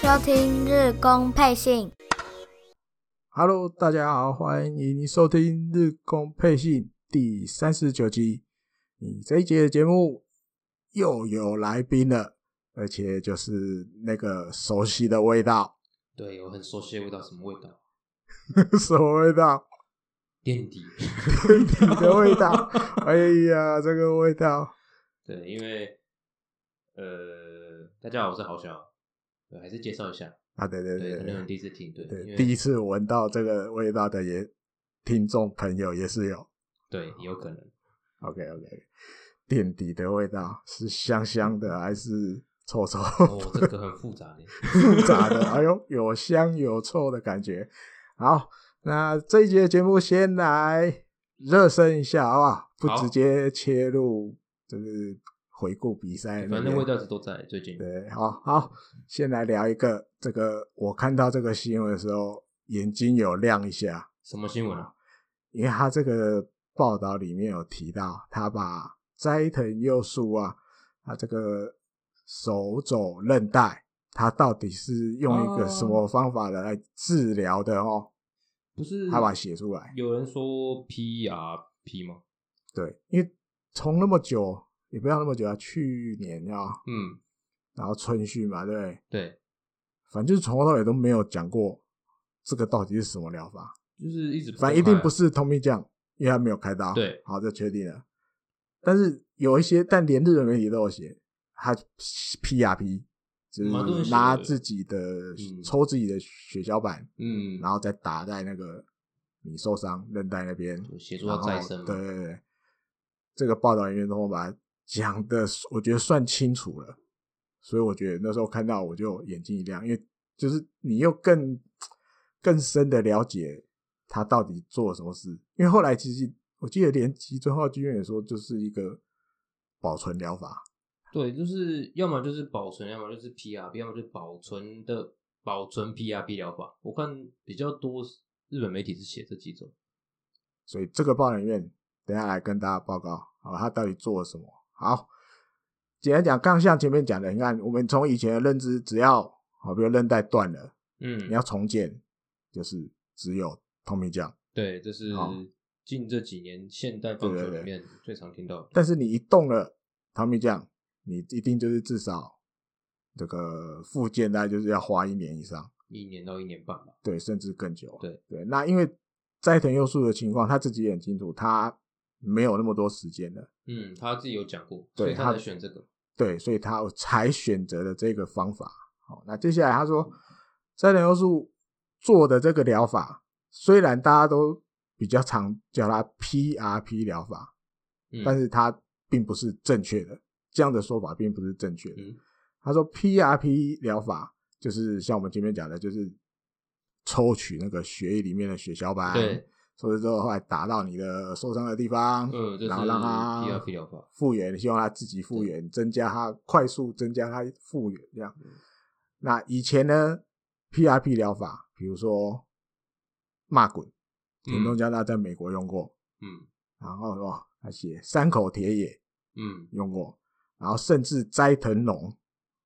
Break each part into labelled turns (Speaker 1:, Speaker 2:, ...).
Speaker 1: 收听日工配信。
Speaker 2: Hello，大家好，欢迎收听《日工配信》第三十九集。你这一节的节目又有来宾了，而且就是那个熟悉的味道，
Speaker 3: 对，有很熟悉的味道，什么味道？
Speaker 2: 什么味 道？
Speaker 3: 垫底。
Speaker 2: 你的味道。哎呀，这个味道，
Speaker 3: 对，因为呃，大家好，我是豪翔，对，还是介绍一下，
Speaker 2: 啊，对对
Speaker 3: 对，
Speaker 2: 对
Speaker 3: 可能有人
Speaker 2: 对
Speaker 3: 第一次听，对，因
Speaker 2: 对，
Speaker 3: 为
Speaker 2: 第一次闻到这个味道的也听众朋友也是有。
Speaker 3: 对，有可 能
Speaker 2: OK OK，垫底的味道是香香
Speaker 3: 嗯
Speaker 2: 的还是臭臭？
Speaker 3: 哦，这个很复 杂的，
Speaker 2: 复杂的，哎呦，有香有臭的感觉。好，那这一节的节目先来热身一下，好不好？不
Speaker 3: 好
Speaker 2: 直接切入，就是回顾比赛
Speaker 3: 反
Speaker 2: 那
Speaker 3: 正那
Speaker 2: 边
Speaker 3: 味道一直都在，最近
Speaker 2: 对，好好，先来聊一个这个，我看到这个新闻的时候，眼睛有亮一下，
Speaker 3: 什么新闻啊？
Speaker 2: 因为他这个报道里面有提到，他把斋藤佑树啊，他这个手肘韧带，他到底是用一个
Speaker 3: 哦
Speaker 2: 什么方法来治疗的哦？
Speaker 3: 不是
Speaker 2: 他把它写出来，
Speaker 3: 有人说 PRP 吗？
Speaker 2: 对，因为从那么久，也不要那么久啊，去年啊，
Speaker 3: 嗯，
Speaker 2: 然后春训嘛，对不对，
Speaker 3: 对，
Speaker 2: 反正就是从头到尾都没有讲过这个到底是什么疗法，
Speaker 3: 就是一直
Speaker 2: 反正一定不
Speaker 3: 是，
Speaker 2: 是 Tommy 酱，因为他没有开刀。
Speaker 3: 对
Speaker 2: 好，这确定了。但是有一些，但连日本媒体都有写，他 P R P 就
Speaker 3: 蛮多
Speaker 2: 是
Speaker 3: 人写的
Speaker 2: 拿自己的、
Speaker 3: 嗯
Speaker 2: 抽自己的血小板，
Speaker 3: 嗯，
Speaker 2: 然后再打在那个你受伤韧带那边，
Speaker 3: 就协助他再生嘛
Speaker 2: 然后对对对，这个报道里面都把它讲的，我觉得算清楚了。所以我觉得那时候看到我就眼睛一亮，因为就是你又更更深的了解他到底做了什么事。因为后来其实我记得连吉尊浩剧院也说，就是一个保存疗法，
Speaker 3: 对，就是要么就是保存，要么就是 PRP，要么就是保存的保存 PRP 疗法。我看比较多日本媒体是写这几种。
Speaker 2: 所以这个报道里面，等一下来跟大家报告，好，他到底做了什么？好，简单讲，刚像前面讲的，你看我们从以前的认知，只要好，比如韧带断了，
Speaker 3: 嗯，
Speaker 2: 你要重建，就是只有透明酱。
Speaker 3: 对，这是
Speaker 2: 好
Speaker 3: 近这几年现代棒球里面最常听到的。
Speaker 2: 但是你一动了糖蜜酱，你一定就是至少这个复健大概就是要花一年以上，
Speaker 3: 一年到一年半吧。
Speaker 2: 对，甚至更久。啊
Speaker 3: 对
Speaker 2: 对，那因为斋藤佑树的情况，他自己也很清楚，他没有那么多时间了，
Speaker 3: 嗯，他自己有讲过，
Speaker 2: 对
Speaker 3: 所以
Speaker 2: 他
Speaker 3: 他才选这个。
Speaker 2: 对，所以他才选择了这个方法。好，那接下来他说，斋藤佑树做的这个疗法，虽然大家都比较常叫它 PRP 疗法，
Speaker 3: 嗯，
Speaker 2: 但是它并不是正确的，这样的说法并不是正确的。
Speaker 3: 嗯
Speaker 2: 他说 PRP 疗法就是像我们前面讲的，就是抽取那个血液里面的血小板，
Speaker 3: 对，
Speaker 2: 所以之后后来打到你的受伤的地方，
Speaker 3: 嗯，这是
Speaker 2: 然后让它
Speaker 3: PRP 疗法。
Speaker 2: 复原，希望它自己复原，增加它快速增加它复原这样。
Speaker 3: 嗯
Speaker 2: 那以前呢，PRP 疗法，比如说骂滚，田中
Speaker 3: 嗯
Speaker 2: 加大在美国用过，
Speaker 3: 嗯
Speaker 2: 然后哦，他写山口铁也，
Speaker 3: 嗯
Speaker 2: 用过，然后甚至斋藤龙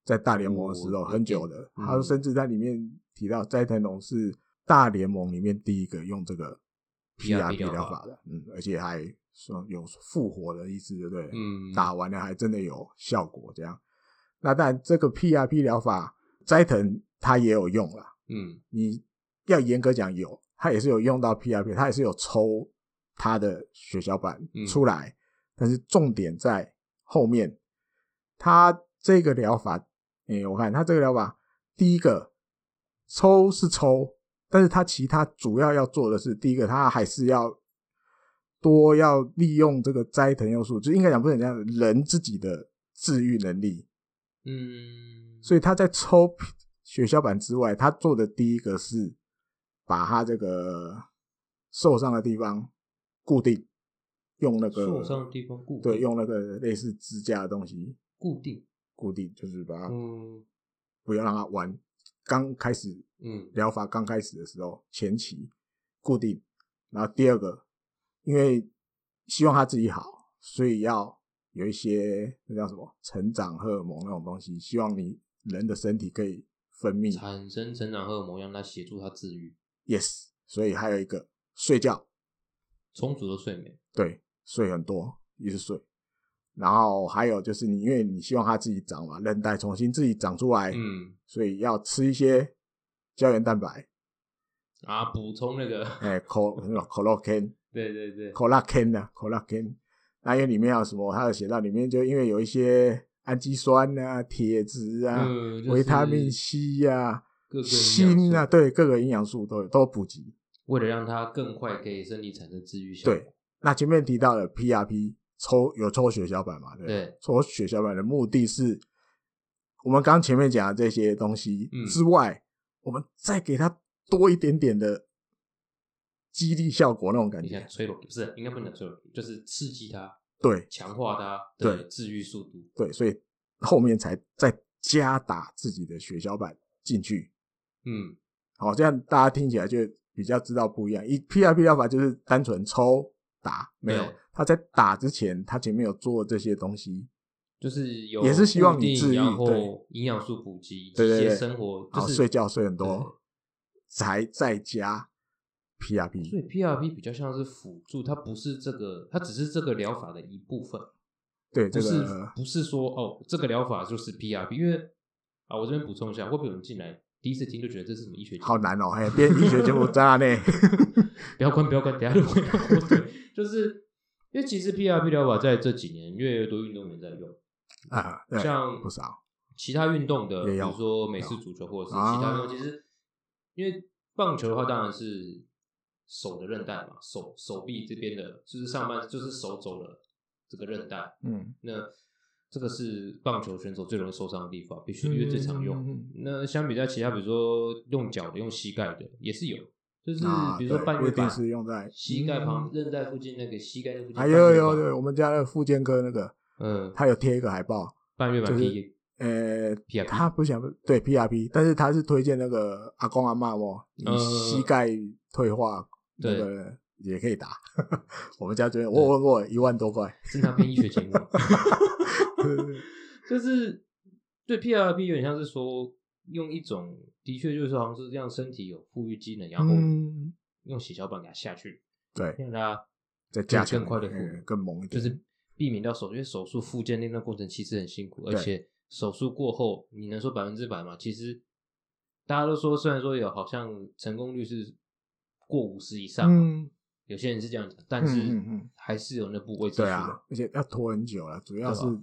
Speaker 2: 在大联盟的时候
Speaker 3: 哦
Speaker 2: 很久的，
Speaker 3: 嗯
Speaker 2: 他说甚至在里面提到斋藤龙是大联盟里面第一个用这个
Speaker 3: PRP 疗
Speaker 2: 疗
Speaker 3: 法
Speaker 2: 法的，嗯，而且还说有复活的意思，对不对？
Speaker 3: 嗯，
Speaker 2: 打完了还真的有效果这样。那但这个 PRP 疗法，斋藤他也有用啦，
Speaker 3: 嗯
Speaker 2: 你要严格讲有，他也是有用到 PRP，他也是有抽他的血小板
Speaker 3: 嗯
Speaker 2: 出来，但是重点在后面，他这个疗法，诶、我看他这个疗法，第一个抽是抽，但是他其他主要要做的是，第一个他还是要。多要利用这个斋藤佑树，就应该讲不能这样，人自己的治愈能力，
Speaker 3: 嗯，
Speaker 2: 所以他在抽血小板之外，他做的第一个是把他这个受伤的地方固定，用那个
Speaker 3: 受伤的地方固定
Speaker 2: 对，用那个类似支架的东西
Speaker 3: 固定。
Speaker 2: 固定，就是把它
Speaker 3: 嗯
Speaker 2: 不要让它弯。刚开始
Speaker 3: 嗯
Speaker 2: 疗法刚开始的时候，前期固定，然后第二个，因为希望他自己好，所以要有一些那叫什么成长荷尔蒙那种东西，希望你人的身体可以分泌
Speaker 3: 产生成长荷尔蒙，让它协助它治愈
Speaker 2: ，yes。所以还有一个睡觉，
Speaker 3: 充足的睡眠。
Speaker 2: 对，睡很多，一直睡。然后还有就是你，因为你希望它自己长嘛，韧带重新自己长出来，
Speaker 3: 嗯
Speaker 2: 所以要吃一些胶原蛋白，
Speaker 3: 啊，补充那个，
Speaker 2: 哎、c o l c o l l a g e n
Speaker 3: 对对对，
Speaker 2: collagen 啊，collagen，那因为里面还有什么？它有写到里面就因为有一些氨基酸啊、铁质啊、
Speaker 3: 嗯，就是
Speaker 2: 维他命 C 呀、
Speaker 3: 各个营养
Speaker 2: 锌
Speaker 3: 素
Speaker 2: 啊，，对，各个营养素都有都有补给。
Speaker 3: 为了让它更快可以身体产生治愈效
Speaker 2: 对
Speaker 3: 果，，
Speaker 2: 那前面提到了 PRP 抽有抽血小板嘛？对不对，
Speaker 3: 对
Speaker 2: 抽血小板的目的是，我们刚前面讲的这些东西
Speaker 3: 嗯
Speaker 2: 之外，我们再给它多一点点的激励效果那种感
Speaker 3: 你想
Speaker 2: 觉。
Speaker 3: 催乳不是，应该不能催乳，就是刺激它、
Speaker 2: 对
Speaker 3: 强化它的
Speaker 2: 对
Speaker 3: 治愈速度。
Speaker 2: 对，所以后面才再加打自己的血小板进去，
Speaker 3: 嗯，
Speaker 2: 好，这样大家听起来就比较知道不一样。一 PRP 疗法就是单纯抽打，没有
Speaker 3: 对
Speaker 2: 他在打之前，他前面有做这些东西，
Speaker 3: 就是有
Speaker 2: 也是希望
Speaker 3: 固
Speaker 2: 你
Speaker 3: 定
Speaker 2: 治愈
Speaker 3: 然
Speaker 2: 对
Speaker 3: 后营养素补给，
Speaker 2: 对对
Speaker 3: 一些
Speaker 2: 对
Speaker 3: 生活
Speaker 2: 然
Speaker 3: 就
Speaker 2: 后
Speaker 3: 是
Speaker 2: 睡觉睡很
Speaker 3: 对
Speaker 2: 多，才再加
Speaker 3: 所
Speaker 2: PRP。
Speaker 3: 以 PRP 比较像是辅助，它不是这个，它只是这个疗法的一部分，
Speaker 2: 对，
Speaker 3: 不
Speaker 2: 这
Speaker 3: 是、
Speaker 2: 个
Speaker 3: 不是说哦，这个疗法就是 PRP。因为啊，我这边补充一下，会不会有人进来第一次听就觉得这是什么医学？
Speaker 2: 好，难哦，嘿，编医学节目在那 内，
Speaker 3: 不要关，不要关，等一下就会后退。就是因为其实 PRP 疗法在这几年越来越多运动员在用，
Speaker 2: 啊，对，
Speaker 3: 像嗯
Speaker 2: 不少，
Speaker 3: 其他运动的，
Speaker 2: 也
Speaker 3: 比
Speaker 2: 有
Speaker 3: 如说美式足球或者是
Speaker 2: 啊
Speaker 3: 其他运动，其实因为棒球的话，当然是手的韧带嘛，手手臂这边的，就是上半就是手肘的这个韧带。
Speaker 2: 嗯，
Speaker 3: 那这个是棒球选手最容易受伤的地方，必须
Speaker 2: 嗯
Speaker 3: 因为最常用。
Speaker 2: 嗯
Speaker 3: 那相比较其他，比如说用脚的、用膝盖的，也是有，就是
Speaker 2: 啊
Speaker 3: 比如说
Speaker 2: 对
Speaker 3: 半
Speaker 2: 不
Speaker 3: 月
Speaker 2: 一定
Speaker 3: 板、
Speaker 2: 是用在
Speaker 3: 膝盖旁韧带附近那个膝盖那附近，
Speaker 2: 嗯啊，有有有
Speaker 3: 半月板，
Speaker 2: 有，我们家的附健科那个，
Speaker 3: 嗯，
Speaker 2: 他有贴一个海报，
Speaker 3: 半月板
Speaker 2: 就是
Speaker 3: P
Speaker 2: 呃，
Speaker 3: PRP
Speaker 2: 他不想对 PRP，但是他是推荐那个阿公阿妈哦，你
Speaker 3: 嗯
Speaker 2: 膝盖退化那
Speaker 3: 对
Speaker 2: 个也可以打。 我们家这边我问过一万多块，
Speaker 3: 正常偏医学节目。 就是对 PRP 有点像是说用一种，的确就是好像是让身体有富裕机能，然后
Speaker 2: 嗯，
Speaker 3: 用血小板给它下去，
Speaker 2: 对，
Speaker 3: 让它
Speaker 2: 再加强
Speaker 3: 更快地
Speaker 2: 嗯
Speaker 3: 复原
Speaker 2: 更猛一
Speaker 3: 就
Speaker 2: 点，
Speaker 3: 是避免掉手，因为手术复健那段过程其实很辛苦，而且手术过后你能说百分之百吗？其实大家都说，虽然说有好像成功率是过五十以上嘛，
Speaker 2: 嗯，
Speaker 3: 有些人是这样讲，但是
Speaker 2: 嗯嗯嗯
Speaker 3: 还是有那部位之
Speaker 2: 对
Speaker 3: 数
Speaker 2: 啊
Speaker 3: 的，，
Speaker 2: 而且要拖很久了，主要
Speaker 3: 对
Speaker 2: 是
Speaker 3: 吧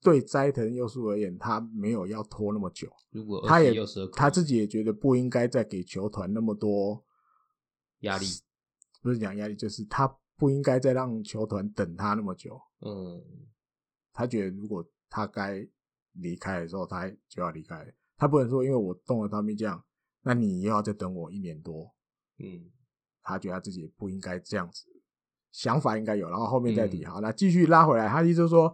Speaker 2: 对斋藤佑树而言，他没有要拖那么久，
Speaker 3: 如果
Speaker 2: 他也
Speaker 3: 有时
Speaker 2: 他自己也觉得不应该再给球团那么多
Speaker 3: 压力，
Speaker 2: 不是讲压力，就是他不应该再让球团等他那么久。
Speaker 3: 嗯，
Speaker 2: 他觉得如果他该离开的时候，他就要离开，他不能说因为我动了他们这样，那你又要再等我一年多。
Speaker 3: 嗯，
Speaker 2: 他觉得他自己不应该这样子，想法应该有，然后后面再提。好，那继续拉回来，他意思就是说，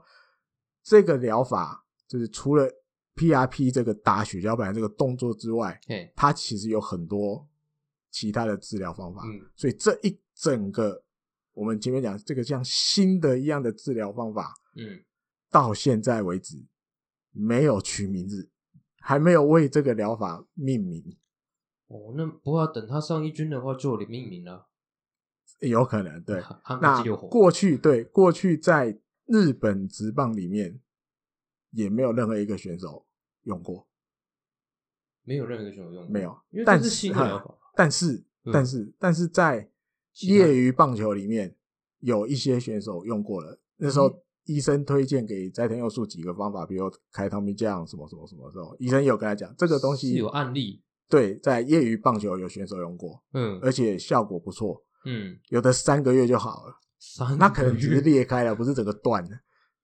Speaker 2: 这个疗法就是除了 PRP 这个打血小板这个动作之外，
Speaker 3: 嘿，
Speaker 2: 它其实有很多其他的治疗方法。
Speaker 3: 嗯
Speaker 2: 所以这一整个我们前面讲这个像新的一样的治疗方法，
Speaker 3: 嗯。
Speaker 2: 到现在为止没有取名字，还没有为这个疗法命名，
Speaker 3: 哦，那不过要等他上一军的话，就有点命名了。
Speaker 2: 有可能对。
Speaker 3: 哈汉克
Speaker 2: 那
Speaker 3: 激流火
Speaker 2: 过去对过去在日本职棒里面也没有任何一个选手用过，
Speaker 3: 没有任何一个选手用过，
Speaker 2: 没有
Speaker 3: 因为。这
Speaker 2: 但
Speaker 3: 是新的疗法
Speaker 2: 哼。但是
Speaker 3: 嗯
Speaker 2: 但是但是在
Speaker 3: 其他
Speaker 2: 业余棒球里面有一些选手用过了，那时
Speaker 3: 嗯
Speaker 2: 候。医生推荐给斋藤佑树几个方法，比如开汤米酱什么什么什么时候，医生有跟他讲这个东西
Speaker 3: 是有哦案例，
Speaker 2: 对，在业余棒球有选手用过，
Speaker 3: 嗯
Speaker 2: 而且效果不错，
Speaker 3: 嗯，
Speaker 2: 有的三个月就好了，
Speaker 3: 三
Speaker 2: 那可能
Speaker 3: 个
Speaker 2: 只
Speaker 3: 月
Speaker 2: 是裂开了，不是整个断了。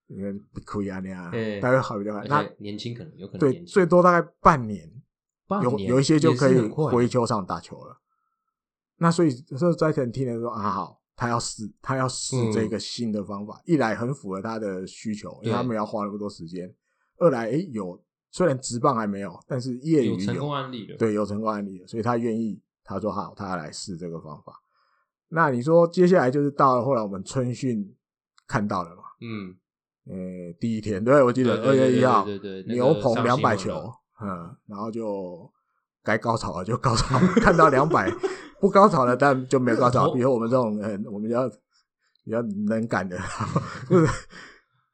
Speaker 2: 因为不可以啊，那样
Speaker 3: 哎
Speaker 2: 大概好比较快。
Speaker 3: 而
Speaker 2: 那
Speaker 3: 且年轻可能有可能
Speaker 2: 对
Speaker 3: 年轻
Speaker 2: 最多大概半年，
Speaker 3: 半
Speaker 2: 有
Speaker 3: 年
Speaker 2: 有一些就
Speaker 3: 也是
Speaker 2: 可以
Speaker 3: 很快
Speaker 2: 回球场打球了。那所以说斋藤听了说啊好，他要试，他要试
Speaker 3: 嗯
Speaker 2: 这个新的方法，一来很符合他的需求，因
Speaker 3: 对
Speaker 2: 为他们要花那么多时间；二来诶有虽然职棒还没有，但是业余
Speaker 3: 有成功案例的，，
Speaker 2: 对，有成功案例的，所以他愿意，他说好，他要来试这个方法。那你说接下来就是到了后来我们春训看到了嘛？
Speaker 3: 嗯，
Speaker 2: 呃，第一天，对我记
Speaker 3: 对
Speaker 2: 得
Speaker 3: 对
Speaker 2: 二
Speaker 3: 对
Speaker 2: 月一
Speaker 3: 对
Speaker 2: 号，
Speaker 3: 对对，那个
Speaker 2: 牛棚
Speaker 3: 上
Speaker 2: 两
Speaker 3: 新闻
Speaker 2: 百
Speaker 3: 了
Speaker 2: 球，嗯，然后就该高潮了就高潮，看到两百不高潮了，但就没有高潮。
Speaker 3: 哦
Speaker 2: 比如我们这种人，我们比较比较能干的，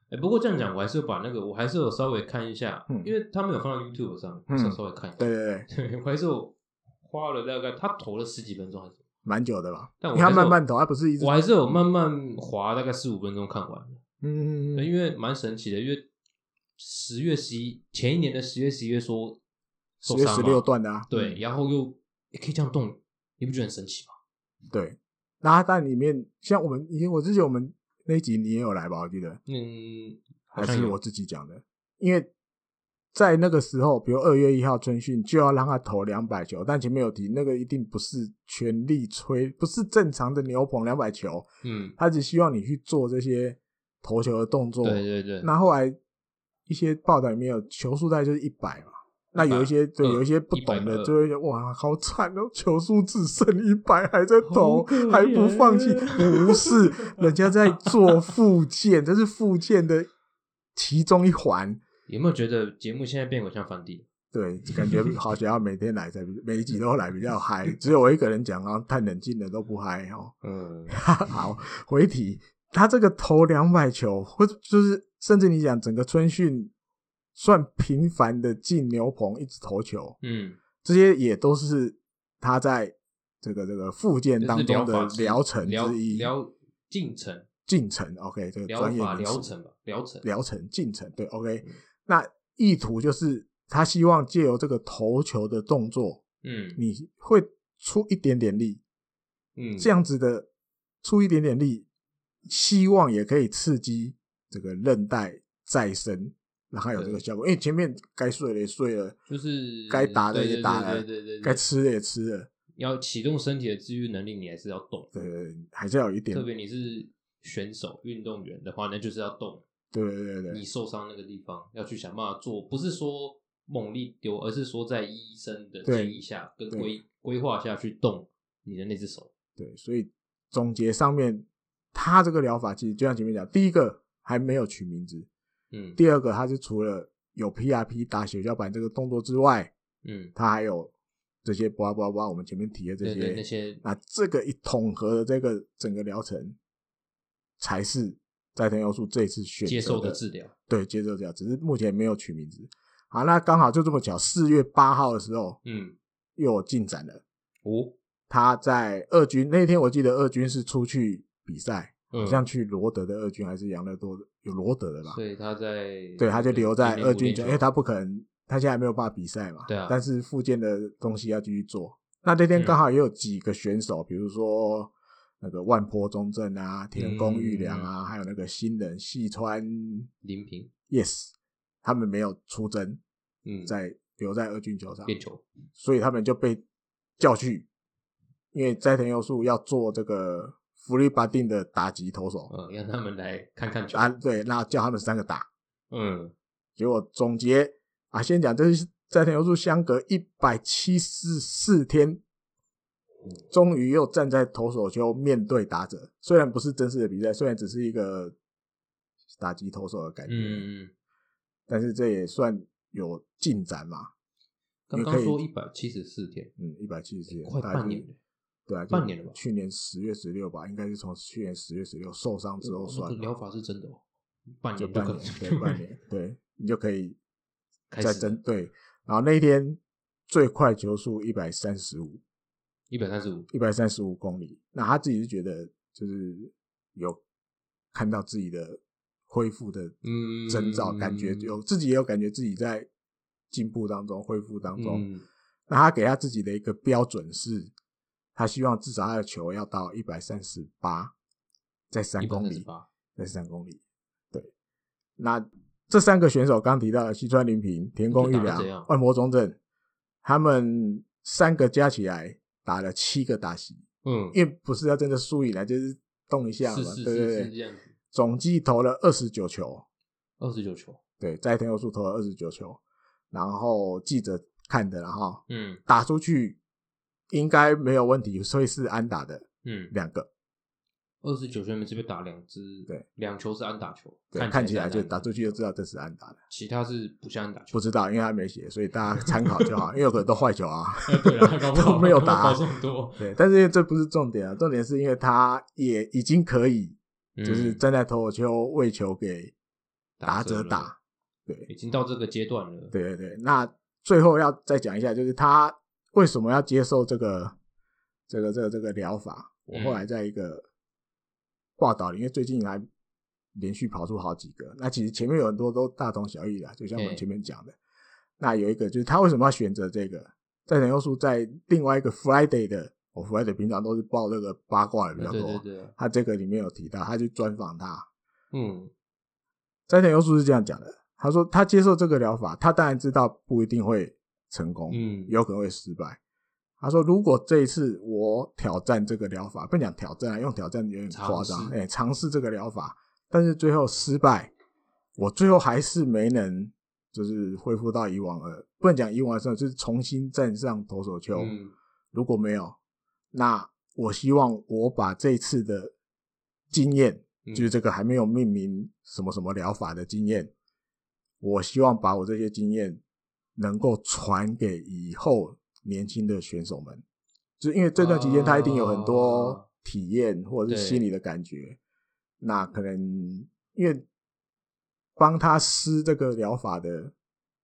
Speaker 3: 哎、不过这样讲，我还是把那个，我还是有稍微看一下，
Speaker 2: 嗯
Speaker 3: 因为他们有放到 YouTube 上，
Speaker 2: 嗯
Speaker 3: 稍稍微看一下。
Speaker 2: 对对对，
Speaker 3: 对， 我还是有花了大概他投了十几分钟还是，
Speaker 2: 蛮久的吧。
Speaker 3: 但我
Speaker 2: 你看
Speaker 3: 还是有
Speaker 2: 慢慢投，它不是一直
Speaker 3: 我还是有慢慢滑大概四五分钟看完了，
Speaker 2: 嗯
Speaker 3: 对因为蛮神奇的，因为十月十一前一年的十月十一月说
Speaker 2: 十
Speaker 3: 受
Speaker 2: 月
Speaker 3: 伤
Speaker 2: 十
Speaker 3: 嘛
Speaker 2: 六段的啊，
Speaker 3: 对，
Speaker 2: 嗯
Speaker 3: 然后又也可以这样动，你不觉得很神奇吗？
Speaker 2: 对。那它但里面像我们以前我之前我们那一集你也有来吧？我记得
Speaker 3: 嗯，好
Speaker 2: 还
Speaker 3: 像
Speaker 2: 是
Speaker 3: 有
Speaker 2: 我自己讲的，因为在那个时候，比如二月一号春训就要让他投两百球，但前面有提那个一定不是全力吹，不是正常的牛捧两百球，
Speaker 3: 嗯，
Speaker 2: 他只希望你去做这些投球的动作。
Speaker 3: 对对对，
Speaker 2: 那后来一些报道里面有球速大概就是一百嘛，那有一些对
Speaker 3: 嗯
Speaker 2: 有一些不懂的
Speaker 3: 120
Speaker 2: 就会觉得哇好惨哦，球速只剩一百还在投
Speaker 3: 好可怜
Speaker 2: 还不放弃，不是人家在做复健，这是复健的其中一环。
Speaker 3: 有没有觉得节目现在变得像翻地？
Speaker 2: 对，感觉好想要每天来才比每一集都来比较嗨，只有我一个人讲，然后太冷静了都不嗨哦。
Speaker 3: 嗯，
Speaker 2: 好，回题，他这个投两百球，或者就是甚至你讲整个春训算频繁的进牛棚一直投球，
Speaker 3: 嗯，
Speaker 2: 这些也都是他在这个这个复健
Speaker 3: 就是
Speaker 2: 当
Speaker 3: 疗
Speaker 2: 中
Speaker 3: 法
Speaker 2: 的
Speaker 3: 之
Speaker 2: 疗程
Speaker 3: 疗
Speaker 2: 之一，
Speaker 3: 疗进程、
Speaker 2: 进程。OK，这个
Speaker 3: 疗
Speaker 2: 专业
Speaker 3: 法、
Speaker 2: 名词
Speaker 3: 疗程吧，疗程。
Speaker 2: 疗程进程对，OK，那意图就是他希望借由这个投球的动作，
Speaker 3: 嗯
Speaker 2: 你会出一点点力，
Speaker 3: 嗯，
Speaker 2: 这样子的出一点点力，希望也可以刺激这个韧带再生，让它有这个效果。因为前面该睡的也睡了，
Speaker 3: 就是
Speaker 2: 该打的
Speaker 3: 对
Speaker 2: 也
Speaker 3: 对
Speaker 2: 打
Speaker 3: 对
Speaker 2: 了
Speaker 3: 对对对，对
Speaker 2: 该吃的也吃了，
Speaker 3: 要启动身体的自愈能力，你还是要动。
Speaker 2: 对，对，对还是要有一点
Speaker 3: 特，别你是选手、运动员的话，那就是要动。
Speaker 2: 对对对对
Speaker 3: 你
Speaker 2: 对，
Speaker 3: 受伤那个地方要去想办法做，不是说猛力丢，而是说在医生的
Speaker 2: 对
Speaker 3: 建议下跟
Speaker 2: 对
Speaker 3: 规规划下去动你的那只手。
Speaker 2: 对，所以总结上面，他这个疗法其实就像前面讲，第一个还没有取名字，
Speaker 3: 嗯
Speaker 2: 第二个它是除了有 PRP 打血小板这个动作之外，
Speaker 3: 嗯，
Speaker 2: 它还有这些叭叭叭，我们前面提的这
Speaker 3: 对对，那
Speaker 2: 些啊那
Speaker 3: 些
Speaker 2: 这个一统合的这个整个疗程，才是斋藤优树这一次选择
Speaker 3: 接受
Speaker 2: 的
Speaker 3: 的治疗。
Speaker 2: 对接受治疗，只是目前没有取名字。好，那刚好就这么巧，四月八号的时候
Speaker 3: 嗯，
Speaker 2: 又有进展了。
Speaker 3: 哦，
Speaker 2: 他在二军那天，我记得二军是出去比赛，好
Speaker 3: 嗯
Speaker 2: 像去罗德的二军还是养乐多的，有罗德的吧？
Speaker 3: 所以他在
Speaker 2: 对，他就留在
Speaker 3: 今年
Speaker 2: 二
Speaker 3: 五
Speaker 2: 军
Speaker 3: 连
Speaker 2: 就，
Speaker 3: 球
Speaker 2: 因为他不可能，他现在没有办法比赛嘛。
Speaker 3: 对啊
Speaker 2: 但是附件的东西要继续做。那那天
Speaker 3: 嗯
Speaker 2: 刚好也有几个选手，比如说那个万坡中正啊、田宫裕良
Speaker 3: 嗯
Speaker 2: 啊，还有那个新人细川
Speaker 3: 林平，
Speaker 2: Yes，他们没有出征，
Speaker 3: 嗯，
Speaker 2: 在留在二军球场，
Speaker 3: 练球，
Speaker 2: 所以他们就被叫去，因为斋藤佑树要做这个福利巴定的打击投手
Speaker 3: 嗯，让他们来看看球
Speaker 2: 啊，，对，那叫他们三个打。
Speaker 3: 嗯，
Speaker 2: 结果总结啊，先讲这是斋藤由树相隔一百七十四天，
Speaker 3: 嗯
Speaker 2: 终于又站在投手丘面对打者。虽然不是正式的比赛，虽然只是一个打击投手的感觉，
Speaker 3: 嗯嗯，
Speaker 2: 但是这也算有进展嘛。
Speaker 3: 刚
Speaker 2: 也
Speaker 3: 刚
Speaker 2: 可以
Speaker 3: 说一百七十四天，
Speaker 2: 嗯，一百七十天，
Speaker 3: 快
Speaker 2: 大概
Speaker 3: 半年
Speaker 2: 就
Speaker 3: 了，
Speaker 2: 对啊，就
Speaker 3: 半年了吧
Speaker 2: 去年十月十六吧，应该是从去年十月十六受伤之后
Speaker 3: 哦那
Speaker 2: 算
Speaker 3: 个
Speaker 2: 的
Speaker 3: 疗法是真的哦，半
Speaker 2: 嗯就
Speaker 3: 年
Speaker 2: 半
Speaker 3: 可
Speaker 2: 年，对，半年，对你就可以
Speaker 3: 开
Speaker 2: 再
Speaker 3: 始
Speaker 2: 针对。然后那一天最快球速一百三十五，
Speaker 3: 一百三十五，
Speaker 2: 一百三十五公里。那他自己是觉得就是有看到自己的恢复的
Speaker 3: 嗯，
Speaker 2: 征兆，感觉有自己也有感觉自己在进步当中、恢复当中。
Speaker 3: 嗯
Speaker 2: 那他给他自己的一个标准是，他希望至少他的球要到一百三十八，在三
Speaker 3: 一百
Speaker 2: 公
Speaker 3: 三十
Speaker 2: 里，
Speaker 3: 八，
Speaker 2: 在三公里。对，那这三个选手刚提到的西川林平、田宫裕
Speaker 3: 就打成这
Speaker 2: 良
Speaker 3: 样、
Speaker 2: 万魔中正，他们三个加起来打了七个打席，
Speaker 3: 嗯，
Speaker 2: 因为不是要真的输赢来，啊就是动一下嘛，
Speaker 3: 是是
Speaker 2: 对
Speaker 3: 是
Speaker 2: 对
Speaker 3: 是这
Speaker 2: 对。
Speaker 3: 样子，
Speaker 2: 总计投了二十九球，
Speaker 3: 二十九球，
Speaker 2: 对，在天佑树投了二十九球，然后记者看的，然后
Speaker 3: 嗯
Speaker 2: 打出去应该没有问题，所以是安打的
Speaker 3: 嗯
Speaker 2: 两个。
Speaker 3: 二十九圈每次被打两支，
Speaker 2: 对，
Speaker 3: 两球是安打球，
Speaker 2: 对，看
Speaker 3: 起
Speaker 2: 起来就
Speaker 3: 是
Speaker 2: 打出去就知道这是安打的，
Speaker 3: 其他是不像安打球
Speaker 2: 不。知道，因为他没写，所以大家参考就好，因为有可能都坏球啊。
Speaker 3: 哎 对啊，搞不好
Speaker 2: 都没有打
Speaker 3: 搞不好这么多，
Speaker 2: 对，但是这不是重点啊，重点是因为他也已经可以，就是
Speaker 3: 嗯
Speaker 2: 站在头球为球给打者
Speaker 3: 了
Speaker 2: 打。
Speaker 3: 已经到这个阶段了。
Speaker 2: 对对对，那最后要再讲一下，就是他为什么要接受这个这个这个这个疗法？我后来
Speaker 3: 嗯
Speaker 2: 在一个报道里，因为最近还连续跑出好几个，那其实前面有很多都大同小异啦，就像我们
Speaker 3: 对
Speaker 2: 前面讲的，那有一个就是他为什么要选择这个？在陈佑树在另外一个 Friday 的，我 Friday 平常都是报这个八卦的比
Speaker 3: 对
Speaker 2: 较
Speaker 3: 对
Speaker 2: 多，
Speaker 3: 对对，
Speaker 2: 他这个里面有提到，他去专访他，
Speaker 3: 嗯，
Speaker 2: 斋藤优树是这样讲的，他说他接受这个疗法，他当然知道不一定会成功，
Speaker 3: 嗯
Speaker 2: 有可能会失败。他说如果这一次我挑战这个疗法，不能讲挑战啊，用挑战有点夸张，
Speaker 3: 尝试
Speaker 2: 哎，尝试这个疗法，但是最后失败，我最后还是没能就是恢复到以往的，不能讲以往的生活，就是重新站上投手球。
Speaker 3: 嗯
Speaker 2: 如果没有，那我希望我把这一次的经验，
Speaker 3: 嗯
Speaker 2: 就是这个还没有命名什么什么疗法的经验，我希望把我这些经验能够传给以后年轻的选手们，就是因为这段期间他一定有很
Speaker 3: 啊
Speaker 2: 多体验或者是
Speaker 3: 对
Speaker 2: 心理的感觉，那可能因为帮他施这个疗法的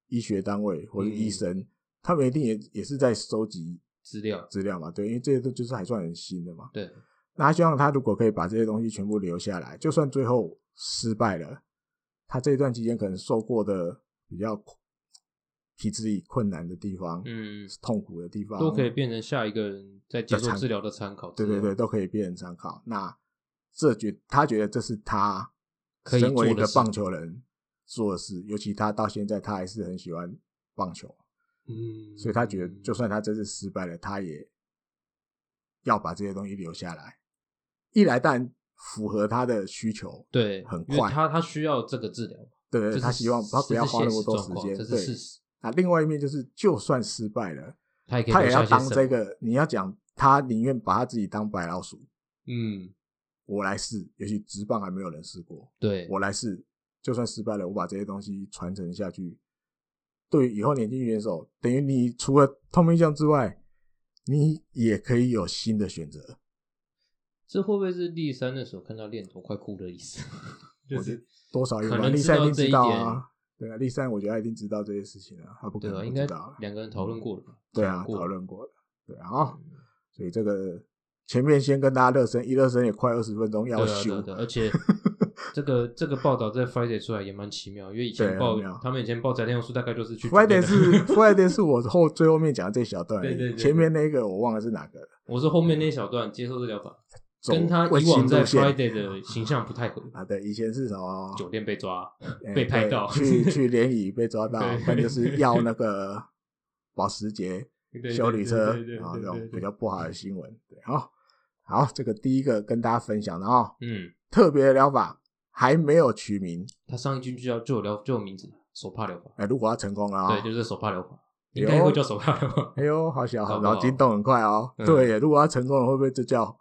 Speaker 2: 医学单位或者医
Speaker 3: 嗯
Speaker 2: 生，他们一定也也是在收集
Speaker 3: 资料
Speaker 2: 资料嘛，对，因为这些都就是还算很新的嘛。
Speaker 3: 对，
Speaker 2: 那他希望他如果可以把这些东西全部留下来，就算最后失败了，他这一段期间可能受过的比较苦体质里困难的地方，
Speaker 3: 嗯，
Speaker 2: 痛苦的地方，
Speaker 3: 都可以变成下一个人在接受治疗的参考资
Speaker 2: 对
Speaker 3: 料。
Speaker 2: 对对，都可以变成参考。那这觉他觉得这是他
Speaker 3: 可以
Speaker 2: 身为一
Speaker 3: 做的
Speaker 2: 个
Speaker 3: 事
Speaker 2: 棒球人做的事，尤其他到现在他还是很喜欢棒球，
Speaker 3: 嗯，
Speaker 2: 所以他觉得就算他这次失败了，他也要把这些东西留下来。一来，但符合他的需求，
Speaker 3: 对
Speaker 2: 很
Speaker 3: 因为
Speaker 2: 快
Speaker 3: 他他需要这个治疗，
Speaker 2: 对不
Speaker 3: 这
Speaker 2: 对，
Speaker 3: 是
Speaker 2: 他希望他不要花那么多时间。
Speaker 3: 这是
Speaker 2: 对
Speaker 3: 事，实，
Speaker 2: 那另外一面就是，就算失败了，
Speaker 3: 他也可以
Speaker 2: 他也
Speaker 3: 留下
Speaker 2: 要
Speaker 3: 一些
Speaker 2: 当
Speaker 3: 什么
Speaker 2: 这，个，你要讲他宁愿把他自己当白老鼠，
Speaker 3: 嗯，
Speaker 2: 我来试，也许直棒还没有人试过，
Speaker 3: 对，
Speaker 2: 我来试，就算失败了，我把这些东西传承下去，对于以后年轻选手，等于你除了透明项之外，你也可以有新的选择。
Speaker 3: 这会不会是立三的时候看到恋头快哭的意思？ 就
Speaker 2: 我觉
Speaker 3: 是
Speaker 2: 得多少有
Speaker 3: 可
Speaker 2: 吧，
Speaker 3: 能
Speaker 2: 立
Speaker 3: 知
Speaker 2: 三一
Speaker 3: 道
Speaker 2: 定
Speaker 3: 这
Speaker 2: 知
Speaker 3: 一
Speaker 2: 道
Speaker 3: 点
Speaker 2: 啊，对啊，立三我觉得他一定知道这些事情啊，他不可
Speaker 3: 对吧？
Speaker 2: 能
Speaker 3: 应
Speaker 2: 不
Speaker 3: 该
Speaker 2: 知道啊，
Speaker 3: 两个人讨论过了吧，
Speaker 2: 对啊，
Speaker 3: 讲过
Speaker 2: 讨论过了，对啊，好
Speaker 3: 嗯
Speaker 2: 所以这个前面先跟大家热身，一热身也快二十分钟要
Speaker 3: 对啊，对
Speaker 2: 休
Speaker 3: 啊，，对啊而且 这个这个报道在 Friday 出来也蛮奇妙，因为以前
Speaker 2: 对
Speaker 3: 报
Speaker 2: 很妙
Speaker 3: 他们以前报载天用书大概就是去
Speaker 2: Friday
Speaker 3: 酒店的
Speaker 2: 是 Friday 是我后最后面讲的这小段而已，
Speaker 3: 对对对对
Speaker 2: 前面那个我忘了是哪个了。
Speaker 3: 我是后面那一小段接受治疗法，
Speaker 2: 走
Speaker 3: 跟他
Speaker 2: 卫
Speaker 3: 以
Speaker 2: 星
Speaker 3: 往在
Speaker 2: 路线
Speaker 3: Friday 的形象不太合，
Speaker 2: 啊，对，以前是什么
Speaker 3: 酒店被 抓，
Speaker 2: 哎
Speaker 3: 被拍到
Speaker 2: 对去去联谊被抓到
Speaker 3: 对，
Speaker 2: 那就是要那个保时捷
Speaker 3: 对对
Speaker 2: 修理车
Speaker 3: 对对对
Speaker 2: 啊，
Speaker 3: 对
Speaker 2: 这种
Speaker 3: 对
Speaker 2: 比
Speaker 3: 对嗯
Speaker 2: 较不好的新闻。对，好，好，这个第一个跟大家分享的啊、哦，
Speaker 3: 嗯，
Speaker 2: 特别的疗法还没有取名，
Speaker 3: 他上一句就要就有疗就有名字，手帕疗法，
Speaker 2: 哎，如果要成功了啊、
Speaker 3: 对，就是手帕疗法，
Speaker 2: 有
Speaker 3: 应该会叫手帕疗法，
Speaker 2: 哎呦，好小，
Speaker 3: 搞不好
Speaker 2: 脑筋动很快哦。
Speaker 3: 嗯
Speaker 2: 对耶，如果要成功了，会不会就叫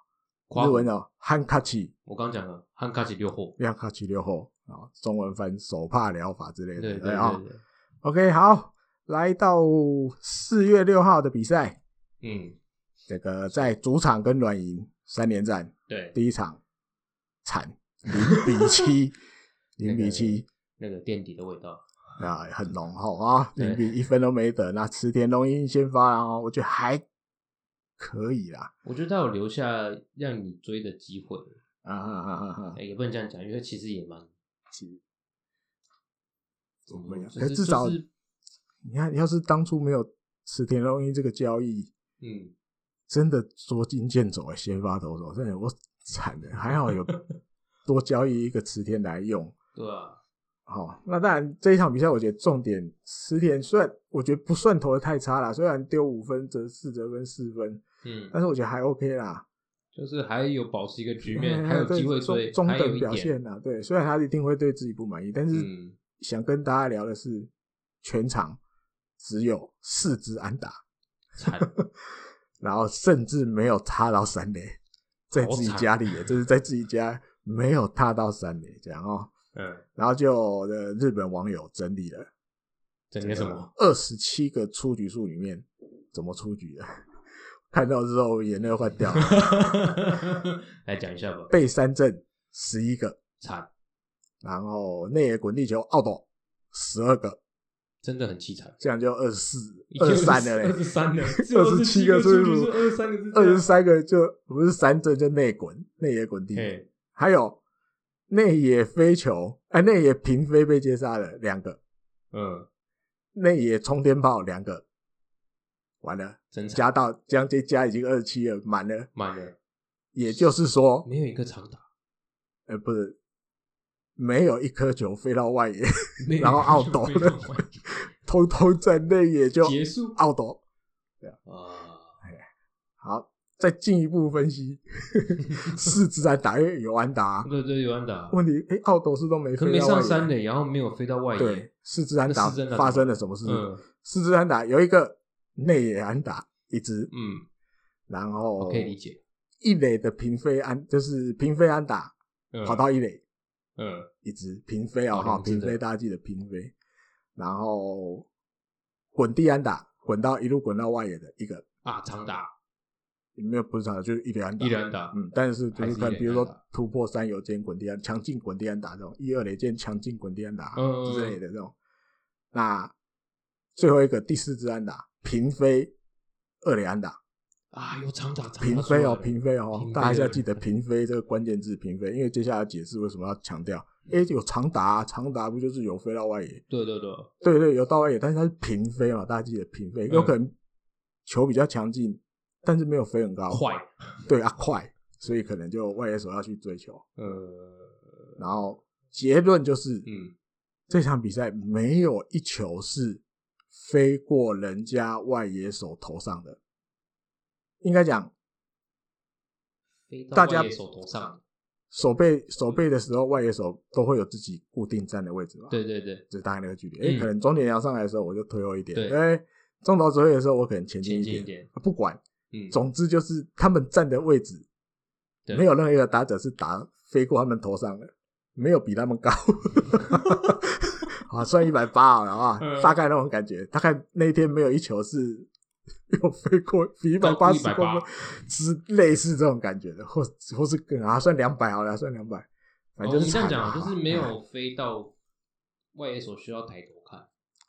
Speaker 3: 夸
Speaker 2: 日文哦，汉卡奇、
Speaker 3: 我刚讲了，汉卡奇六货，
Speaker 2: 量卡奇六后啊，中文翻手帕疗法之类
Speaker 3: 对
Speaker 2: 的，
Speaker 3: 对
Speaker 2: 不
Speaker 3: 对
Speaker 2: 啊、
Speaker 3: 对，
Speaker 2: OK，好，来到四月六号的比赛，
Speaker 3: 嗯，
Speaker 2: 这个在主场跟软银三连战，
Speaker 3: 对，
Speaker 2: 第一场惨零比 七，零比七
Speaker 3: 那个垫底的味道，
Speaker 2: 啊，很浓厚啊，
Speaker 3: 对
Speaker 2: 零比一分都没得。那池田龙一先发，然后我觉得还可以啦，
Speaker 3: 我觉得他有留下让你追的机会，
Speaker 2: 啊啊啊啊啊！
Speaker 3: 哎也不能这样讲，因为其实也蛮，
Speaker 2: 怎么样？
Speaker 3: 嗯就
Speaker 2: 可
Speaker 3: 是
Speaker 2: 至少
Speaker 3: 就是
Speaker 2: 你看，要是当初没有池田龙一这个交易，
Speaker 3: 嗯。
Speaker 2: 真的捉襟见肘欸，先发投手，真的我惨了，还好 有多交易一个池田来用。
Speaker 3: 对啊，
Speaker 2: 好、那当然这一场比赛，我觉得重点池田虽然我觉得不算投的太差啦，虽然丢五分、折四、折分、四分，
Speaker 3: 嗯，
Speaker 2: 但是我觉得还 OK 啦，
Speaker 3: 就是还有保持一个局
Speaker 2: 里
Speaker 3: 面，还有机会追，
Speaker 2: 中中
Speaker 3: 还有
Speaker 2: 等
Speaker 3: 一
Speaker 2: 表
Speaker 3: 点，
Speaker 2: 现啦。对，虽然他一定会对自己不满意，但是
Speaker 3: 嗯，
Speaker 2: 想跟大家聊的是，全场只有四支安打，
Speaker 3: 惨，
Speaker 2: 然后甚至没有插到三垒。在自己
Speaker 3: 好惨
Speaker 2: 家里耶，就是在自己家没有踏到山里这样哦。
Speaker 3: 嗯，
Speaker 2: 然后就有的日本网友整理了
Speaker 3: 整个什么？
Speaker 2: 二十七个出局数里面怎么出局的， 看到之后眼泪都快掉了。
Speaker 3: 来讲一下吧。
Speaker 2: 被三振十一个，
Speaker 3: 惨，
Speaker 2: 然后内野滚地球 out 十二个，
Speaker 3: 真的很凄惨。
Speaker 2: 这样就二十四、二十三了
Speaker 3: 二十
Speaker 2: 嘞，
Speaker 3: 三了，
Speaker 2: 二十七个
Speaker 3: 出
Speaker 2: 出
Speaker 3: 去
Speaker 2: 局
Speaker 3: 是二十三个是这
Speaker 2: 二
Speaker 3: 样
Speaker 2: 十三个就不是三振就内滚，内野滚地球，
Speaker 3: 嘿，
Speaker 2: 还有内野飞球，哎、内野平飞被接杀了两个，
Speaker 3: 嗯，
Speaker 2: 内野冲天炮两个，完了，
Speaker 3: 真惨，
Speaker 2: 加到将这加已经二十七了，满了，
Speaker 3: 满了，
Speaker 2: 也就是说，
Speaker 3: 没有一个长打，
Speaker 2: 呃，不是。没有一颗球飞到外 野，
Speaker 3: 没有一个
Speaker 2: 然后
Speaker 3: 球
Speaker 2: out
Speaker 3: 被撞坏
Speaker 2: 通通在内野就
Speaker 3: 结束
Speaker 2: out 了。
Speaker 3: 啊，
Speaker 2: 好，再进一步分析，是自然打，因为有安 达。
Speaker 3: 对对，有安打，
Speaker 2: 问题，哎、奥斗是都没
Speaker 3: 可
Speaker 2: 飞
Speaker 3: 没
Speaker 2: 到外
Speaker 3: 上
Speaker 2: 野啊
Speaker 3: 山垒，然后没有飞到外野
Speaker 2: 对，，是自然打
Speaker 3: 那四支安打
Speaker 2: 发生了什么事？
Speaker 3: 嗯
Speaker 2: 是自然打有一个内野安打一支，
Speaker 3: 嗯，
Speaker 2: 然后
Speaker 3: 我哦可以理解，
Speaker 2: 一垒的平飞安就是平飞安打
Speaker 3: 嗯
Speaker 2: 跑到一垒
Speaker 3: 嗯
Speaker 2: 一支平飞啊
Speaker 3: 哦
Speaker 2: 哈，
Speaker 3: 两支
Speaker 2: 平
Speaker 3: 的
Speaker 2: 飞大家记得平飞，然后滚地安打滚到一路滚到外野的一个，
Speaker 3: 啊长打
Speaker 2: 没有不是常的，就是一垒安打
Speaker 3: 一人打，
Speaker 2: 嗯，但是就
Speaker 3: 还
Speaker 2: 是
Speaker 3: 是
Speaker 2: 可能
Speaker 3: 一垒
Speaker 2: 比如
Speaker 3: 安
Speaker 2: 说
Speaker 3: 打
Speaker 2: 突破三游间滚地安强劲滚地安打这种一二垒间强劲滚地安打
Speaker 3: 嗯嗯
Speaker 2: 之类的这种。那最后一个第四支安打平飞二垒安打
Speaker 3: 啊有长打，长打
Speaker 2: 平飞哦
Speaker 3: 出来了
Speaker 2: 平飞哦
Speaker 3: 平，飞
Speaker 2: 大家一定要记
Speaker 3: 了
Speaker 2: 得平飞这个关键字平飞，因为接下来解释为什么要强调。诶，有长打、啊，长打不就是有飞到外野？
Speaker 3: 对对对，
Speaker 2: 对对，有到外野，但是它是平飞嘛，大家记得平飞，有可
Speaker 3: 嗯
Speaker 2: 能球比较强劲，但是没有飞很高，
Speaker 3: 快，
Speaker 2: 对啊快，所以可能就外野手要去追求。
Speaker 3: 呃，
Speaker 2: 然后结论就是，
Speaker 3: 嗯，
Speaker 2: 这场比赛没有一球是飞过人家外野手头上的。应该讲，
Speaker 3: 飞到
Speaker 2: 大家
Speaker 3: 外野手头上，
Speaker 2: 手
Speaker 3: 嗯
Speaker 2: 背手背的时候，外野手都会有自己固定站的位置嘛，，
Speaker 3: 对对对，
Speaker 2: 就是大概那个距离。
Speaker 3: 嗯
Speaker 2: 哎、可能终点要上来的时候，我就推后一点；，
Speaker 3: 对
Speaker 2: 哎，中投走位的时候，我可能前进
Speaker 3: 前进
Speaker 2: 一
Speaker 3: 一
Speaker 2: 点。
Speaker 3: 点，
Speaker 2: 不管，
Speaker 3: 嗯，
Speaker 2: 总之就是他们站的位置，
Speaker 3: 对
Speaker 2: 没有任何一个打者是打飞过他们头上的，没有比他 们高。啊，算一百八好了啊，
Speaker 3: 嗯
Speaker 2: 大概那种感觉，大概那一天没有一球是有飞过比一百
Speaker 3: 高
Speaker 2: 八
Speaker 3: 过
Speaker 2: 十公分之类似这种感觉的，或或是更啊，算两百好了，算两百，反正就
Speaker 3: 哦你
Speaker 2: 是
Speaker 3: 这样
Speaker 2: 惨
Speaker 3: 讲
Speaker 2: 啊
Speaker 3: 就是没。有飞到外野手需要抬头看，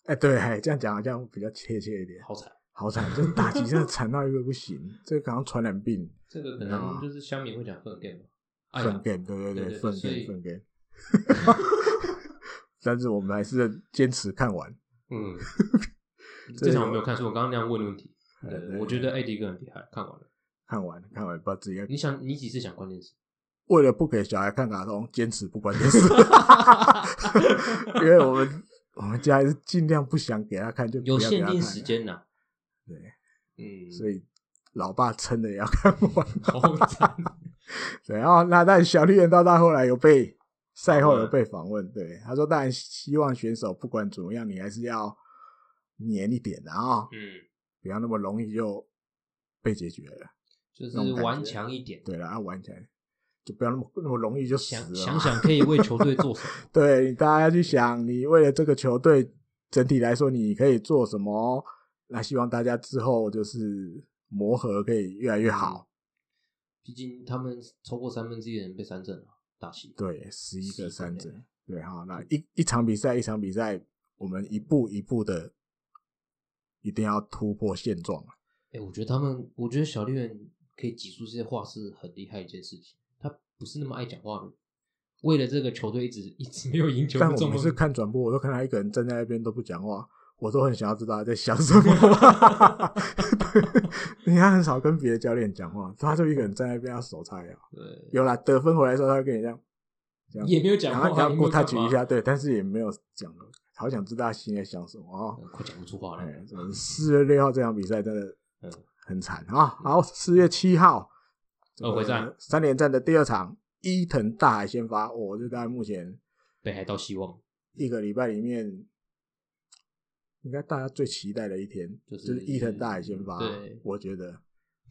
Speaker 2: 哎，对，哎这样讲好像比较贴切一点。
Speaker 3: 好惨。
Speaker 2: 好惨，这打击真的惨到一个不行，这个好像传染病。
Speaker 3: 这个可
Speaker 2: 啊
Speaker 3: 能就是乡民会讲粪 game 吧，哎
Speaker 2: 粪
Speaker 3: 呀，
Speaker 2: game，对对
Speaker 3: 对
Speaker 2: 对，
Speaker 3: 对
Speaker 2: 粪
Speaker 3: 所
Speaker 2: game
Speaker 3: 以
Speaker 2: 粪 game。但是我们还是坚持看完。
Speaker 3: 嗯，
Speaker 2: 这
Speaker 3: 这场
Speaker 2: 个
Speaker 3: 我没有看，所以我刚刚那样问问题。
Speaker 2: 哎
Speaker 3: 对，
Speaker 2: 对
Speaker 3: 我觉得艾迪哥很厉害，看完了。
Speaker 2: 看完，看完，把自己
Speaker 3: 你想，你几次想关 键词？
Speaker 2: 为了不给小孩看卡通，坚持不关电视， 因为我们我们家还是尽量不想给他看，就不
Speaker 3: 有
Speaker 2: 要给
Speaker 3: 限
Speaker 2: 他
Speaker 3: 定
Speaker 2: 看
Speaker 3: 时，间呐。
Speaker 2: 对，
Speaker 3: 嗯，
Speaker 2: 所以老爸撑的也要看完。
Speaker 3: 好 惨。
Speaker 2: 对，然后那但小绿人到大后来有被赛后
Speaker 3: 访问
Speaker 2: 有被访问，对，他说当然希望选手不管怎么样，你还是要黏一点的啊、
Speaker 3: 嗯，
Speaker 2: 不要那么容易就被解决了。
Speaker 3: 就
Speaker 2: 那
Speaker 3: 是
Speaker 2: 种感觉
Speaker 3: 顽强一点，
Speaker 2: 对了，要玩起来就不要那么那么容易就死了
Speaker 3: 想
Speaker 2: 嘛。
Speaker 3: 想想可以为球队做什么。
Speaker 2: 对，大家要去想，你为了这个球队整体来说，你可以做什么？那希望大家之后就是磨合可以越来越好。
Speaker 3: 毕竟他们超过三分之一的人被三振了，打戏。
Speaker 2: 对，十一个三
Speaker 3: 是
Speaker 2: 振，对嗯哈，那一一场比赛一场比赛，我们一步一步的，一定要突破现状。
Speaker 3: 哎，我觉得他们，我觉得小绿人可以挤出这些话是很厉害一件事情。他不是那么爱讲话的人，为了这个球队一直 一直没有赢球，
Speaker 2: 但
Speaker 3: 这
Speaker 2: 我
Speaker 3: 种
Speaker 2: 每次
Speaker 3: 东西
Speaker 2: 看转播，我都看他一个人站在那边都不讲话，我都很想要知道他在想什么。 对， 他很少跟别的教练讲话，他就一个人站在那边，他手叉腰。
Speaker 3: 对
Speaker 2: 啊有啦，得分回来的时候，他会跟你这样，这样
Speaker 3: 也没有讲
Speaker 2: 然
Speaker 3: 话，啊
Speaker 2: 后然
Speaker 3: 也
Speaker 2: 后
Speaker 3: 没有
Speaker 2: 过他
Speaker 3: 干
Speaker 2: 举
Speaker 3: 嘛
Speaker 2: 一下，对，但是也没有讲，好想知道他心里在想什么哦。
Speaker 3: 嗯快讲不出话来。
Speaker 2: 哎，四月六号这场比赛真的
Speaker 3: 嗯
Speaker 2: 很惨啊！好，四月七号，这个
Speaker 3: 二回战
Speaker 2: 三连战的第二场，伊藤大海先发，我这大概目前
Speaker 3: 北海道希望
Speaker 2: 一个礼拜里面，应该大家最期待的一天，
Speaker 3: 就是
Speaker 2: 伊藤大海先发，
Speaker 3: 对
Speaker 2: 我觉得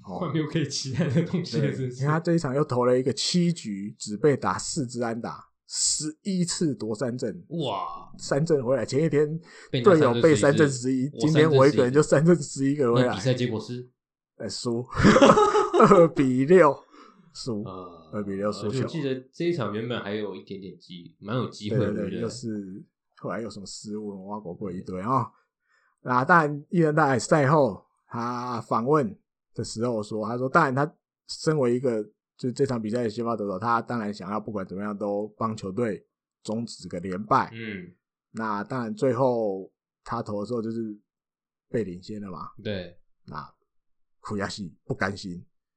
Speaker 2: 哦
Speaker 3: 快，没有可以期待的东西了，
Speaker 2: 对，
Speaker 3: 真
Speaker 2: 你
Speaker 3: 是
Speaker 2: 看他这一场又投了一个七局，只被打四支安打，十一次夺三振，
Speaker 3: 哇，
Speaker 2: 三振回来。前一天
Speaker 3: 被你
Speaker 2: 队
Speaker 3: 三
Speaker 2: 友
Speaker 3: 振
Speaker 2: 被
Speaker 3: 11
Speaker 2: 三振十一，
Speaker 3: 我
Speaker 2: 今天我一个人就
Speaker 3: 三
Speaker 2: 三振十一个
Speaker 3: 振11
Speaker 2: 回
Speaker 3: 那
Speaker 2: 来
Speaker 3: 比，赛结果是
Speaker 2: 哎，输 二比六输。
Speaker 3: 呃
Speaker 2: 二比六
Speaker 3: 呃
Speaker 2: 输
Speaker 3: 就
Speaker 2: 球
Speaker 3: 我记得这一场原本还有一点点机，蛮有机会
Speaker 2: 对
Speaker 3: 的，
Speaker 2: 对
Speaker 3: 不
Speaker 2: 对，就是后来有什么失误，挖国过一堆啊、那当然，伊人大赛后他访问的时候说，他说，当然他身为一个就是这场比赛的先发得手，他当然想要不管怎么样都帮球队终止个连败。
Speaker 3: 嗯，
Speaker 2: 那当然最后他投的时候就是被领先了嘛，
Speaker 3: 对，
Speaker 2: 那苦亚西不甘心，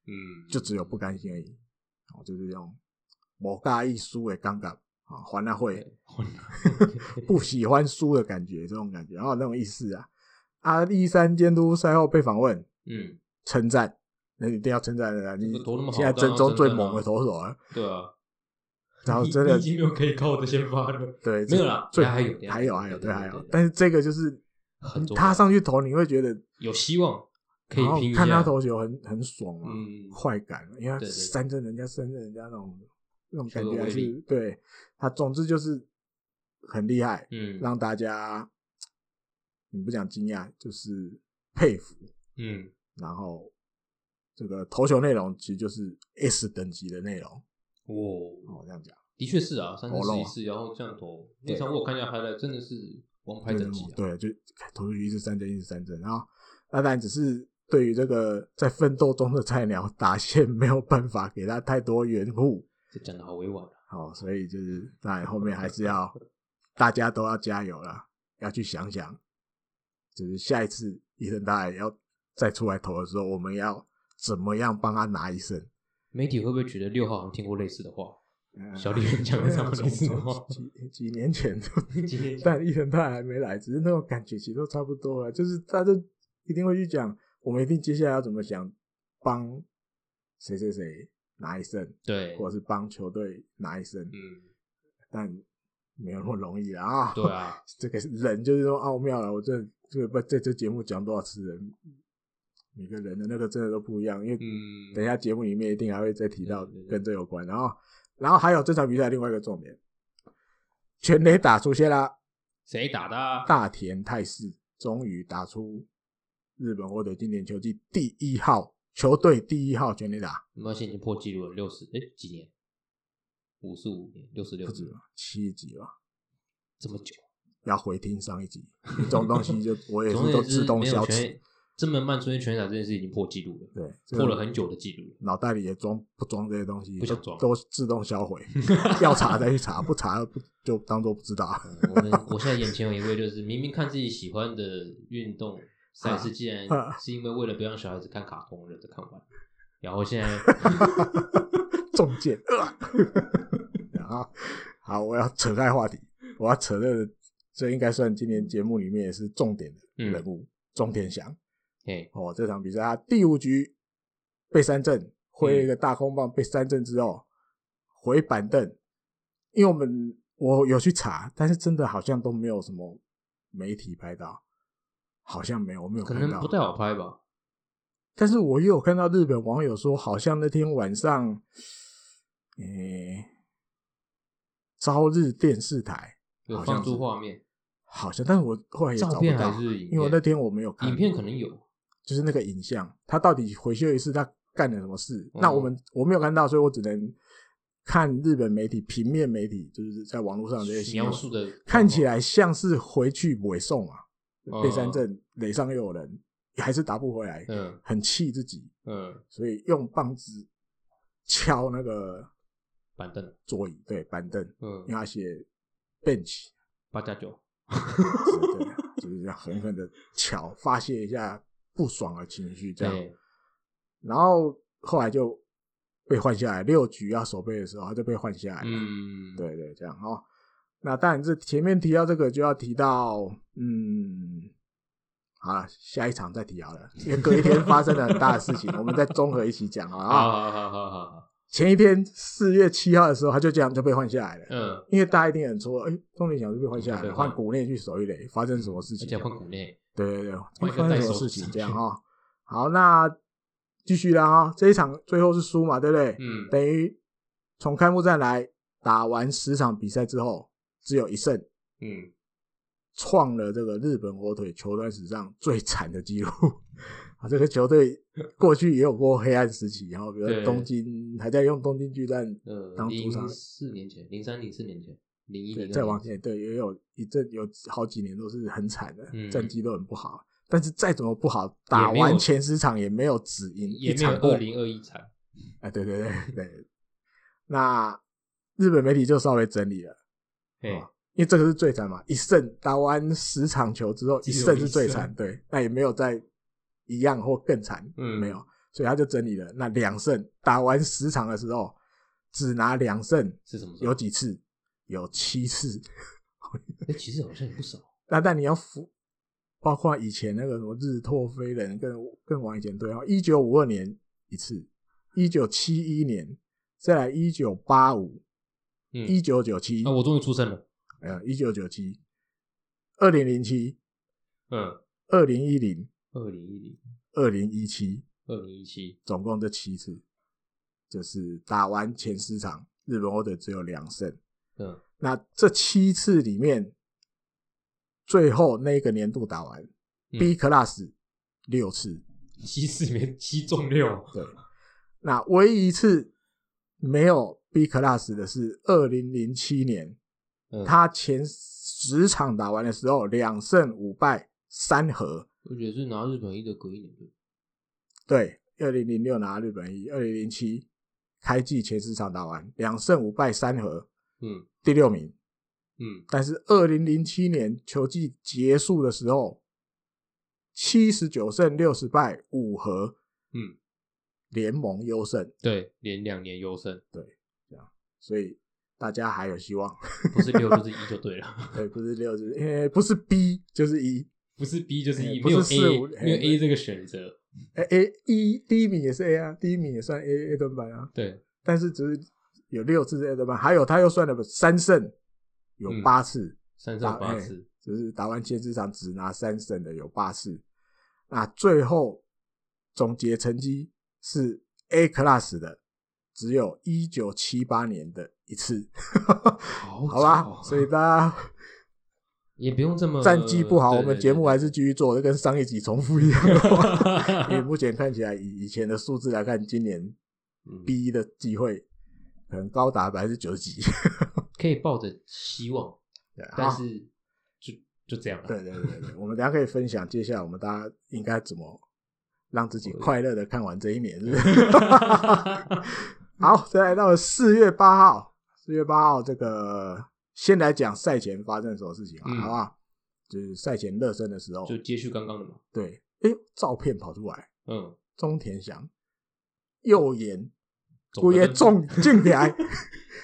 Speaker 3: 嗯，
Speaker 2: 就只有不甘心而已，哦，就是用某大一输的尴尬啊，还了会。不喜欢输的感觉，这种感觉，然后那种意思啊。啊，一三监督赛后被访问，
Speaker 3: 嗯，
Speaker 2: 称赞，那一定要称赞的啊啦，你
Speaker 3: 这个投那么好
Speaker 2: 现在
Speaker 3: 当
Speaker 2: 真
Speaker 3: 然要
Speaker 2: 中最
Speaker 3: 称赞啊
Speaker 2: 猛的投手 啊，
Speaker 3: 对啊，
Speaker 2: 然后
Speaker 3: 你
Speaker 2: 真
Speaker 3: 你
Speaker 2: 的
Speaker 3: 已经没有可以靠的先发了，
Speaker 2: 对，
Speaker 3: 没有啦
Speaker 2: 最
Speaker 3: 还有
Speaker 2: 还有还有
Speaker 3: 对
Speaker 2: 对还
Speaker 3: 对
Speaker 2: 有
Speaker 3: 对，
Speaker 2: 但是这个就是
Speaker 3: 很重要
Speaker 2: 他上去投，你会觉得
Speaker 3: 有希望可以
Speaker 2: 然后
Speaker 3: 拼一下，
Speaker 2: 看他投球很很爽啊，
Speaker 3: 嗯
Speaker 2: 快感，因为他
Speaker 3: 对对对
Speaker 2: 三振人家三振人家那种那种
Speaker 3: 球
Speaker 2: 感
Speaker 3: 的
Speaker 2: 觉还
Speaker 3: 威
Speaker 2: 是
Speaker 3: 力
Speaker 2: 对他，总之就是很厉害，
Speaker 3: 嗯
Speaker 2: 让大家你不讲惊讶，就是佩服。
Speaker 3: 嗯
Speaker 2: 然后这个投球内容其实就是 S 等级的内容，
Speaker 3: 哦，
Speaker 2: 哦，这样讲，
Speaker 3: 的确是啊，三十
Speaker 2: 投
Speaker 3: 十
Speaker 2: 漏
Speaker 3: 一
Speaker 2: 啊
Speaker 3: 次，然后这样投
Speaker 2: 对
Speaker 3: 那场我有看一下拍的，真的是王牌
Speaker 2: 对
Speaker 3: 等级啊，
Speaker 2: 对，就投出去一直三振，一直三振，然后那当然只是对于这个在奋斗中的菜鸟 打线没有办法给他太多援护，
Speaker 3: 这讲的好委婉啊，
Speaker 2: 好、所以就是当然后面还是要大家都要加油啦，要去想想，就是下一次伊藤大也要再出来投的时候，我们要怎么样帮他拿一胜？
Speaker 3: 媒体会不会觉得六号好像听过类似 的话？
Speaker 2: 嗯
Speaker 3: 小李人讲的差不多哦类似的话，
Speaker 2: 啊几几年前的
Speaker 3: 今天
Speaker 2: 但伊藤泰还没来，只是那种感觉其实都差不多了，就是他就一定会去讲，我们一定接下来要怎么想帮谁谁谁拿一胜，
Speaker 3: 对，
Speaker 2: 或者是帮球队拿一胜，
Speaker 3: 嗯，
Speaker 2: 但没有那么容易啦啊。
Speaker 3: 对， 啊，
Speaker 2: 这个人就是说奥妙了，我这这个不在这节目讲多少次人，每个人的那个真的都不一样，因为
Speaker 3: 嗯，
Speaker 2: 等一下节目里面一定还会再提到
Speaker 3: 对对对
Speaker 2: 跟这有关。然后，然后还有这场比赛另外一个重点，全垒打出现啦，
Speaker 3: 谁打的啊？
Speaker 2: 大田泰示终于打出日本火腿今年球季第一号球队第一号全垒打，
Speaker 3: 没关系，已经破纪录了，六十哎几年？五十五年，六十六
Speaker 2: 不止吧七集吧。
Speaker 3: 这么久，
Speaker 2: 要回听上 一集，这种东西就我也是
Speaker 3: 总而
Speaker 2: 都
Speaker 3: 言之
Speaker 2: 自动
Speaker 3: 没有
Speaker 2: 消
Speaker 3: 全
Speaker 2: 磁。
Speaker 3: 这么慢出现全垒打这件事已经破纪录了，
Speaker 2: 对，这个
Speaker 3: 破了很久的纪录了。
Speaker 2: 脑袋里也装不装这些东西，
Speaker 3: 不想
Speaker 2: 都
Speaker 3: 装
Speaker 2: 都自动销毁。 要查再去查，不查不就当做不知道。
Speaker 3: 嗯我们我现在眼前有一位，就是明明看自己喜欢的运动赛事，竟然
Speaker 2: 啊
Speaker 3: 是因为为了不让小孩子看卡通，忍着看完，然后现 在
Speaker 2: 中箭。 然后，好，我要扯开话题，我要扯这个，这应该算今年节目里面也是重点的
Speaker 3: 嗯
Speaker 2: 人物，中田翔。
Speaker 3: 哎，
Speaker 2: 哦，这场比赛他第五局被三振，挥了
Speaker 3: 嗯
Speaker 2: 一个大空棒，被三振之后回板凳，因为我们我有去查，但是真的好像都没有什么媒体拍到，好像没有，我没有
Speaker 3: 可
Speaker 2: 看
Speaker 3: 能
Speaker 2: 到
Speaker 3: 不。太好拍吧。
Speaker 2: 但是我也有看到日本网友说，好像那天晚上，诶、朝日电视台
Speaker 3: 有
Speaker 2: 好像
Speaker 3: 放出
Speaker 2: 是
Speaker 3: 画面，
Speaker 2: 好像，但是我后来也
Speaker 3: 照
Speaker 2: 找不
Speaker 3: 片
Speaker 2: 到
Speaker 3: 还，是影片？
Speaker 2: 因为我那天我没有看
Speaker 3: 影片可能有，
Speaker 2: 就是那个影像，他到底回秀一次他干了什么事？
Speaker 3: 嗯
Speaker 2: 那我们我没有看到，所以我只能看日本媒体、平面媒体，就是在网络上这些新闻
Speaker 3: 描述的哦
Speaker 2: 看起来像是回去尾送啊，
Speaker 3: 嗯
Speaker 2: 被三振垒上又有人，还是打不回来，
Speaker 3: 嗯
Speaker 2: 很气自己，
Speaker 3: 嗯
Speaker 2: 所以用棒子敲那个
Speaker 3: 板凳
Speaker 2: 桌椅，对板凳，
Speaker 3: 嗯
Speaker 2: 因为他写 bench，
Speaker 3: 八加九
Speaker 2: 是对，就是这样狠狠的敲，发泄一下不爽的情绪，这样。
Speaker 3: 对
Speaker 2: 然后后来就被换下来，六局要守备的时候他就被换下来了。
Speaker 3: 嗯
Speaker 2: 对对，这样哦。那当然，这前面提到这个就要提到，嗯，好了，下一场再提好了，因为隔一天发生了很大的事情，我们再综合一起讲好了
Speaker 3: 好
Speaker 2: 啊。
Speaker 3: 好好好好好
Speaker 2: 前一天四月七号的时候，他就这样就被换下来了，
Speaker 3: 嗯，
Speaker 2: 因为大家一定很戳，哎、钟林祥就被换下来
Speaker 3: 被
Speaker 2: 了，
Speaker 3: 换
Speaker 2: 换古内去守一垒，发生什么事
Speaker 3: 而
Speaker 2: 情？啊
Speaker 3: 且换股内
Speaker 2: 对对对，
Speaker 3: 换
Speaker 2: 会
Speaker 3: 一个
Speaker 2: 发生
Speaker 3: 代
Speaker 2: 什么
Speaker 3: 手
Speaker 2: 事情
Speaker 3: 上
Speaker 2: 这样
Speaker 3: 去
Speaker 2: 哈、好，那继续啦啊，这一场最后是输嘛，对不对？
Speaker 3: 嗯，
Speaker 2: 等于从开幕战来打完十场比赛之后，只有一胜，
Speaker 3: 嗯，
Speaker 2: 创了这个日本火腿球队史上最惨的记录。啊，这个球队过去也有过黑暗时期，然后比如说
Speaker 3: 对
Speaker 2: 东京还在用东京巨蛋，
Speaker 3: 呃，
Speaker 2: 当主场
Speaker 3: 零四年前，零三零四年前，零一
Speaker 2: 对
Speaker 3: 零
Speaker 2: 再往，前对也有一阵有好几年都是很惨的，
Speaker 3: 嗯
Speaker 2: 战绩都很不好。但是再怎么不好，打
Speaker 3: 也没
Speaker 2: 完
Speaker 3: 有
Speaker 2: 前十场也没有只赢
Speaker 3: 也
Speaker 2: 一
Speaker 3: 没有
Speaker 2: 场
Speaker 3: 二
Speaker 2: 过，
Speaker 3: 零二一惨，
Speaker 2: 哎，对对对对。那日本媒体就稍微整理了，
Speaker 3: 嘿，
Speaker 2: 因为这个是最惨嘛，一胜打完十场球之后，
Speaker 3: 只
Speaker 2: 一
Speaker 3: 有
Speaker 2: 胜
Speaker 3: 一
Speaker 2: 是最
Speaker 3: 胜
Speaker 2: 惨，对，那也没有再一样或更惨，
Speaker 3: 嗯
Speaker 2: 没有，所以他就整理了那两胜打完十场的时候，只拿两胜，
Speaker 3: 是什么时候
Speaker 2: 有几次？有七次。
Speaker 3: 哎，其实好像也不少，
Speaker 2: 那但你要服，包括以前那个什么日拓飞人，更更往以前对啊，一九五二年一次，一九七一年，再来一九八五、
Speaker 3: 嗯，
Speaker 2: 一九九七
Speaker 3: 啊，，我终于出生了，
Speaker 2: 呃，一九九七，二零零七。
Speaker 3: 嗯，
Speaker 2: 二零一零、
Speaker 3: 二零一零，
Speaker 2: 二零一七，
Speaker 3: 二零一七，
Speaker 2: 总共这七次，就是打完前十场，日本火腿只有两胜。
Speaker 3: 嗯，
Speaker 2: 那这七次里面，最后那个年度打完、
Speaker 3: 嗯
Speaker 2: B Class 六次，
Speaker 3: 七四里面七中六，
Speaker 2: 对。那唯一一次没有 B Class 的是二零零七年，
Speaker 3: 嗯，
Speaker 2: 他前十场打完的时候，两胜五败三和，
Speaker 3: 我觉得是拿日本一的隔一年的，
Speaker 2: 对，二零零六拿日本一，二零零七开季前四场打完两胜五败三和，
Speaker 3: 嗯
Speaker 2: 第六名。
Speaker 3: 嗯，
Speaker 2: 但是二零零七年球季结束的时候，七十九胜六十败五和，
Speaker 3: 嗯，
Speaker 2: 联盟优胜，
Speaker 3: 对，连两年优胜，
Speaker 2: 所以大家还有希望。
Speaker 3: 不是六就是一就对了，
Speaker 2: 对，哎不是六就是，呃，不是 B 就是 E 一，
Speaker 3: 不是 B 就是
Speaker 2: 哎
Speaker 3: 一，
Speaker 2: 不
Speaker 3: 没有
Speaker 2: 是四五
Speaker 3: A 没有
Speaker 2: 哎
Speaker 3: A 这个选择，
Speaker 2: 哎 A 一第一名也是 A 啊，第一名也算 A A 蹲板啊，
Speaker 3: 对，
Speaker 2: 但是只是有六次的 A 蹲板，还有他又算了三胜，有
Speaker 3: 嗯
Speaker 2: 八次。
Speaker 3: 三胜
Speaker 2: 打
Speaker 3: 八
Speaker 2: 哎
Speaker 3: 次，
Speaker 2: 就是打完前四场只拿三胜的有八次，那最后总结成绩是 A class 的，只有一九七八年的一次，
Speaker 3: 好啊
Speaker 2: 好吧
Speaker 3: 吵？
Speaker 2: 所以大
Speaker 3: 也不用这么
Speaker 2: 家战绩不好，
Speaker 3: 呃对
Speaker 2: 我们
Speaker 3: 对
Speaker 2: 节目
Speaker 3: 对
Speaker 2: 还是继续做，就跟上一集重复 一样的话。因为目前看起来，以以前的数字来看，今年
Speaker 3: 嗯
Speaker 2: B 的机会可能高达百分之九十几。
Speaker 3: 可以抱着希望，
Speaker 2: 对
Speaker 3: 但
Speaker 2: 好
Speaker 3: 是就就这样啊了。
Speaker 2: 啊 对对对对，我们等一下可以分享，接下来我们大家应该怎么让自己快乐的看完这一年，是不 是？好，再来到四月八号，四月八号这个先来讲赛前发生什么事情啊，
Speaker 3: 嗯
Speaker 2: 好不好？就是赛前热身的时候
Speaker 3: 就，接续刚刚的嘛。
Speaker 2: 对，哎，照片跑出来，
Speaker 3: 嗯，
Speaker 2: 中田翔右眼
Speaker 3: 总
Speaker 2: 故
Speaker 3: 的
Speaker 2: 意中哦进来，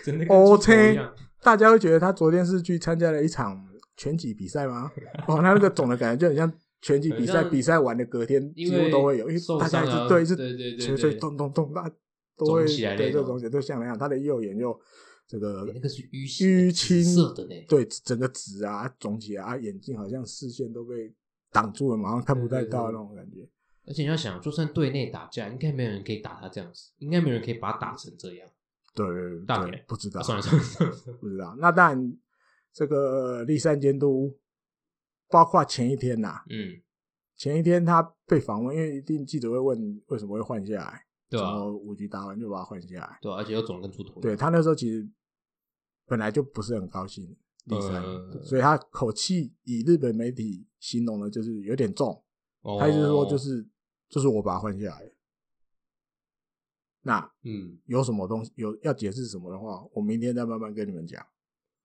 Speaker 3: 真的
Speaker 2: O
Speaker 3: 车
Speaker 2: 车，
Speaker 3: 哎
Speaker 2: 大家会觉得他昨天是去参加了一场拳击比赛 吗？哦，他那个总的感觉就很像拳击比赛，
Speaker 3: 很像
Speaker 2: 比赛完的隔天几
Speaker 3: 因
Speaker 2: 乎
Speaker 3: 为
Speaker 2: 都会有，因为
Speaker 3: 受
Speaker 2: 大家
Speaker 3: 伤
Speaker 2: 一直
Speaker 3: 啊
Speaker 2: 对一直
Speaker 3: 对对对
Speaker 2: 所以
Speaker 3: 对
Speaker 2: 所以咚咚咚，大家都会
Speaker 3: 肿起来
Speaker 2: 对
Speaker 3: 那
Speaker 2: 这
Speaker 3: 种
Speaker 2: 种东西都像那样，他的右眼就这个
Speaker 3: 那个是淤
Speaker 2: 淤
Speaker 3: 血
Speaker 2: 青
Speaker 3: 紫色的呢。
Speaker 2: 对整个紫啊肿起来啊，眼睛好像视线都被挡住了，马上看不太
Speaker 3: 对对对
Speaker 2: 到那种感觉。
Speaker 3: 而且你要想，就算队内打架，应该没有人可以打他这样子，应该没有人可以把他打成这样。
Speaker 2: 对对对
Speaker 3: 大
Speaker 2: 对
Speaker 3: 眼，
Speaker 2: 不知道
Speaker 3: 啊、算了算了算了，
Speaker 2: 不知道。那当然，这个立山监督，包括前一天呐、
Speaker 3: 嗯，
Speaker 2: 前一天他被访问，因为一定记者会问为什么会换下来，
Speaker 3: 对
Speaker 2: 然
Speaker 3: 啊，
Speaker 2: 后五局打完就把他换下来。
Speaker 3: 对啊，而且又肿得跟猪头一样。
Speaker 2: 对他那时候其实本来就不是很高兴，立山，
Speaker 3: 呃
Speaker 2: 所以他口气以日本媒体形容的就是有点重，
Speaker 3: 哦
Speaker 2: 他意思是说就是就是我把他换下来了。那
Speaker 3: 嗯，
Speaker 2: 有什么东西有要解释什么的话，我明天再慢慢跟你们讲。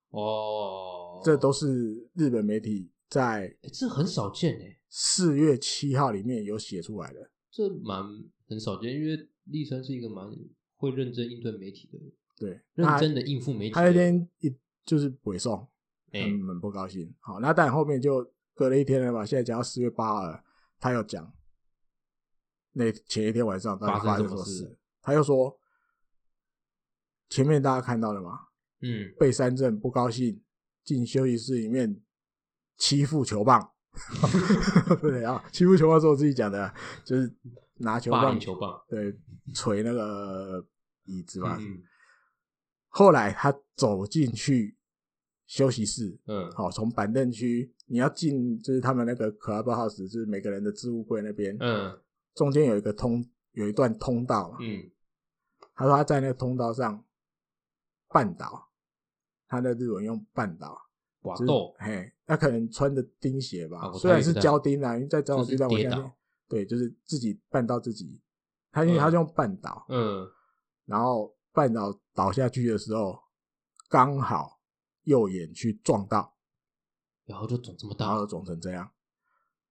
Speaker 3: 哦，
Speaker 2: 这都是日本媒体在
Speaker 3: 诶这很少见诶，
Speaker 2: 四月七号里面有写出来的。
Speaker 3: 这蛮很少见，因为立山是一个蛮会认真应对媒体的人，
Speaker 2: 对，
Speaker 3: 认
Speaker 2: 那
Speaker 3: 真的应付媒体的
Speaker 2: 他那
Speaker 3: 人。
Speaker 2: 天一就是北宋，
Speaker 3: 哎、
Speaker 2: 嗯，很不高兴。好，那但后面就隔了一天了嘛，现在讲到四月八号了，他又讲那前一天晚上到底发
Speaker 3: 发生
Speaker 2: 生
Speaker 3: 什
Speaker 2: 什
Speaker 3: 么
Speaker 2: 么
Speaker 3: 事
Speaker 2: 事，他又说前面大家看到了嘛，
Speaker 3: 嗯，
Speaker 2: 被三振不高兴，进休息室里面欺负球棒， 对啊，欺负球棒是我自己讲的啊，就是拿球
Speaker 3: 霸
Speaker 2: 棒
Speaker 3: 凌球棒，
Speaker 2: 对捶那个椅子嘛。
Speaker 3: 嗯
Speaker 2: 后来他走进去休息室，
Speaker 3: 嗯
Speaker 2: 好，从板凳区你要进，就是他们那个 clubhouse，就是每个人的置物柜那边，
Speaker 3: 嗯
Speaker 2: 中间有一个通，有一段通道嘛。
Speaker 3: 嗯，
Speaker 2: 他说他在那个通道上绊倒，他的日文用绊倒，
Speaker 3: 寡
Speaker 2: 就是
Speaker 3: 斗，
Speaker 2: 嘿，他可能穿的钉鞋吧，
Speaker 3: 啊我
Speaker 2: 虽然
Speaker 3: 猜
Speaker 2: 是
Speaker 3: 也是
Speaker 2: 胶钉啊，因为在胶
Speaker 3: 就是
Speaker 2: 钉上我
Speaker 3: 跌
Speaker 2: 相信
Speaker 3: 倒，
Speaker 2: 对，就是自己绊到自己，他因为
Speaker 3: 嗯
Speaker 2: 他是用绊倒，
Speaker 3: 嗯，
Speaker 2: 然后绊倒倒下去的时候，刚好右眼去撞到，
Speaker 3: 然后就肿这么
Speaker 2: 然
Speaker 3: 大
Speaker 2: 后，肿成这样。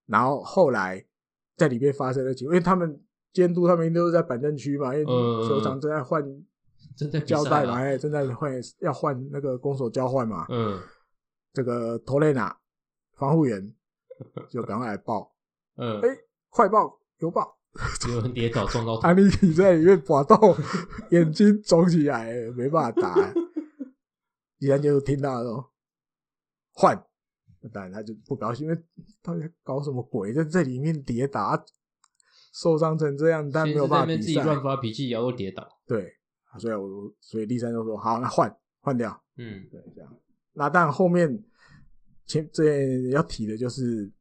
Speaker 2: 然后后来在里面发生的情况，因为他们监督他们都是在板凳区嘛，因为
Speaker 3: 嗯
Speaker 2: 球场正在换
Speaker 3: 正在比
Speaker 2: 胶
Speaker 3: 赛
Speaker 2: 带嘛，
Speaker 3: 啊，
Speaker 2: 哎，正在换要换那个攻守交换嘛。
Speaker 3: 嗯
Speaker 2: 这个托雷纳防护 员就赶快来报，
Speaker 3: 嗯，
Speaker 2: 哎快报有报，
Speaker 3: 有人跌倒撞 到头
Speaker 2: 安，利你在里面搏 斗，眼睛肿起来，没办法打。李安就听到说换，当然他就不高兴，因为到底在搞什么鬼，在这里面跌打，受伤成这样，但没
Speaker 3: 先是
Speaker 2: 有
Speaker 3: 在
Speaker 2: 办法
Speaker 3: 那边
Speaker 2: 比
Speaker 3: 自己
Speaker 2: 赛。
Speaker 3: 乱发脾气，然后跌倒，
Speaker 2: 对，所以我所以立三就说好，那换换掉。
Speaker 3: 嗯
Speaker 2: 对，这样。那但后面前这要提的就是，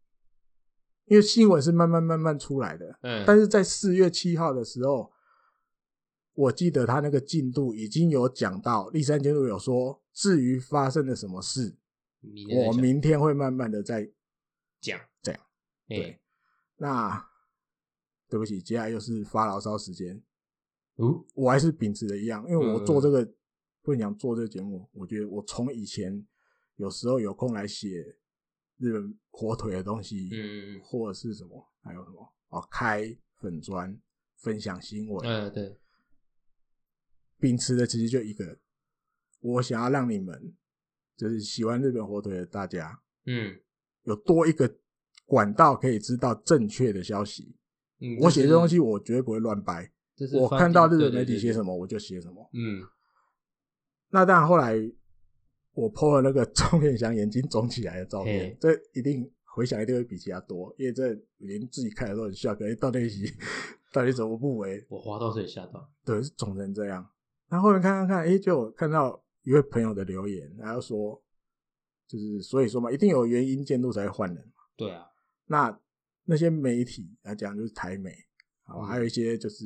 Speaker 2: 因为新闻是慢慢慢慢出来的，
Speaker 3: 嗯，
Speaker 2: 但是在四月七号的时候，我记得他那个进度已经有讲到，立山监督有说，至于发生了什么事，
Speaker 3: 你在
Speaker 2: 我
Speaker 3: 想
Speaker 2: 明天会慢慢的再
Speaker 3: 讲
Speaker 2: 讲，
Speaker 3: 哎
Speaker 2: 对，那。对不起，接下来又是发牢骚时间。
Speaker 3: 哦，
Speaker 2: 我还是秉持的一样，因为我
Speaker 3: 嗯
Speaker 2: 做这个不能讲做这个节目，我觉得我从以前有时候有空来写日本火腿的东西，
Speaker 3: 嗯嗯
Speaker 2: 或者是什么，还有什么哦，开粉砖分享新闻，
Speaker 3: 嗯，对，
Speaker 2: 秉持的其实就一个，我想要让你们就是喜欢日本火腿的大家
Speaker 3: 嗯
Speaker 2: 有多一个管道可以知道正确的消息。
Speaker 3: 嗯，
Speaker 2: 我写这东
Speaker 3: 西，
Speaker 2: 西，我绝对不会乱掰，
Speaker 3: 这是
Speaker 2: 我
Speaker 3: 发
Speaker 2: 看到
Speaker 3: 对
Speaker 2: 日
Speaker 3: 对
Speaker 2: 本媒体
Speaker 3: 对
Speaker 2: 写
Speaker 3: 对
Speaker 2: 什么，我就写什么。
Speaker 3: 嗯，
Speaker 2: 那当然，后来我 PO 了那个 钟远翔眼睛肿起来的照片
Speaker 3: 嘿，
Speaker 2: 这一定回想一定会比其他多，因为这连自己看的都很吓，可是到那一集 到底怎么不为，
Speaker 3: 我滑到水吓到，
Speaker 2: 对，是肿成这样。然后后面看看看，诶、就有看到一位朋友的留言，然后说，就是所以说嘛，一定有原因监督才会换人嘛。
Speaker 3: 对啊，
Speaker 2: 那那些媒体来讲，就是台媒，好，
Speaker 3: 嗯
Speaker 2: 还有一些就是，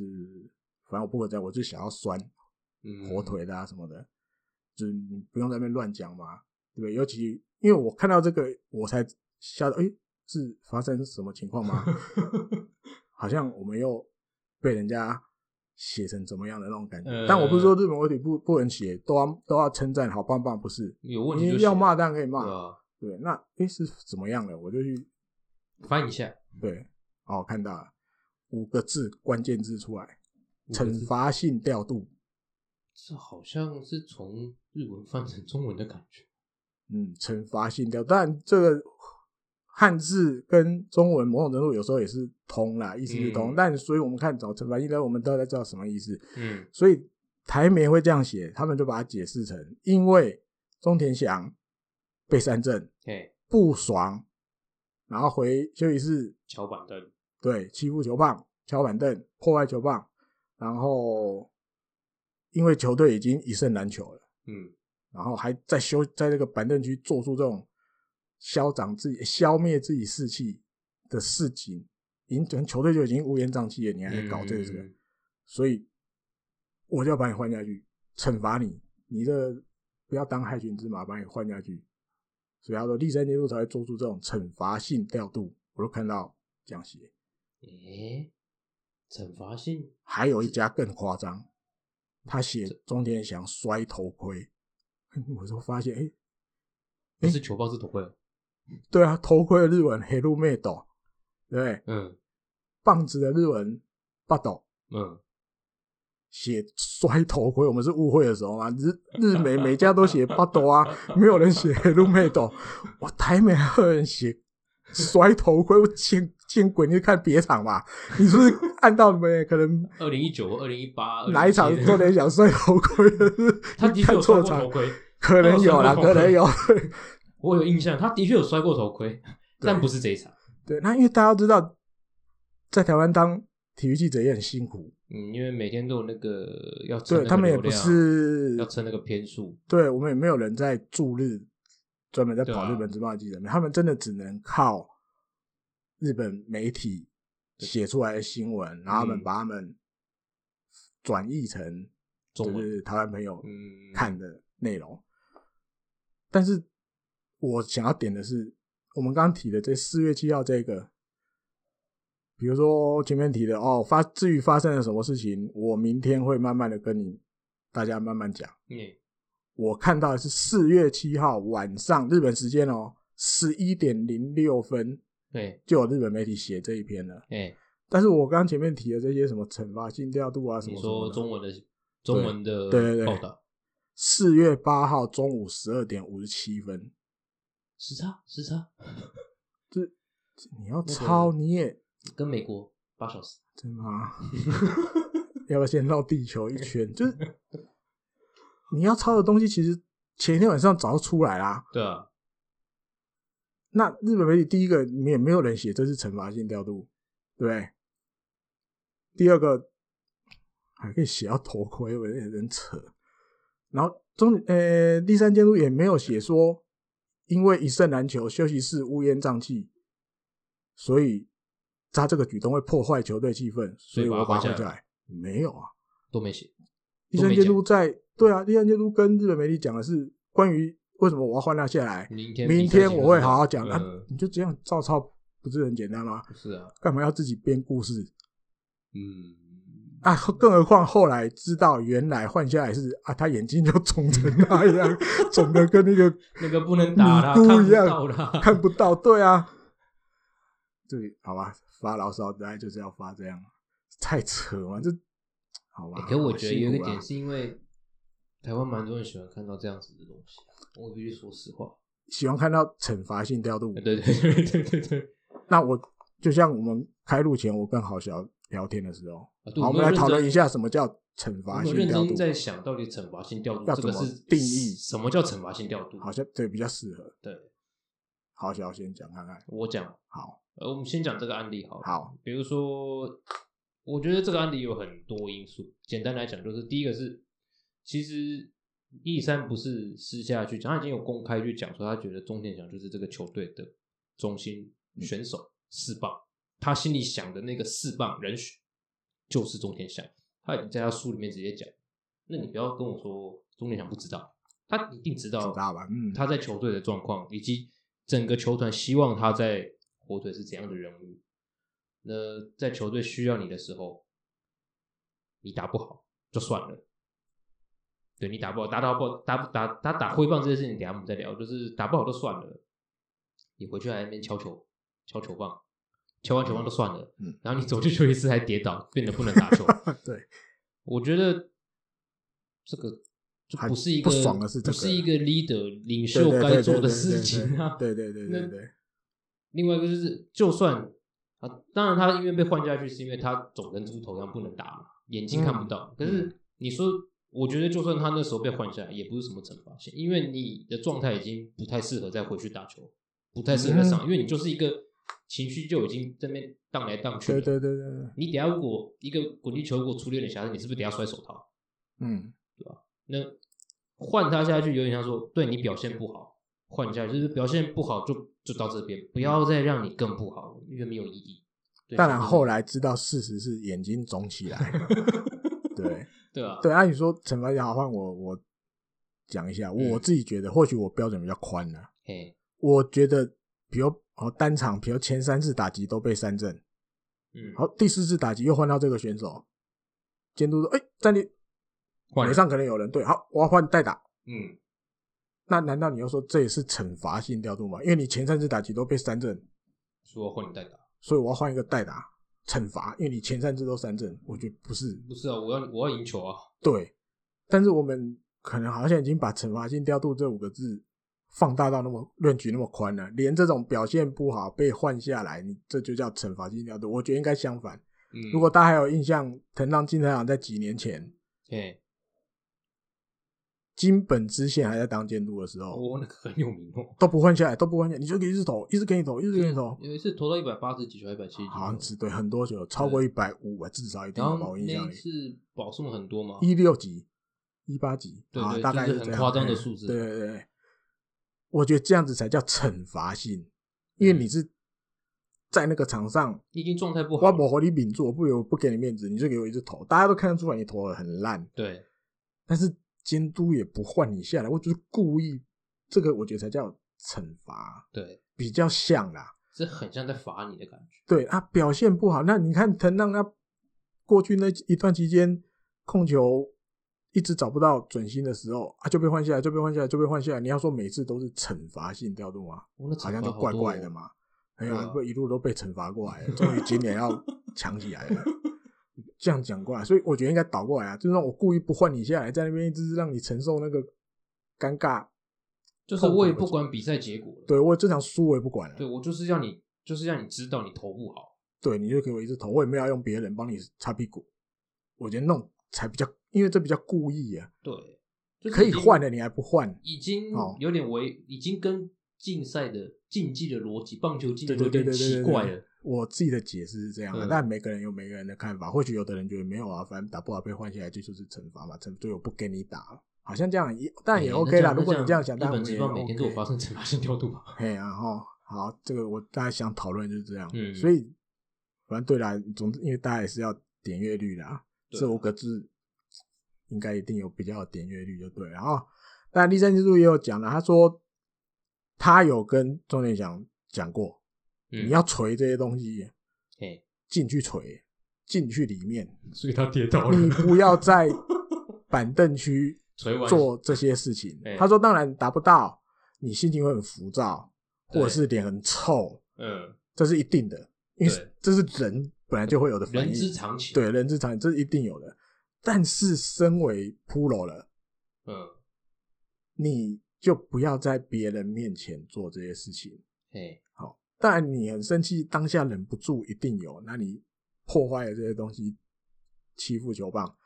Speaker 2: 反正我不管怎样，我就想要酸，
Speaker 3: 嗯，
Speaker 2: 火，腿的啊什么的，就是你不用在那边乱讲嘛，对不对？尤其因为我看到这个，我才吓到，诶，是发生什么情况吗？好像我们又被人家写成怎么样的那种感觉。
Speaker 3: 呃
Speaker 2: 但我不是说日本火腿不不能写，都要都要称赞，好棒棒，不是？
Speaker 3: 有问题就
Speaker 2: 你
Speaker 3: 写
Speaker 2: 要骂当然可以骂，
Speaker 3: 对啊，嗯
Speaker 2: 对。那诶是怎么样的？我就去
Speaker 3: 翻一下，
Speaker 2: 对，哦看到了五个字关键字出来，
Speaker 3: 五个字
Speaker 2: 惩罚性调度。
Speaker 3: 这好像是从日文翻成中文的感觉，
Speaker 2: 嗯，惩罚性调，但这个汉字跟中文某种程度有时候也是通啦，意思是通。
Speaker 3: 嗯
Speaker 2: 但所以我们看找惩罚性调度，我们大概知道什么意思。
Speaker 3: 嗯
Speaker 2: 所以台媒会这样写，他们就把它解释成，因为中田翔被三振
Speaker 3: 嘿，
Speaker 2: 不爽，然后回休息室
Speaker 3: 敲板凳，
Speaker 2: 对欺负球棒、敲板凳、破坏球棒，然后因为球队已经一胜难求了。
Speaker 3: 嗯
Speaker 2: 然后还在休在这个板凳区做出这种消长自己、消灭自己士气的事情，已经整个球队就已经乌烟瘴气了，你还在哎搞这个事
Speaker 3: 嗯嗯嗯
Speaker 2: 所以我就要把你换下去，惩罚你，你这个不要当害群之马，把你换下去。所以他说第三阶段才会做出这种惩罚性调度，我都看到这样写。
Speaker 3: 嗯诶，惩罚性，
Speaker 2: 还有一家更夸张，他写中田翔摔头盔， 我就发现，哎、
Speaker 3: 不是球棒是头盔，哦
Speaker 2: 对啊，头盔的日文黑路妹斗，对不对？
Speaker 3: 嗯
Speaker 2: 棒子的日文霸斗，
Speaker 3: 嗯，
Speaker 2: 写摔头盔，我们是误会的时候嘛。日日美每家都写霸斗啊，没有人写黑路妹斗。我台美还有人写摔头盔，我见见鬼！你去看别场吧，你是不是按到没？可能
Speaker 3: 二零一九、二零一八，
Speaker 2: 哪一场做点想摔头盔的是？
Speaker 3: 他的确
Speaker 2: 看
Speaker 3: 有摔
Speaker 2: 错
Speaker 3: 过
Speaker 2: 场
Speaker 3: 头，盔，
Speaker 2: 可能有啦，
Speaker 3: 他
Speaker 2: 可
Speaker 3: 有摔过头盔
Speaker 2: 能有。
Speaker 3: 我有印象，他的确有摔过头盔，
Speaker 2: 对
Speaker 3: 但不是这一场。
Speaker 2: 对，那因为大家都知道，在台湾当体育记者也很辛苦，
Speaker 3: 嗯，因为每天都有那个要蹭
Speaker 2: 对
Speaker 3: 那个
Speaker 2: 他们也
Speaker 3: 流
Speaker 2: 不
Speaker 3: 量
Speaker 2: 是
Speaker 3: 要蹭那个篇数，
Speaker 2: 对我们也没有人在驻日专门在
Speaker 3: 对
Speaker 2: 跑
Speaker 3: 啊
Speaker 2: 日本职棒的记者，他们真的只能靠日本媒体写出来的新闻，然后他们
Speaker 3: 嗯
Speaker 2: 把他们转译成
Speaker 3: 中
Speaker 2: 就
Speaker 3: 文
Speaker 2: 是台湾朋友
Speaker 3: 嗯，
Speaker 2: 看的内容。但是我想要点的是，我们刚刚提的这四月七号这个，比如说前面提的哦，发至于发生了什么事情，我明天会慢慢的跟你大家慢慢讲。
Speaker 3: 嗯，
Speaker 2: 我看到的是四月七号晚上日本时间哦，十一点零六分
Speaker 3: 对，
Speaker 2: 就有日本媒体写这一篇了。
Speaker 3: 哎，
Speaker 2: 但是我刚刚前面提的这些什么惩罚性调度啊什
Speaker 3: 你
Speaker 2: 么什么
Speaker 3: 说
Speaker 2: 的
Speaker 3: 中文的中文的
Speaker 2: 对对对
Speaker 3: 报道
Speaker 2: 四月八号中午十二点五十七分，
Speaker 3: 时差时差
Speaker 2: 你要抄你也
Speaker 3: 跟美国八小时，
Speaker 2: 真的吗？ 要不要先绕地球一圈？就是你要抄的东西，其实前一天晚上早就出来啦。
Speaker 3: 对啊，
Speaker 2: 那日本媒体第一个，你也没有人写这是惩罚性调度，对不对？第二个还可以写到头盔，我有点有点扯。然后中呃第三监督也没有写说，因为一胜难求，休息室乌烟瘴气，所以他这个举动会破坏球队气氛，所
Speaker 3: 所以
Speaker 2: 以我把
Speaker 3: 把
Speaker 2: 它换
Speaker 3: 它换
Speaker 2: 下
Speaker 3: 下
Speaker 2: 来。没有啊，
Speaker 3: 都没写，
Speaker 2: 第
Speaker 3: 都
Speaker 2: 三
Speaker 3: 没
Speaker 2: 监
Speaker 3: 讲
Speaker 2: 督在对啊，第三监督跟日本媒体讲的是关于为什么我要换他下来，
Speaker 3: 明天
Speaker 2: 明天我会好好讲。啊
Speaker 3: 嗯，
Speaker 2: 你就这样照抄，不是很简单吗？
Speaker 3: 是啊，
Speaker 2: 干嘛要自己编故事
Speaker 3: 嗯，
Speaker 2: 啊？更何况后来知道原来换下来是啊，他眼睛就肿成那样，肿的跟那 个
Speaker 3: 那个不能打 啦，
Speaker 2: 尼姑
Speaker 3: 看
Speaker 2: 一
Speaker 3: 不
Speaker 2: 样
Speaker 3: 到啦，
Speaker 2: 看不到。对啊，对，好吧，发牢骚大概就是要发这样，太扯了，这好吧
Speaker 3: 欸。可我觉得有
Speaker 2: 辛
Speaker 3: 一个
Speaker 2: 苦啦
Speaker 3: 点是因为台湾蛮多人喜欢看到这样子的东西，啊我必须说实话。
Speaker 2: 喜欢看到惩罚性调度
Speaker 3: 欸，对对对对对对。
Speaker 2: 那我就像我们开录前我跟好小聊天的时候，
Speaker 3: 啊对
Speaker 2: 好，我们
Speaker 3: 有
Speaker 2: 来
Speaker 3: 认
Speaker 2: 讨论
Speaker 3: 真
Speaker 2: 一下什么叫惩
Speaker 3: 我
Speaker 2: 罚
Speaker 3: 有
Speaker 2: 性
Speaker 3: 认
Speaker 2: 调
Speaker 3: 真
Speaker 2: 度。
Speaker 3: 在想到底惩罚性调度
Speaker 2: 要
Speaker 3: 这个
Speaker 2: 怎么
Speaker 3: 是
Speaker 2: 定义
Speaker 3: 什么叫惩罚性调度？
Speaker 2: 好像对比较适合。
Speaker 3: 对，
Speaker 2: 好，小先讲看看。
Speaker 3: 我讲，
Speaker 2: 好，
Speaker 3: 呃，我们先讲这个案例好了。
Speaker 2: 好，
Speaker 3: 比如说，我觉得这个案例有很多因素。简单来讲，就是第一个是，其实一三不是私下去讲，他已经有公开去讲说，他觉得钟天祥就是这个球队的中心选手四棒，他心里想的那个四棒人选就是钟天祥。他已经在他书里面直接讲，那你不要跟我说钟天祥不知道，他一定知道，
Speaker 2: 知道吧？嗯，
Speaker 3: 哦他在球队的状况，以及整个球团希望他在火腿是怎样的人物。那在球队需要你的时候，你打不好就算了，对你打不好，打到不打不打打打挥棒这件事情，等一下我们再聊。就是打不好就算了，你回去还在那边敲球，敲球棒，敲完球棒就算了，
Speaker 2: 嗯
Speaker 3: 然后你走进去一次还跌倒，变得不能打球。
Speaker 2: 对，
Speaker 3: 我觉得这个就
Speaker 2: 还
Speaker 3: 不是一个
Speaker 2: 不爽的是这
Speaker 3: 不
Speaker 2: 个
Speaker 3: 是一个 leader 领
Speaker 2: 对
Speaker 3: 袖
Speaker 2: 对
Speaker 3: 该
Speaker 2: 对
Speaker 3: 做
Speaker 2: 对
Speaker 3: 的
Speaker 2: 对
Speaker 3: 事
Speaker 2: 对
Speaker 3: 情啊。
Speaker 2: 对对对对
Speaker 3: 那
Speaker 2: 对，
Speaker 3: 另外一个就是，就算啊，当然他因为被换下去，是因为他肿跟猪头一样不能打嘛，眼睛
Speaker 2: 嗯
Speaker 3: 看不到。可是你说，我觉得就算他那时候被换下来，也不是什么惩罚性，因为你的状态已经不太适合再回去打球，不太适合再
Speaker 2: 嗯
Speaker 3: 上，因为你就是一个情绪就已经这边荡来荡去
Speaker 2: 对
Speaker 3: 了。
Speaker 2: 对对对对，
Speaker 3: 你等下如果一个滚地球如果出溜点瑕疵，你是不是等下摔手套？
Speaker 2: 嗯，
Speaker 3: 那换他下去有点像说，对你表现不好，换你下去就是表现不好就就到这边，不要再让你更不好，因为没有意义。对
Speaker 2: 当然后
Speaker 3: 来
Speaker 2: 来知道事实是眼睛肿起来。 对
Speaker 3: 对啊吧？
Speaker 2: 对，按啊你说惩罚也好，换我我讲一下，
Speaker 3: 嗯
Speaker 2: 我自己觉得或许我标准比较宽了，
Speaker 3: 嘿，
Speaker 2: 我觉得比如哦单场，比如前三次打击都被三振，
Speaker 3: 嗯，
Speaker 2: 好第四次打击又换到这个选手，监督说哎站立，
Speaker 3: 换
Speaker 2: 垒
Speaker 3: 人
Speaker 2: 上可能有人对，好我要换代打，
Speaker 3: 嗯，
Speaker 2: 那难道你要说这也是惩罚性调度吗？因为你前三次打击都被三振，
Speaker 3: 说换你代打，
Speaker 2: 所以我要换一个代打惩罚，因为你前三次都三振，我觉得不是
Speaker 3: 不是啊，我要我要赢球啊，
Speaker 2: 对。但是我们可能好像已经把惩罚性调度这五个字放大到那么论局那么宽了，连这种表现不好被换下来，你这就叫惩罚性调度。我觉得应该相反。
Speaker 3: 嗯，
Speaker 2: 如果大家还有印象，藤浪金太郎在几年前
Speaker 3: 嘿
Speaker 2: 金本知县还在当监督的时候，
Speaker 3: 我那个很有名哦，
Speaker 2: 都不换下来，都不换下来，你就一直投，一直给你投，一直给你投，
Speaker 3: 有一次投到一百八十几球，一百七十
Speaker 2: 好像
Speaker 3: 几
Speaker 2: 只
Speaker 3: 球，
Speaker 2: 对很多球，超过一百五啊，至少一定
Speaker 3: 然
Speaker 2: 有吧，
Speaker 3: 后
Speaker 2: 我印
Speaker 3: 那
Speaker 2: 象
Speaker 3: 一
Speaker 2: 里
Speaker 3: 次保送很多嘛，
Speaker 2: 一六级、一八级，
Speaker 3: 对
Speaker 2: 啊，
Speaker 3: 对
Speaker 2: 大
Speaker 3: 就
Speaker 2: 概
Speaker 3: 是
Speaker 2: 是
Speaker 3: 很
Speaker 2: 这样
Speaker 3: 夸张的
Speaker 2: 哎
Speaker 3: 数字
Speaker 2: 对对对，我觉得这样子才叫惩罚性，因为
Speaker 3: 嗯
Speaker 2: 你是在那个场上，
Speaker 3: 已经状态不好
Speaker 2: 我不
Speaker 3: 了，
Speaker 2: 和你饼做，不我不给你面子，你就给我一直投，大家都看得出来你投的很烂，
Speaker 3: 对，
Speaker 2: 但是监督也不换你下来，我就是故意，这个我觉得才叫惩罚，
Speaker 3: 对，
Speaker 2: 比较像啦。
Speaker 3: 这很像在罚你的感觉。
Speaker 2: 对啊，表现不好，那你看藤浪他过去那一段期间控球一直找不到准心的时候啊，就被换下来，就被换下来，就被换下来。你要说每次都是惩罚性调度吗？
Speaker 3: 我那惩
Speaker 2: 好像
Speaker 3: 罚
Speaker 2: 都怪
Speaker 3: 多
Speaker 2: 怪
Speaker 3: 哦
Speaker 2: 的。嘛。哎呀
Speaker 3: 对啊，
Speaker 2: 不一路都被惩罚过来了，终于今年要强起来了。这样讲过来，所以我觉得应该倒过来啊，就是让我故意不换你下来，在那边一直让你承受那个尴尬。
Speaker 3: 就是我也不管比赛结果了，
Speaker 2: 对我这场输我也不管了，
Speaker 3: 对我就是要你，就是要你知道你投不好，
Speaker 2: 对，你就给我一直投，我也没有要用别人帮你擦屁股。我觉得那种才比较，因为这比较故意啊，
Speaker 3: 对，就是
Speaker 2: 可
Speaker 3: 已
Speaker 2: 以
Speaker 3: 经
Speaker 2: 换的，你还不换？
Speaker 3: 已经
Speaker 2: 哦
Speaker 3: 有点违，已经跟竞赛的竞技的逻辑，棒球竞技
Speaker 2: 对
Speaker 3: 有
Speaker 2: 对对对
Speaker 3: 点
Speaker 2: 对
Speaker 3: 奇
Speaker 2: 对
Speaker 3: 怪
Speaker 2: 对
Speaker 3: 了，
Speaker 2: 我自己的解释是这样、啊，
Speaker 3: 嗯
Speaker 2: 但每个人有每个人的看法。或许有的人觉得没有啊，反正打不好被换下来，这就是惩罚嘛，惩对我不给你打了，好像这样也，但也
Speaker 3: 哎
Speaker 2: OK 啦。
Speaker 3: 那
Speaker 2: 如果你这样想，
Speaker 3: 日
Speaker 2: 但我
Speaker 3: 本
Speaker 2: 们
Speaker 3: 职
Speaker 2: 也
Speaker 3: 棒每天都有
Speaker 2: OK
Speaker 3: 发。生惩罚性 调度吧？
Speaker 2: 嘿，然后好，这个我大概想讨论就是这样。
Speaker 3: 嗯
Speaker 2: 所以反正对啦，总之因为大家也是要点阅率啦，
Speaker 3: 对啊
Speaker 2: 这五个字应该一定有比较有点阅率就对了。然后，但立山之助也有讲了，他说他有跟钟点祥讲过，
Speaker 3: 嗯
Speaker 2: 你要锤这些东西
Speaker 3: 嘿，
Speaker 2: 进去锤，进去里面，
Speaker 3: 所以他跌倒了，
Speaker 2: 你 不要在板凳区
Speaker 3: 捶完
Speaker 2: 做这些事情
Speaker 3: 哎。
Speaker 2: 他说，当然达不到，你心情会很浮躁，或者
Speaker 3: 对
Speaker 2: 是脸很臭，
Speaker 3: 嗯，
Speaker 2: 这是一定的，因为
Speaker 3: 对
Speaker 2: 这是人本来就会有的反
Speaker 3: 人之
Speaker 2: 应，
Speaker 3: 常情，，
Speaker 2: 对人之常情，这是一定有的。但是身为 pro 了，
Speaker 3: 嗯，
Speaker 2: 你就不要在别人面前做这些事情。
Speaker 3: 嘿，
Speaker 2: 好，当然你很生气，当下忍不住一定有，那你破坏了这些东西，欺负球棒，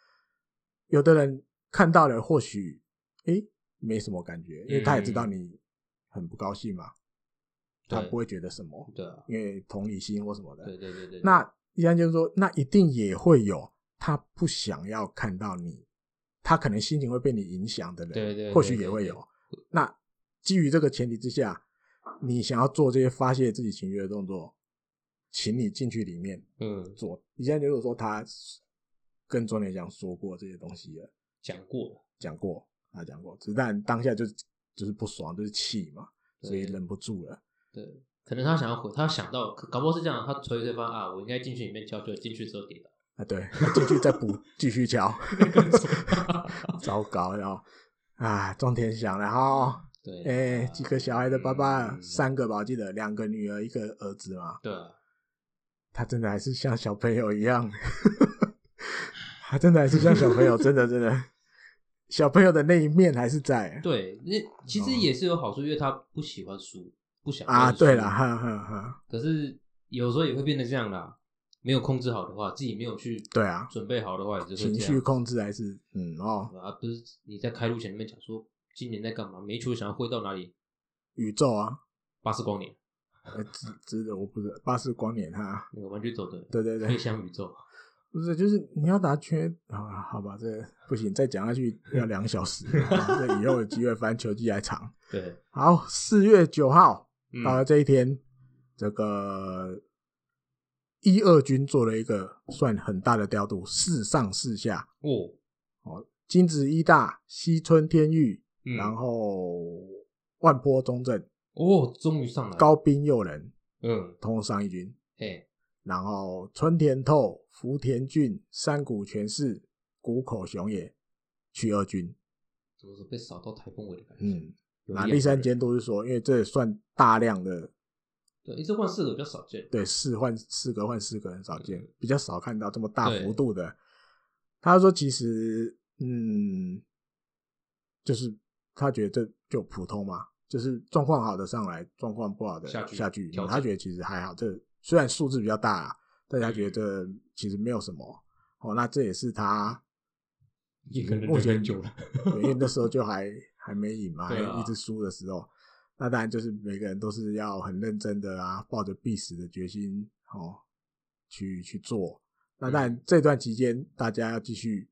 Speaker 2: 有的人看到了或许诶、没什么感觉，因为他也知道你很不高兴嘛，他
Speaker 3: 嗯对
Speaker 2: 不会觉得什么，
Speaker 3: 对啊，
Speaker 2: 因为同理心或什么的，
Speaker 3: 对对对对，
Speaker 2: 那依然就是说，那一定也会有他不想要看到你，他可能心情会被你影响的人，
Speaker 3: 对对对
Speaker 2: 或许也会有。那基于这个前提之下，你想要做这些发泄自己情绪的动作，请你进去里面
Speaker 3: 嗯，
Speaker 2: 做。以前就是说他跟钟连祥说过这些东西了，
Speaker 3: 讲过了，
Speaker 2: 讲过，他讲过，只是但当下就是就是不爽，就是气嘛，
Speaker 3: 对
Speaker 2: 所以忍不住了。
Speaker 3: 对。可能他想要回，他想到，搞不好是这样，他捶对方啊，我应该进去里面敲敲，进去之后跌倒，
Speaker 2: 啊，对，进去再补，继续敲。
Speaker 3: 更丑
Speaker 2: 糟糕然后啊，庄田翔了哈，
Speaker 3: 对，
Speaker 2: 哎、几个小孩的爸爸，
Speaker 3: 嗯
Speaker 2: 三个吧，我记得两个女儿，一个儿子嘛，
Speaker 3: 对啊，
Speaker 2: 他真的还是像小朋友一样， 他真的还是像小朋友，真的真的，小朋友的那一面还是在
Speaker 3: 对，那其实也是有好处，因为他不喜欢输，不想
Speaker 2: 哦啊，
Speaker 3: 认输
Speaker 2: 对了，哈哈哈，
Speaker 3: 可是有时候也会变得这样啦，没有控制好的话，自己没有去
Speaker 2: 对啊，
Speaker 3: 准备好的话，也就是
Speaker 2: 情绪控制还是嗯哦，
Speaker 3: 啊，不是你在开路前面讲说今年在干嘛，每一球想要挥到哪里，
Speaker 2: 宇宙啊，
Speaker 3: 八十光年
Speaker 2: 呃只只的我不是巴斯光年哈，
Speaker 3: 那个玩具走的
Speaker 2: 对对对
Speaker 3: 飞，向宇宙，
Speaker 2: 不是，就是你要打圈啊，好吧，这不行，再讲下去要两小时了。啊这以后有机会翻球季来长。
Speaker 3: 对，
Speaker 2: 好，四月九号
Speaker 3: 嗯，
Speaker 2: 到了这一天，这个一二军做了一个算很大的调度，四上四下，
Speaker 3: 哦，
Speaker 2: 金子一大、西村天玉，
Speaker 3: 嗯
Speaker 2: 然后万坡中正、
Speaker 3: 哦，终于上来了，
Speaker 2: 高滨佑人，
Speaker 3: 嗯，
Speaker 2: 通通上一军。
Speaker 3: 哎，
Speaker 2: 然后春田透、福田俊、山谷全士、谷口雄也去二军。
Speaker 3: 怎么说被扫到台风尾的感觉？
Speaker 2: 嗯，
Speaker 3: 有
Speaker 2: 那
Speaker 3: 两
Speaker 2: 第三
Speaker 3: 个人
Speaker 2: 监督是说，因为这也算大量的
Speaker 3: 对，一次换四个比较少见，
Speaker 2: 对四换四个换四个很少见
Speaker 3: 嗯，
Speaker 2: 比较少看到这么大
Speaker 3: 对
Speaker 2: 幅度的。他说其实嗯，就是他觉得这就普通嘛，就是状况好的上来，状况不好的
Speaker 3: 下去
Speaker 2: 下去。
Speaker 3: 调整
Speaker 2: 他觉得其实还好，这虽然数字比较
Speaker 3: 嗯
Speaker 2: 大、啊，但他觉得这其实没有什么。哦，那这也是他
Speaker 3: 也可能
Speaker 2: 目前
Speaker 3: 很久了。
Speaker 2: 对因为那时候就还还没赢嘛，还
Speaker 3: 对啊
Speaker 2: 一直输的时候，那当然就是每个人都是要很认真的啊，抱着必死的决心哦，去去做。那
Speaker 3: 嗯
Speaker 2: 当然这段期间大家要继续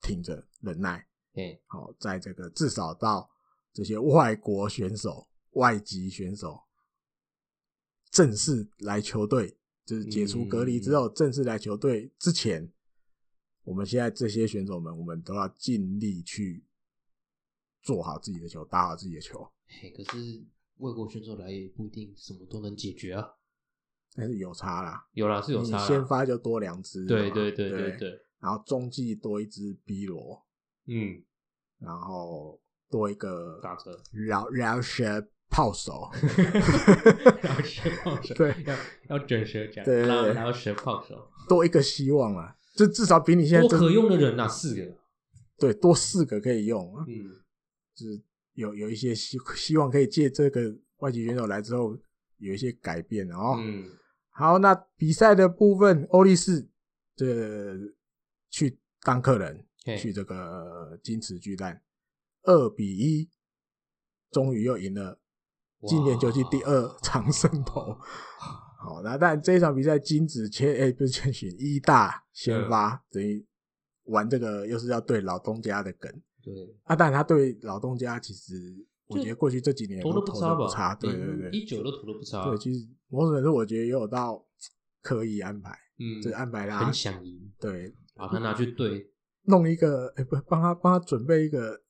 Speaker 2: 挺着忍耐，
Speaker 3: 哎，
Speaker 2: 好、哦，在这个至少到这些外国选手、外籍选手正式来球队，就是解除隔离
Speaker 3: 嗯
Speaker 2: 之后、正式来球队之前，我们现在这些选手们，我们都要尽力去做好自己的球，打好自己的球。
Speaker 3: 嘿，可是外国选手来也不一定什么都能解决啊。
Speaker 2: 但是有差啦，
Speaker 3: 有啦，是有差
Speaker 2: 你
Speaker 3: 啦。
Speaker 2: 先发就多两支嘛，
Speaker 3: 对对对
Speaker 2: 对
Speaker 3: 对对，
Speaker 2: 然后中继多一支 B 罗，
Speaker 3: 嗯，
Speaker 2: 然后多一个
Speaker 3: 打 折。
Speaker 2: 饶饶舌炮手。
Speaker 3: 然后蛇炮手，
Speaker 2: 对，
Speaker 3: 要要卷舌讲，
Speaker 2: 对对
Speaker 3: 然后
Speaker 2: 对
Speaker 3: 然后蛇炮手，
Speaker 2: 多一个希望啊，这至少比你现在
Speaker 3: 多
Speaker 2: 真
Speaker 3: 可用的人呐，四个，
Speaker 2: 对多四个可以用啊，
Speaker 3: 嗯，
Speaker 2: 就是有有一些希希望可以借这个外籍选手来之后有一些改变啊哦。
Speaker 3: 嗯，
Speaker 2: 好，那比赛的部分，欧力士这去当客人
Speaker 3: 嘿
Speaker 2: 去这个金池巨蛋，二比一，终于又赢了今年球季第二场胜投。好，那但这一场比赛，金子千哎、不是千寻一大
Speaker 3: 嗯
Speaker 2: 先发，等于玩这个又是要对老东家的梗
Speaker 3: 对，
Speaker 2: 啊。但他对老东家其实，我
Speaker 3: 就
Speaker 2: 觉得过去这几年
Speaker 3: 投
Speaker 2: 哎都
Speaker 3: 的不
Speaker 2: 投
Speaker 3: 差
Speaker 2: 的
Speaker 3: 吧？嗯
Speaker 2: 不差，对对对，
Speaker 3: 一九都投的不差，
Speaker 2: 对，其实某种程度我觉得也有到刻意安排，
Speaker 3: 嗯，
Speaker 2: 就是安啊排他
Speaker 3: 很想赢，
Speaker 2: 对
Speaker 3: 把他拿去对
Speaker 2: 弄一个哎、不帮他帮他准备一个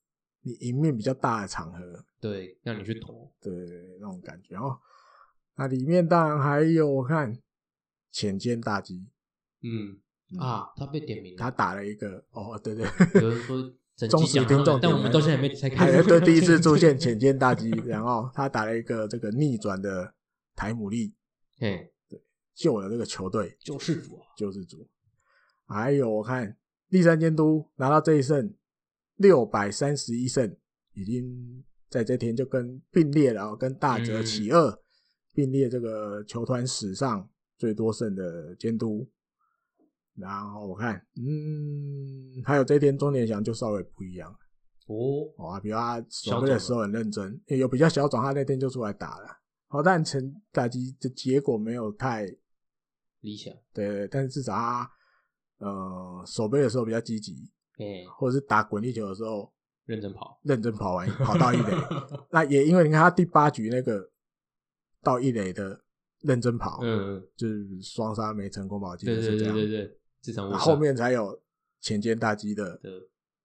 Speaker 2: 你赢面比较大的场合，
Speaker 3: 对，让你去投，
Speaker 2: 对对对那种感觉哦。那里面当然还有我看浅见大吉，
Speaker 3: 嗯
Speaker 2: 嗯
Speaker 3: 啊，他被点名了，
Speaker 2: 他打了一个哦，对对，
Speaker 3: 有人说整
Speaker 2: 忠
Speaker 3: 期
Speaker 2: 实
Speaker 3: 讲
Speaker 2: 听
Speaker 3: 他
Speaker 2: 众
Speaker 3: 们，但我们到现在还没才
Speaker 2: 还
Speaker 3: 开
Speaker 2: 有
Speaker 3: 始，
Speaker 2: 对第一次出 现浅见大吉，然后他打了一个这个逆转的台姆利，
Speaker 3: 嘿，
Speaker 2: 救了这个球队
Speaker 3: 救世主啊，
Speaker 2: 救世主。还有我看第三监督拿到这一胜，六百三十一胜，已经在这天就跟并列了哦，跟大泽
Speaker 3: 嗯
Speaker 2: 启二、并列这个球团史上最多胜的监督。然后我看，嗯，还有这一天钟点祥就稍微不一样。
Speaker 3: 哦，
Speaker 2: 哦，比如他守
Speaker 3: 小
Speaker 2: 备
Speaker 3: 种
Speaker 2: 的时候很认真，也有比较小种，他那天就出来打了。好、但成打击的结果没有太
Speaker 3: 理想，
Speaker 2: 对，但是至少他呃守备的时候比较积极，
Speaker 3: 嘿，
Speaker 2: 或者是打滚地球的时候
Speaker 3: 认真跑，
Speaker 2: 认真跑完跑到一 垒。那也因为你看他第八局那个到一垒的认真跑，
Speaker 3: 嗯，
Speaker 2: 就是双杀没成功吧，我记
Speaker 3: 对
Speaker 2: 得哦
Speaker 3: 对
Speaker 2: 是这
Speaker 3: 对
Speaker 2: 样。
Speaker 3: 对对，这场我
Speaker 2: 然后后面才有前肩大击的
Speaker 3: 的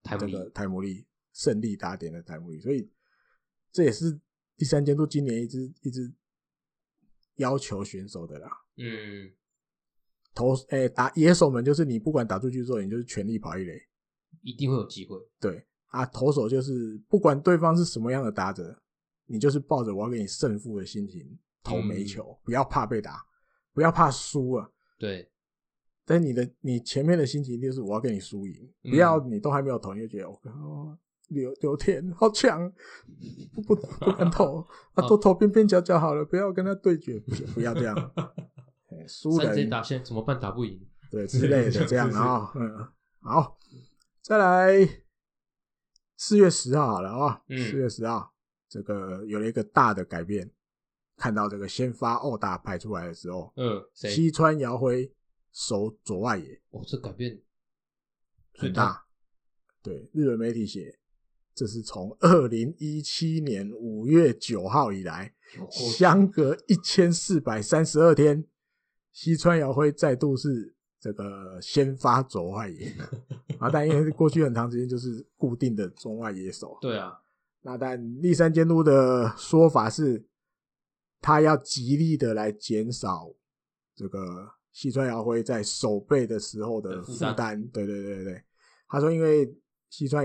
Speaker 3: 台
Speaker 2: 这
Speaker 3: 姆
Speaker 2: 个
Speaker 3: 利，
Speaker 2: 泰姆利胜利打点的泰姆利，所以这也是第三监督今年一直一直要求选手的啦。
Speaker 3: 嗯，
Speaker 2: 投诶、打野手们就是你不管打出去之后，你就是全力跑一垒。
Speaker 3: 一定会有机会，
Speaker 2: 对啊，投手就是不管对方是什么样的打者，你就是抱着我要给你胜负的心情投
Speaker 3: 嗯
Speaker 2: 每一球，不要怕被打，不要怕输啊。
Speaker 3: 对，
Speaker 2: 但你的你前面的心情就是我要跟你输赢，
Speaker 3: 嗯
Speaker 2: 不要你都还没有投你就觉得我靠、刘刘天好强，不不不敢 投，啊都投边边角角好了，不要跟他对决，不不要这 样，哎输
Speaker 3: 三
Speaker 2: 人
Speaker 3: 贼打线怎么办？打不赢，
Speaker 2: 对之类的这样
Speaker 3: 是是
Speaker 2: 啊、嗯，好，再来四月十号好了啊、
Speaker 3: 嗯
Speaker 2: 四、月十号这个有了一个大的改变，看到这个先发二大排出来的时候，
Speaker 3: 嗯，谁？
Speaker 2: 西川遥辉守左外野
Speaker 3: 哦，这改变最
Speaker 2: 很大，对日本媒体写。这是从二零一七年五月九号以来，
Speaker 3: 有够
Speaker 2: 相隔一千四百三十二天，西川遥辉再度是这个先发左外野啊，但因为过去很长时间就是固定的中外野手，
Speaker 3: 对啊，
Speaker 2: 那但立山监督的说法是，他要极力的来减少这个西川遥辉在守备的时候的
Speaker 3: 的
Speaker 2: 负
Speaker 3: 负
Speaker 2: 担。
Speaker 3: 担
Speaker 2: 对对对对对，他说因为西川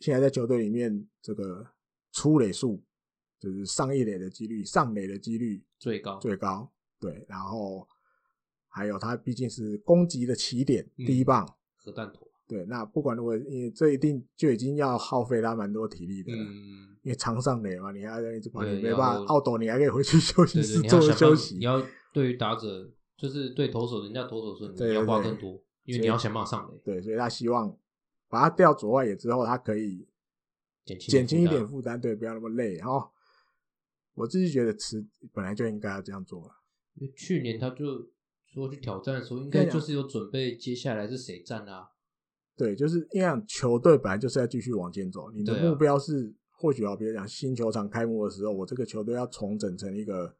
Speaker 2: 现在在球队里面这个出垒数，就是上一垒的几率、上垒的几率
Speaker 3: 最高，
Speaker 2: 最高，对，然后还有他毕竟是攻击的起点，
Speaker 3: 嗯
Speaker 2: 第一棒。
Speaker 3: 核弹头，
Speaker 2: 对，那不管如何，因为这一定就已经要耗费他蛮多体力的了。
Speaker 3: 嗯，
Speaker 2: 因为常上垒嘛，你还要一直跑，
Speaker 3: 对
Speaker 2: 啊你没
Speaker 3: 然
Speaker 2: 办
Speaker 3: 后
Speaker 2: 法 out 斗，你还可以回去休息
Speaker 3: 对对，
Speaker 2: 室
Speaker 3: 你要
Speaker 2: 做
Speaker 3: 想
Speaker 2: 休
Speaker 3: 办法，
Speaker 2: 息
Speaker 3: 你。要对于打者，就是对投手，人家投手的时候，
Speaker 2: 对
Speaker 3: 你要
Speaker 2: 对
Speaker 3: 花
Speaker 2: 对
Speaker 3: 更多，因为你要想办法上垒，
Speaker 2: 对，所以他希望把它调左外野之后，它可以
Speaker 3: 减轻
Speaker 2: 减轻一
Speaker 3: 负担
Speaker 2: 点负担，对，不要那么累。然后我自己觉得吃本来就应该要这样做了，
Speaker 3: 因为去年他就说去挑战的时候，应该
Speaker 2: 对啊
Speaker 3: 就是有准备接下来是谁站啊？
Speaker 2: 对，就是因为球队本来就是要继续往前走，你的
Speaker 3: 对啊
Speaker 2: 目标是、或许啊，比如讲新球场开幕的时候，我这个球队要重整成一个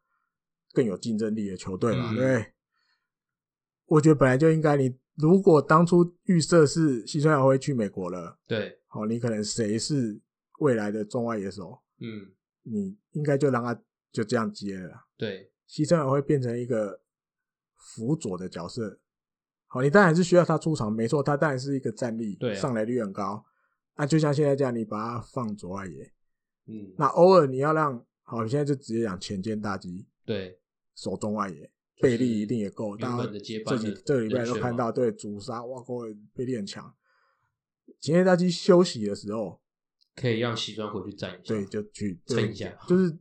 Speaker 2: 更有竞争力的球队嘛，
Speaker 3: 嗯
Speaker 2: 对不对。我觉得本来就应该你。如果当初预设是西川遥辉去美国了，
Speaker 3: 对，
Speaker 2: 好、你可能谁是未来的中外野手，
Speaker 3: 嗯，
Speaker 2: 你应该就让他就这样接了。
Speaker 3: 对，
Speaker 2: 西村也会变成一个辅佐的角色。好，你当然是需要他出场，没错，他当然是一个战力，
Speaker 3: 对啊
Speaker 2: 上来率很高。啊，就像现在这样，你把他放左外野，
Speaker 3: 嗯，
Speaker 2: 那偶尔你要让好，现在就直接讲前肩大肌，
Speaker 3: 对，
Speaker 2: 手中外野，
Speaker 3: 就是
Speaker 2: 贝利一定也够。
Speaker 3: 原
Speaker 2: 大
Speaker 3: 本
Speaker 2: 家
Speaker 3: 的接
Speaker 2: 这
Speaker 3: 班
Speaker 2: 几
Speaker 3: 的
Speaker 2: 这个礼拜
Speaker 3: 人
Speaker 2: 都
Speaker 3: 选
Speaker 2: 看
Speaker 3: 嘛，
Speaker 2: 到，对主杀哇，各位贝利很强。前肩大肌休息的时候，
Speaker 3: 可以让西装回去站一下。
Speaker 2: 对，就去
Speaker 3: 撑
Speaker 2: 对
Speaker 3: 一下
Speaker 2: 就是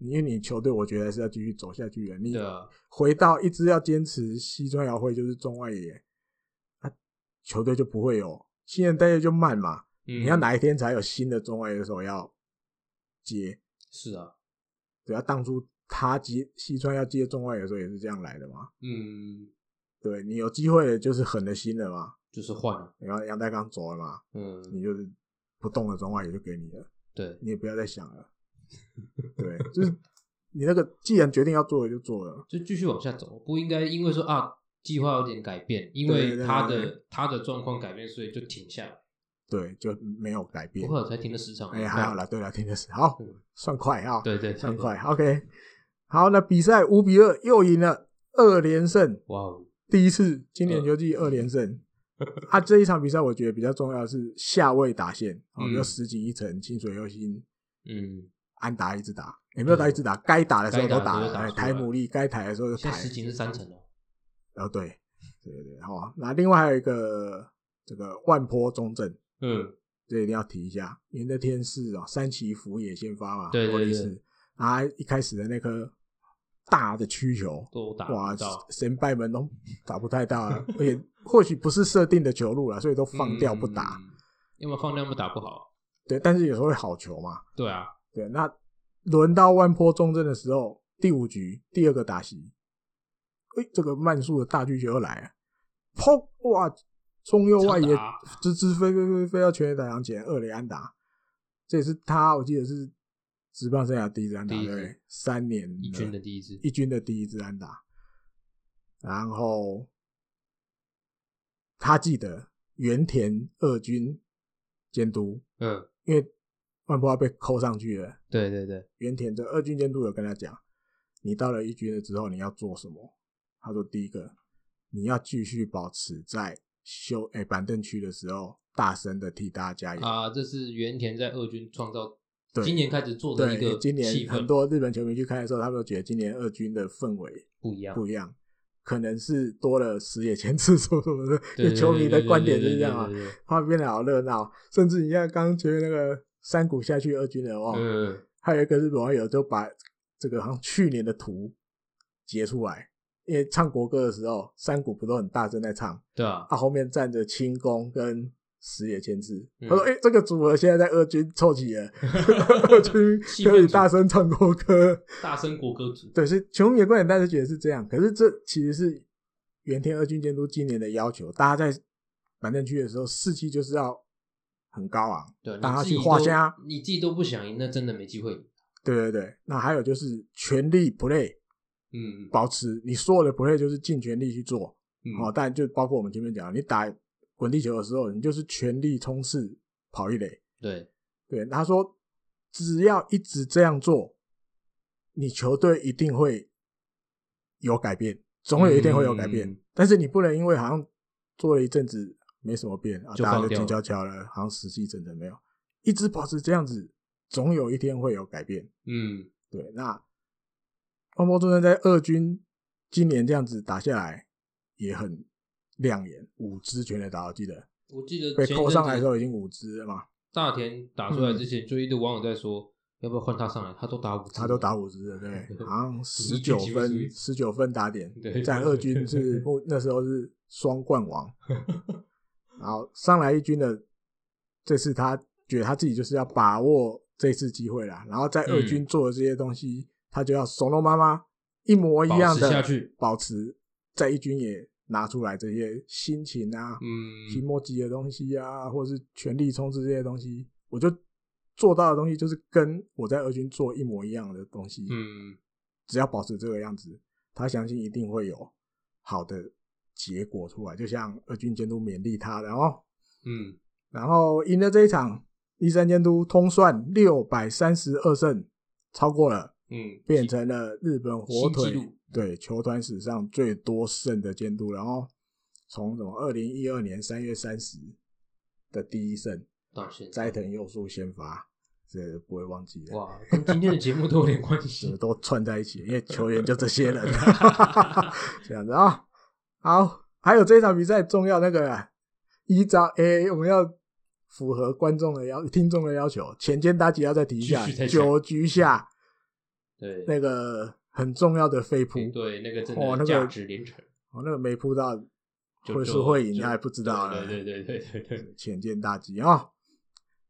Speaker 2: 因为你球队，我觉得还是要继续走下去的。你
Speaker 3: 对啊，
Speaker 2: 回到一直要坚持西装摇会就是中外野，啊，球队就不会有新人代谢就慢嘛。
Speaker 3: 嗯，
Speaker 2: 你要哪一天才有新的中外野手要接？
Speaker 3: 是啊，
Speaker 2: 对啊，当初他接西川要接中外野手也是这样来的嘛。
Speaker 3: 嗯，
Speaker 2: 对你有机会了就是狠的新的嘛，
Speaker 3: 就是换了，
Speaker 2: 然后杨代刚走了嘛，
Speaker 3: 嗯，
Speaker 2: 你就是不动的中外野就给你了。
Speaker 3: 对，
Speaker 2: 你也不要再想了。对，就是你那个既然决定要做的就做了，
Speaker 3: 就继续往下走，不应该因为说啊计划有点改变，因
Speaker 2: 对对
Speaker 3: 为
Speaker 2: 对
Speaker 3: 他
Speaker 2: 对
Speaker 3: 的他的状况改变，所以就停下来。
Speaker 2: 对，就没有改
Speaker 3: 不
Speaker 2: 变。
Speaker 3: 过才停了十场，
Speaker 2: 哎，还好啦，对啦，听的是好
Speaker 3: 嗯，
Speaker 2: 算快啊，
Speaker 3: 对，对对，
Speaker 2: 算
Speaker 3: 对，
Speaker 2: 快。OK，好，那比赛五比二又赢了，二连胜，
Speaker 3: 哇哦，
Speaker 2: 第一次今年
Speaker 3: 嗯
Speaker 2: 球季二连 胜。啊，这一场比赛我觉得比较重要的是下位打线，啊，
Speaker 3: 嗯
Speaker 2: 比如石井一成、清水优心、
Speaker 3: 嗯，
Speaker 2: 安达一直打，也没有打一直打，该打的时候都
Speaker 3: 该打
Speaker 2: 打
Speaker 3: 的
Speaker 2: 了，
Speaker 3: 时候
Speaker 2: 哎
Speaker 3: 都打
Speaker 2: 抬
Speaker 3: 出来
Speaker 2: 牡蛎该抬的时候就
Speaker 3: 现
Speaker 2: 抬
Speaker 3: 在。十井是三成哦，
Speaker 2: 哦，对，对对对，好、啊那另外还有一个这个万坡中正，
Speaker 3: 嗯，
Speaker 2: 这一定要提一下，因为那天是啊、三崎福也先发嘛，
Speaker 3: 对对
Speaker 2: 或者
Speaker 3: 对
Speaker 2: 是啊一开始的那颗大的曲球，
Speaker 3: 都打
Speaker 2: 哇
Speaker 3: 不到，，
Speaker 2: 神拜门都打不太到啊，而且或许不是设定的球路了，所以都放掉不打。
Speaker 3: 嗯，要么放掉，要么打不好。
Speaker 2: 对，但是有时候会好球嘛，
Speaker 3: 对啊，
Speaker 2: 对，那轮到万坡中正的时候，第五局第二个打席，哎、这个慢速的大巨球又来了，砰！哇，中右外
Speaker 3: 长
Speaker 2: 野
Speaker 3: 打
Speaker 2: 直直飞飞飞飞到全垒打墙前，二垒安打，这也是他我记得是职棒生涯第一支安打，对
Speaker 3: 第一
Speaker 2: 不
Speaker 3: 支
Speaker 2: 对，三年
Speaker 3: 一军的第一支，
Speaker 2: 一军的第一支安打，然后他记得原田二军监督，
Speaker 3: 嗯，
Speaker 2: 因为万波要被扣上去了。
Speaker 3: 对对对，
Speaker 2: 原田的二军监督有跟他讲，你到了一军了之后你要做什么？他说第一个，你要继续保持在休哎、板凳区的时候大声的替大家加油。
Speaker 3: 啊，这是原田在二军创造，
Speaker 2: 哎对
Speaker 3: 今年开始做的一
Speaker 2: 对，
Speaker 3: 个
Speaker 2: 今
Speaker 3: 气
Speaker 2: 年
Speaker 3: 氛
Speaker 2: 很多日本球迷去看的时候，他们都觉得今年二军的氛围
Speaker 3: 不一样，
Speaker 2: 不一样，可能是多了石野前次什么什么的，因
Speaker 3: 对
Speaker 2: 为
Speaker 3: 对
Speaker 2: 球迷的
Speaker 3: 对
Speaker 2: 观点
Speaker 3: 对
Speaker 2: 是
Speaker 3: 对
Speaker 2: 这样
Speaker 3: 对
Speaker 2: 啊，
Speaker 3: 对对对
Speaker 2: 画面好热闹，甚至你像刚刚前面那个山谷下去二军人哦，
Speaker 3: 嗯，
Speaker 2: 还有一个日本网友就把这个好像去年的图截出来，因为唱国歌的时候，山谷不都很大声在唱，
Speaker 3: 对啊，
Speaker 2: 啊，后面站着清宫跟石野千次，
Speaker 3: 嗯
Speaker 2: 他说：“哎、这个组合现在在二军凑齐了，二军可以大声唱国歌。
Speaker 3: 大声国歌组”，
Speaker 2: 对，是球迷的观点，大家觉得是这样，可是这其实是原田二军监督今年的要求，大家在板凳区的时候士气就是要很高昂，
Speaker 3: 对，你
Speaker 2: 大家
Speaker 3: 自
Speaker 2: 去
Speaker 3: 己
Speaker 2: 画
Speaker 3: 都
Speaker 2: 家，
Speaker 3: 你自己都不想赢，那真的没机会赢。
Speaker 2: 对对对。那还有就是全力 play。
Speaker 3: 嗯，
Speaker 2: 保持你所有的 play 就是尽全力去做，
Speaker 3: 嗯
Speaker 2: 好、但就包括我们前面讲，你打滚地球的时候，你就是全力冲刺跑一垒。
Speaker 3: 对，
Speaker 2: 对，他说只要一直这样做，你球队一定会有改变，总有一天会有改变。
Speaker 3: 嗯
Speaker 2: 但是你不能因为好像做了一阵子没什么变啊，
Speaker 3: 就
Speaker 2: 大家就
Speaker 3: 放掉
Speaker 2: 静
Speaker 3: 了
Speaker 2: 悄悄了，好像实际真的没有，一直保持这样子，总有一天会有改变。
Speaker 3: 嗯，
Speaker 2: 对，那万波中正在二军今年这样子打下来也很亮眼，五支全垒打，我记得
Speaker 3: 我记得
Speaker 2: 被
Speaker 3: 前一
Speaker 2: 扣
Speaker 3: 阵
Speaker 2: 上来的
Speaker 3: 子
Speaker 2: 时候已经五支了嘛，
Speaker 3: 大田打出来之前，就一堆网友在说要不要换他上来，他都打五次，
Speaker 2: 嗯他都打五支了，对，好像十
Speaker 3: 一
Speaker 2: 九
Speaker 3: 局几分数
Speaker 2: 分
Speaker 3: 一
Speaker 2: 十九分打点
Speaker 3: 对，
Speaker 2: 在二军是那时候是双冠王，然后上来一军的，这次他觉得他自己就是要把握这次机会啦。然后在二
Speaker 3: 嗯
Speaker 2: 军做的这些东西，他就要怂恿妈妈一模一样的
Speaker 3: 保持下去
Speaker 2: 保持在一军也拿出来这些心情啊、提
Speaker 3: 嗯，
Speaker 2: 莫吉的东西啊，或者是全力冲刺这些东西，我就做到的东西就是跟我在二军做一模一样的东西。
Speaker 3: 嗯，
Speaker 2: 只要保持这个样子，他相信一定会有好的结果出来。就像二军监督勉励他的哦，
Speaker 3: 嗯，
Speaker 2: 然后赢了这一场，一三监督通算六百三十二胜，超过了，
Speaker 3: 嗯，
Speaker 2: 变成了日本火
Speaker 3: 新纪
Speaker 2: 腿
Speaker 3: 录
Speaker 2: 对球团史上最多胜的监督。然后从什么二零一二年三月三十的第一胜，
Speaker 3: 到现在
Speaker 2: 斋藤佑树先发，这不会忘记的。
Speaker 3: 哇，跟今天的节目都有点关
Speaker 2: 什么
Speaker 3: 系。
Speaker 2: 都串在一起，因为球员就这些人， 这样子啊。好，还有这场比赛重要那个啊依照诶、我们要符合观众的要听众的要求，前肩搭击要再提一下
Speaker 3: 继续再，讲
Speaker 2: 九局下
Speaker 3: 对，
Speaker 2: 那个很重要的飞扑，
Speaker 3: 对那个真
Speaker 2: 哦那
Speaker 3: 的
Speaker 2: 个
Speaker 3: 价值连城，
Speaker 2: 哦，那个没扑到
Speaker 3: 就
Speaker 2: 会是
Speaker 3: 就
Speaker 2: 会赢
Speaker 3: 就
Speaker 2: 还不知道了，
Speaker 3: 对对对对对对，
Speaker 2: 前肩搭击啊。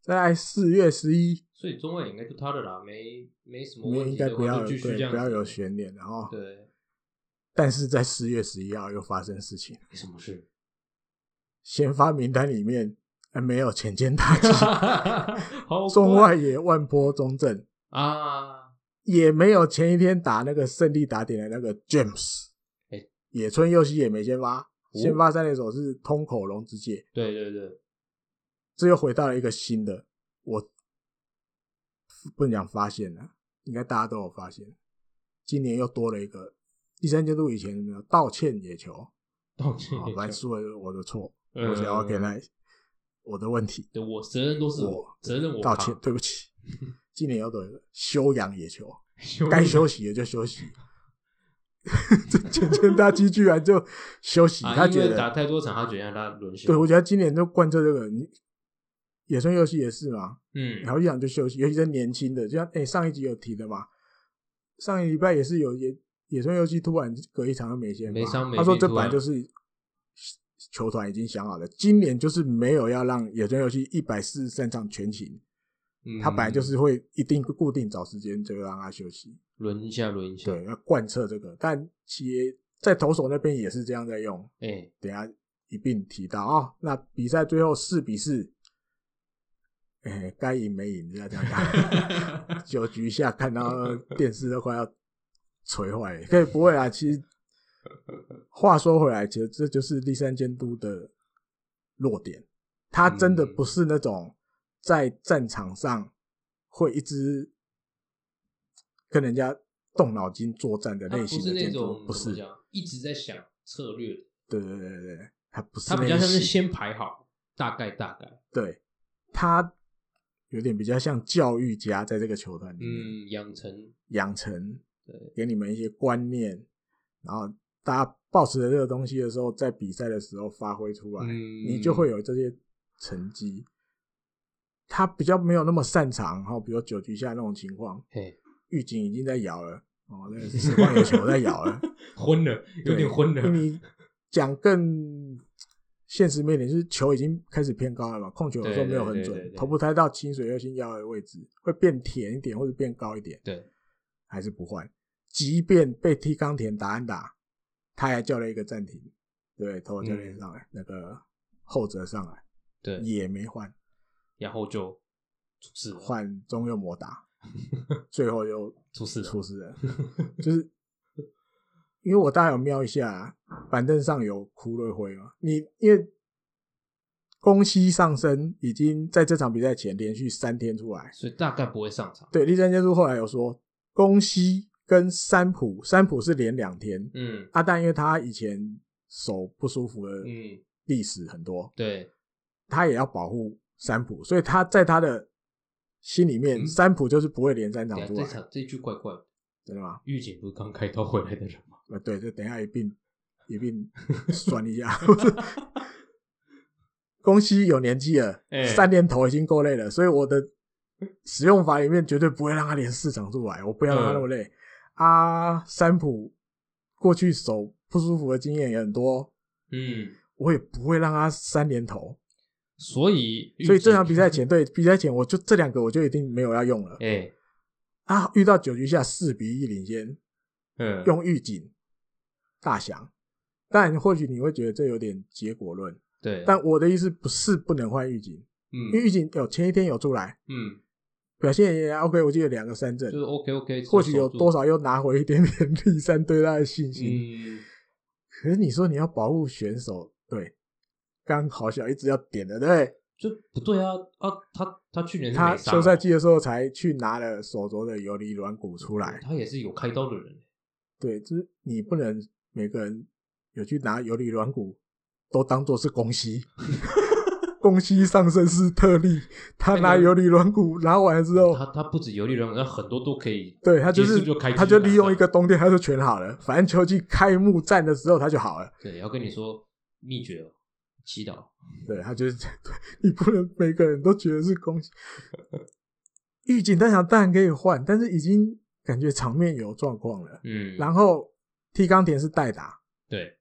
Speaker 2: 再来四月十一，
Speaker 3: 所以中卫应该就他的啦，没没什么
Speaker 2: 我们
Speaker 3: 问
Speaker 2: 应
Speaker 3: 题
Speaker 2: 该
Speaker 3: 的
Speaker 2: 不
Speaker 3: 话，
Speaker 2: 要
Speaker 3: 就继续
Speaker 2: 对
Speaker 3: 这样，
Speaker 2: 不要有。悬念了哦。
Speaker 3: 对，
Speaker 2: 但是在四月十一号又发生事情。
Speaker 3: 没什 么事。
Speaker 2: 先发名单里面、呃、没有浅见大吉，
Speaker 3: 好怪
Speaker 2: 中外野万波中正
Speaker 3: 啊，
Speaker 2: 也没有前一天打那个胜利打点的那个 James，、
Speaker 3: 哎
Speaker 2: 野村佑希也没先
Speaker 3: 哦
Speaker 2: 发，先发三垒手是通口龙之介，
Speaker 3: 对对对，
Speaker 2: 这又回到了一个新的，我不能讲发现了，应该大家都有发现，今年又多了一个第三监督以前没有道歉野球，
Speaker 3: 道歉
Speaker 2: 啊，反正输了我的错，
Speaker 3: 嗯
Speaker 2: 我想要给他我的问题，
Speaker 3: 对我责任都是我
Speaker 2: 我，
Speaker 3: 责任我
Speaker 2: 道
Speaker 3: 扛
Speaker 2: 歉，，对不 起。今年要多一个休养野球，
Speaker 3: 羞
Speaker 2: 该
Speaker 3: 辱
Speaker 2: 休息的就休 息。这简简大鸡居然就休息，
Speaker 3: 啊，
Speaker 2: 他
Speaker 3: 因
Speaker 2: 觉
Speaker 3: 为打
Speaker 2: 得，
Speaker 3: 太多场，他觉得他沦陷。
Speaker 2: 对我觉得今年就贯彻这个，你野村游戏也是嘛，
Speaker 3: 嗯
Speaker 2: 然，后一场就休息，尤其是年轻的，就像哎、上一集有提的嘛，上一礼拜也是有野野村游戏突然隔一场就没先
Speaker 3: 没伤
Speaker 2: 发，
Speaker 3: 没
Speaker 2: 他说
Speaker 3: 病
Speaker 2: 这
Speaker 3: 突
Speaker 2: 本来
Speaker 3: 然
Speaker 2: 就是球团已经想好了，今年就是没有要让野村游戏一百四十三场全勤，
Speaker 3: 嗯
Speaker 2: 他本来就是会一定固定找时间就让他休息，
Speaker 3: 轮一下轮一下，
Speaker 2: 对，要贯彻这个。但企业在投手那边也是这样在用，
Speaker 3: 哎，
Speaker 2: 等一下一并提到啊、那比赛最后四比四，哎，该赢没赢，这样这样打。九局下看到 电视都快要锤坏了，可以不会啊。其 实话说回来，其实这就是第三监督的弱点，他真的
Speaker 3: 嗯
Speaker 2: 不是那种在战场上会一直跟人家动脑筋作战的
Speaker 3: 他
Speaker 2: 类
Speaker 3: 不
Speaker 2: 型
Speaker 3: 是
Speaker 2: 的
Speaker 3: 那
Speaker 2: 监
Speaker 3: 种
Speaker 2: 督，不
Speaker 3: 怎么
Speaker 2: 是，
Speaker 3: 讲一直在想策略的，
Speaker 2: 对对对对对，他不是
Speaker 3: 他
Speaker 2: 那
Speaker 3: 比
Speaker 2: 一
Speaker 3: 较像是
Speaker 2: 型
Speaker 3: 先排好，大概大概，
Speaker 2: 对他有点比较像教育家，在这个球团里面
Speaker 3: 嗯，养成
Speaker 2: 养成
Speaker 3: 对，
Speaker 2: 给你们一些观念，然后大家保持着这个东西的时候，在比赛的时候发挥出来，
Speaker 3: 嗯
Speaker 2: 你就会有这些成绩。他比较没有那么擅长，哈，比如九局下那种情况，
Speaker 3: 嘿，
Speaker 2: 预警已经在摇了，哦，那个四棒有球在摇了，
Speaker 3: 昏了， 有点昏了
Speaker 2: 对，嗯你讲更现实面一点，就是球已经开始偏高了嘛，控球有时候没有很
Speaker 3: 对对对
Speaker 2: 准
Speaker 3: 对，对
Speaker 2: 头不抬到清水右心腰的位置，会变甜一点或者变高一点，
Speaker 3: 对，
Speaker 2: 还是不换。即便被踢冈田打安打，他还叫了一个暂停，对，头教练上来，那个后者上来
Speaker 3: 对，
Speaker 2: 也没换，
Speaker 3: 然后就出事了，
Speaker 2: 换中右磨打，最后又
Speaker 3: 出事了
Speaker 2: 出，事了，就是因为我大概有瞄一下，板凳上有枯瑞辉嘛，你因为宫西上升已经在这场比赛前连续三天出来，
Speaker 3: 所以大概不会上场。
Speaker 2: 对，立山监督后来有说宫西跟三浦，三浦是连两天，
Speaker 3: 嗯
Speaker 2: 阿啊蛋因为他以前手不舒服的
Speaker 3: 嗯，
Speaker 2: 历史很多，
Speaker 3: 对，
Speaker 2: 他也要保护三浦，所以他在他的心里面，
Speaker 3: 嗯
Speaker 2: 三浦就是不会连三场
Speaker 3: 等下
Speaker 2: 出
Speaker 3: 啊这
Speaker 2: 来，
Speaker 3: 场这句怪怪的，
Speaker 2: 真的吗？
Speaker 3: 狱警不是刚开刀回来的人吗？嗯
Speaker 2: 啊，对，就等一下一 并一并算一下。 宫西有年纪了，
Speaker 3: 哎
Speaker 2: 三连投已经够累了，所以我的使用法里面绝对不会让他连四场出来，我不要让他那么
Speaker 3: 嗯
Speaker 2: 累。啊，三浦过去手不舒服的经验也很多，
Speaker 3: 嗯，
Speaker 2: 我也不会让他三连投。
Speaker 3: 所以
Speaker 2: 所以这场比 赛前，对比赛前，我就这两个我就一定没有要用了。
Speaker 3: 哎、
Speaker 2: 啊，遇到九局下四比一领先，
Speaker 3: 嗯，
Speaker 2: 用预警大翔。但或许你会觉得这有点结果论，
Speaker 3: 对，啊
Speaker 2: 但我的意思不是不能换预警，因为
Speaker 3: 嗯
Speaker 2: 预警有前一天有出来，
Speaker 3: 嗯，
Speaker 2: 表现也啊 OK，我记得两个三振
Speaker 3: 就，是 OK OK，
Speaker 2: 或许有多少又拿回一点点 第三对他的信心。
Speaker 3: 嗯，
Speaker 2: 可是你说你要保护选手，对，刚好小一直要点的，对不对，
Speaker 3: 就不对啊啊！他他去年是
Speaker 2: 他
Speaker 3: 没杀
Speaker 2: 休赛
Speaker 3: 嘛
Speaker 2: 季的时候才去拿了手镯的游离软骨出来，
Speaker 3: 他也是有开刀的人，
Speaker 2: 对，就是你不能每个人有去拿游离软骨都当做是公 西，公西上身是特例，他拿游离软骨拿完之后，
Speaker 3: 欸他他不止游历人，然后很多都可以，
Speaker 2: 对他就
Speaker 3: 结
Speaker 2: 是
Speaker 3: 束就开机
Speaker 2: 他就
Speaker 3: 拿下
Speaker 2: 利用一个冬天他就全好了，反正秋季开幕战的时候他就好了，
Speaker 3: 对，要跟你说秘诀哦，祈祷，
Speaker 2: 对他就是对你不能每个人都觉得是公 西。预警单场当然可以换，但是已经感觉场面有状况了。
Speaker 3: 嗯，
Speaker 2: 然后踢钢铁是代打，
Speaker 3: 对，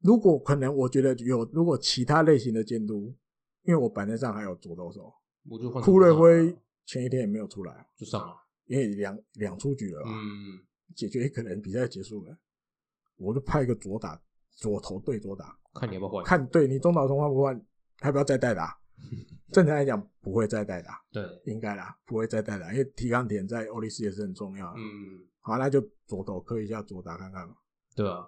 Speaker 2: 如果可能，我觉得有如果其他类型的监督，因为我板凳上还有左投手，
Speaker 3: 我就换
Speaker 2: 库瑞
Speaker 3: 成上
Speaker 2: 辉
Speaker 3: 了
Speaker 2: 前一天也没有出来，
Speaker 3: 就上了，
Speaker 2: 因为两两出局了吧，
Speaker 3: 嗯，
Speaker 2: 解决一个人比赛结束了，我就派一个左打左投对左打，
Speaker 3: 看你要不要换，
Speaker 2: 看对你中岛聪换不换，要不要再代打？正常来讲不会再代打，
Speaker 3: 对，
Speaker 2: 应该啦，不会再代打，因为提纲点在欧力士也是很重要的。啊
Speaker 3: 嗯，
Speaker 2: 好，那就左投磕一下左打看看嘛。
Speaker 3: 对啊，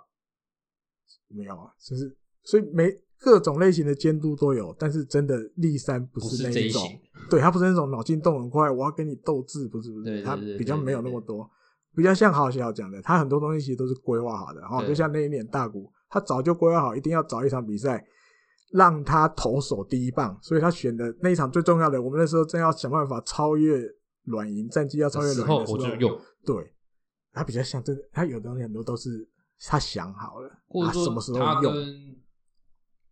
Speaker 2: 没有啊，就是所以每各种类型的监督都有，但是真的立三不
Speaker 3: 不
Speaker 2: 是
Speaker 3: 是
Speaker 2: 那
Speaker 3: 这一
Speaker 2: 种，
Speaker 3: 型，
Speaker 2: 对他不是那种脑筋动很快，我要跟你斗智，不是不是，
Speaker 3: 对对对
Speaker 2: 他
Speaker 3: 对
Speaker 2: 比较
Speaker 3: 对
Speaker 2: 没有那
Speaker 3: 对
Speaker 2: 么多，比较像郝小讲的，他很多东西其实都是规划好的，哈，
Speaker 3: 对
Speaker 2: 就像那一年大谷，他早就规划好，一定要找一场比赛。让他投手第一棒，所以他选的那一场最重要的。我们那时候正要想办法超越软银战绩，要超越
Speaker 3: 的
Speaker 2: 软
Speaker 3: 时
Speaker 2: 银
Speaker 3: 候
Speaker 2: 的时
Speaker 3: 我
Speaker 2: 候
Speaker 3: 就用，
Speaker 2: 对，他比较像真的，他有的东西很多都是他想好了，
Speaker 3: 或
Speaker 2: 他
Speaker 3: 者
Speaker 2: 啊什么时
Speaker 3: 说他
Speaker 2: 候用
Speaker 3: 跟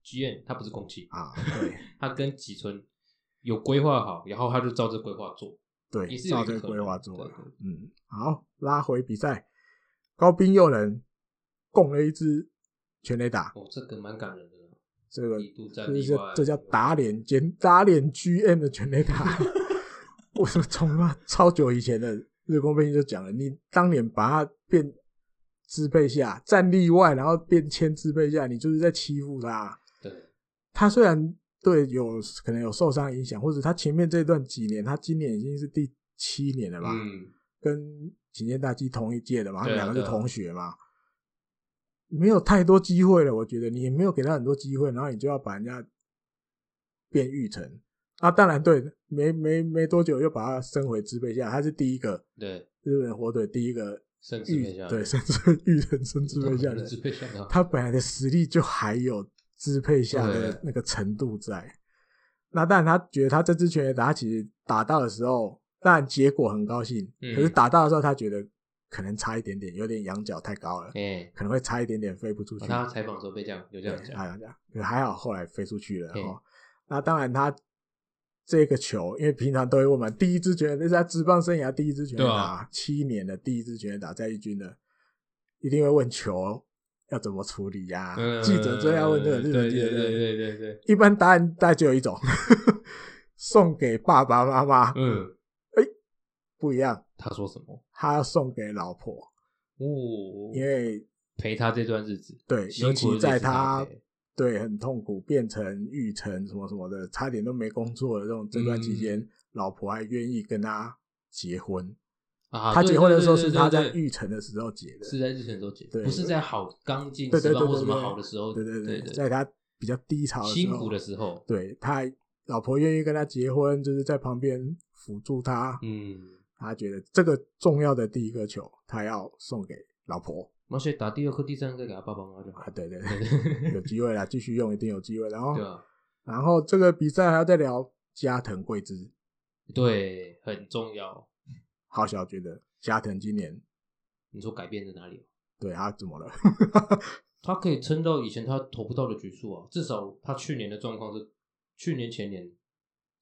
Speaker 3: GM 他不是空气，
Speaker 2: 啊？对
Speaker 3: 他跟吉村有规划好，然后他就照这规划做，
Speaker 2: 对，
Speaker 3: 也是有
Speaker 2: 照
Speaker 3: 一
Speaker 2: 这
Speaker 3: 个
Speaker 2: 个
Speaker 3: 可
Speaker 2: 规
Speaker 3: 能
Speaker 2: 划做
Speaker 3: 对
Speaker 2: 了
Speaker 3: 对。
Speaker 2: 嗯，好，拉回比赛，高滨佑人供了一支全垒打，
Speaker 3: 哦，这个蛮感人的啦，
Speaker 2: 这个
Speaker 3: 一度在
Speaker 2: 这
Speaker 3: 例外
Speaker 2: 叫这叫打脸兼打脸 GM 的全垒打。 我说从那超久以前的日工兵就讲了，你当年把他变支配下战例外，然后变签支配下，你就是在欺负他。
Speaker 3: 对，
Speaker 2: 他虽然对有可能有受伤影响，或者他前面这段几年，他今年已经是第七年了吧，
Speaker 3: 嗯，
Speaker 2: 跟景健大基同一届的嘛，他
Speaker 3: 对
Speaker 2: 们
Speaker 3: 啊
Speaker 2: 两个是
Speaker 3: 对啊
Speaker 2: 同学嘛，没有太多机会了，我觉得你也没有给他很多机会，然后你就要把人家变育成啊，当然对，没没没多久又把他升回支配下，他是第一个
Speaker 3: 对，
Speaker 2: 日本火腿第一个
Speaker 3: 甚至
Speaker 2: 育
Speaker 3: 配下，
Speaker 2: 对，甚至育成 升支配下 的
Speaker 3: 甚至配下的，
Speaker 2: 他本来的实力就还有支配下的
Speaker 3: 对
Speaker 2: 那个程度在。那但他觉得他这支拳打其实打到的时候，当然结果很高兴，
Speaker 3: 嗯
Speaker 2: 可是打到的时候他觉得可能差一点点，有点仰角太高了，
Speaker 3: 哎，
Speaker 2: 可能会差一点点飞不出去。
Speaker 3: 哦他采访的时候被这样有这样
Speaker 2: 对哎他
Speaker 3: 讲，
Speaker 2: 讲，可还好后来飞出去了
Speaker 3: 对
Speaker 2: 哦。那当然他。这个球，因为平常都会问嘛，第一支拳那是他职棒生涯第一支拳
Speaker 3: 对
Speaker 2: 打、
Speaker 3: 啊
Speaker 2: 七年的第一支拳打在一军的，一定会问球要怎么处理呀、
Speaker 3: 嗯
Speaker 2: 记者最要问这个日本
Speaker 3: 对
Speaker 2: 记
Speaker 3: 对
Speaker 2: 者，
Speaker 3: 对对对对，
Speaker 2: 一般答案大概只有一种， 送给爸爸妈妈、
Speaker 3: 嗯，
Speaker 2: 不一样，
Speaker 3: 他说什么？
Speaker 2: 他要送给老婆，
Speaker 3: 哦，
Speaker 2: 因为
Speaker 3: 陪他这段日子，
Speaker 2: 对，
Speaker 3: 辛
Speaker 2: 尤其
Speaker 3: 苦的啊日
Speaker 2: 在
Speaker 3: 子他
Speaker 2: 他
Speaker 3: 陪
Speaker 2: 对，很痛苦，变成玉成什么什么的，差点都没工作的这种这段
Speaker 3: 嗯
Speaker 2: 期间，老婆还愿意跟他结婚。
Speaker 3: 啊，
Speaker 2: 他
Speaker 3: 对
Speaker 2: 结婚的时候
Speaker 3: 对
Speaker 2: 是
Speaker 3: 对对
Speaker 2: 他在
Speaker 3: 对对
Speaker 2: 玉成的时候结的，
Speaker 3: 是在日程都结，
Speaker 2: 对
Speaker 3: 不是在好刚进
Speaker 2: 对对对
Speaker 3: 职棒或
Speaker 2: 对
Speaker 3: 什
Speaker 2: 对
Speaker 3: 么好的时候，
Speaker 2: 对
Speaker 3: 对
Speaker 2: 对，在他比较低潮的时
Speaker 3: 辛
Speaker 2: 候，
Speaker 3: 苦的时候，
Speaker 2: 对他老婆愿意跟他结婚，就是在旁边辅助他。
Speaker 3: 嗯，
Speaker 2: 他觉得这个重要的第一个球，他要送给老婆
Speaker 3: 那所以打第二颗、第三颗给他爸爸妈妈就好
Speaker 2: 啊，
Speaker 3: 了，
Speaker 2: 对对
Speaker 3: 对
Speaker 2: 对，有
Speaker 3: 对
Speaker 2: 机会啦，继续用一定有机会。然后，
Speaker 3: 对啊，
Speaker 2: 然后这个比赛还要再聊加藤贵之，
Speaker 3: 对，很重要。
Speaker 2: 好小觉得加藤今年
Speaker 3: 你说改变在哪里？
Speaker 2: 对他怎么了？
Speaker 3: 他可以撑到以前他投不到的局数啊，至少他去年的状况是，去年前年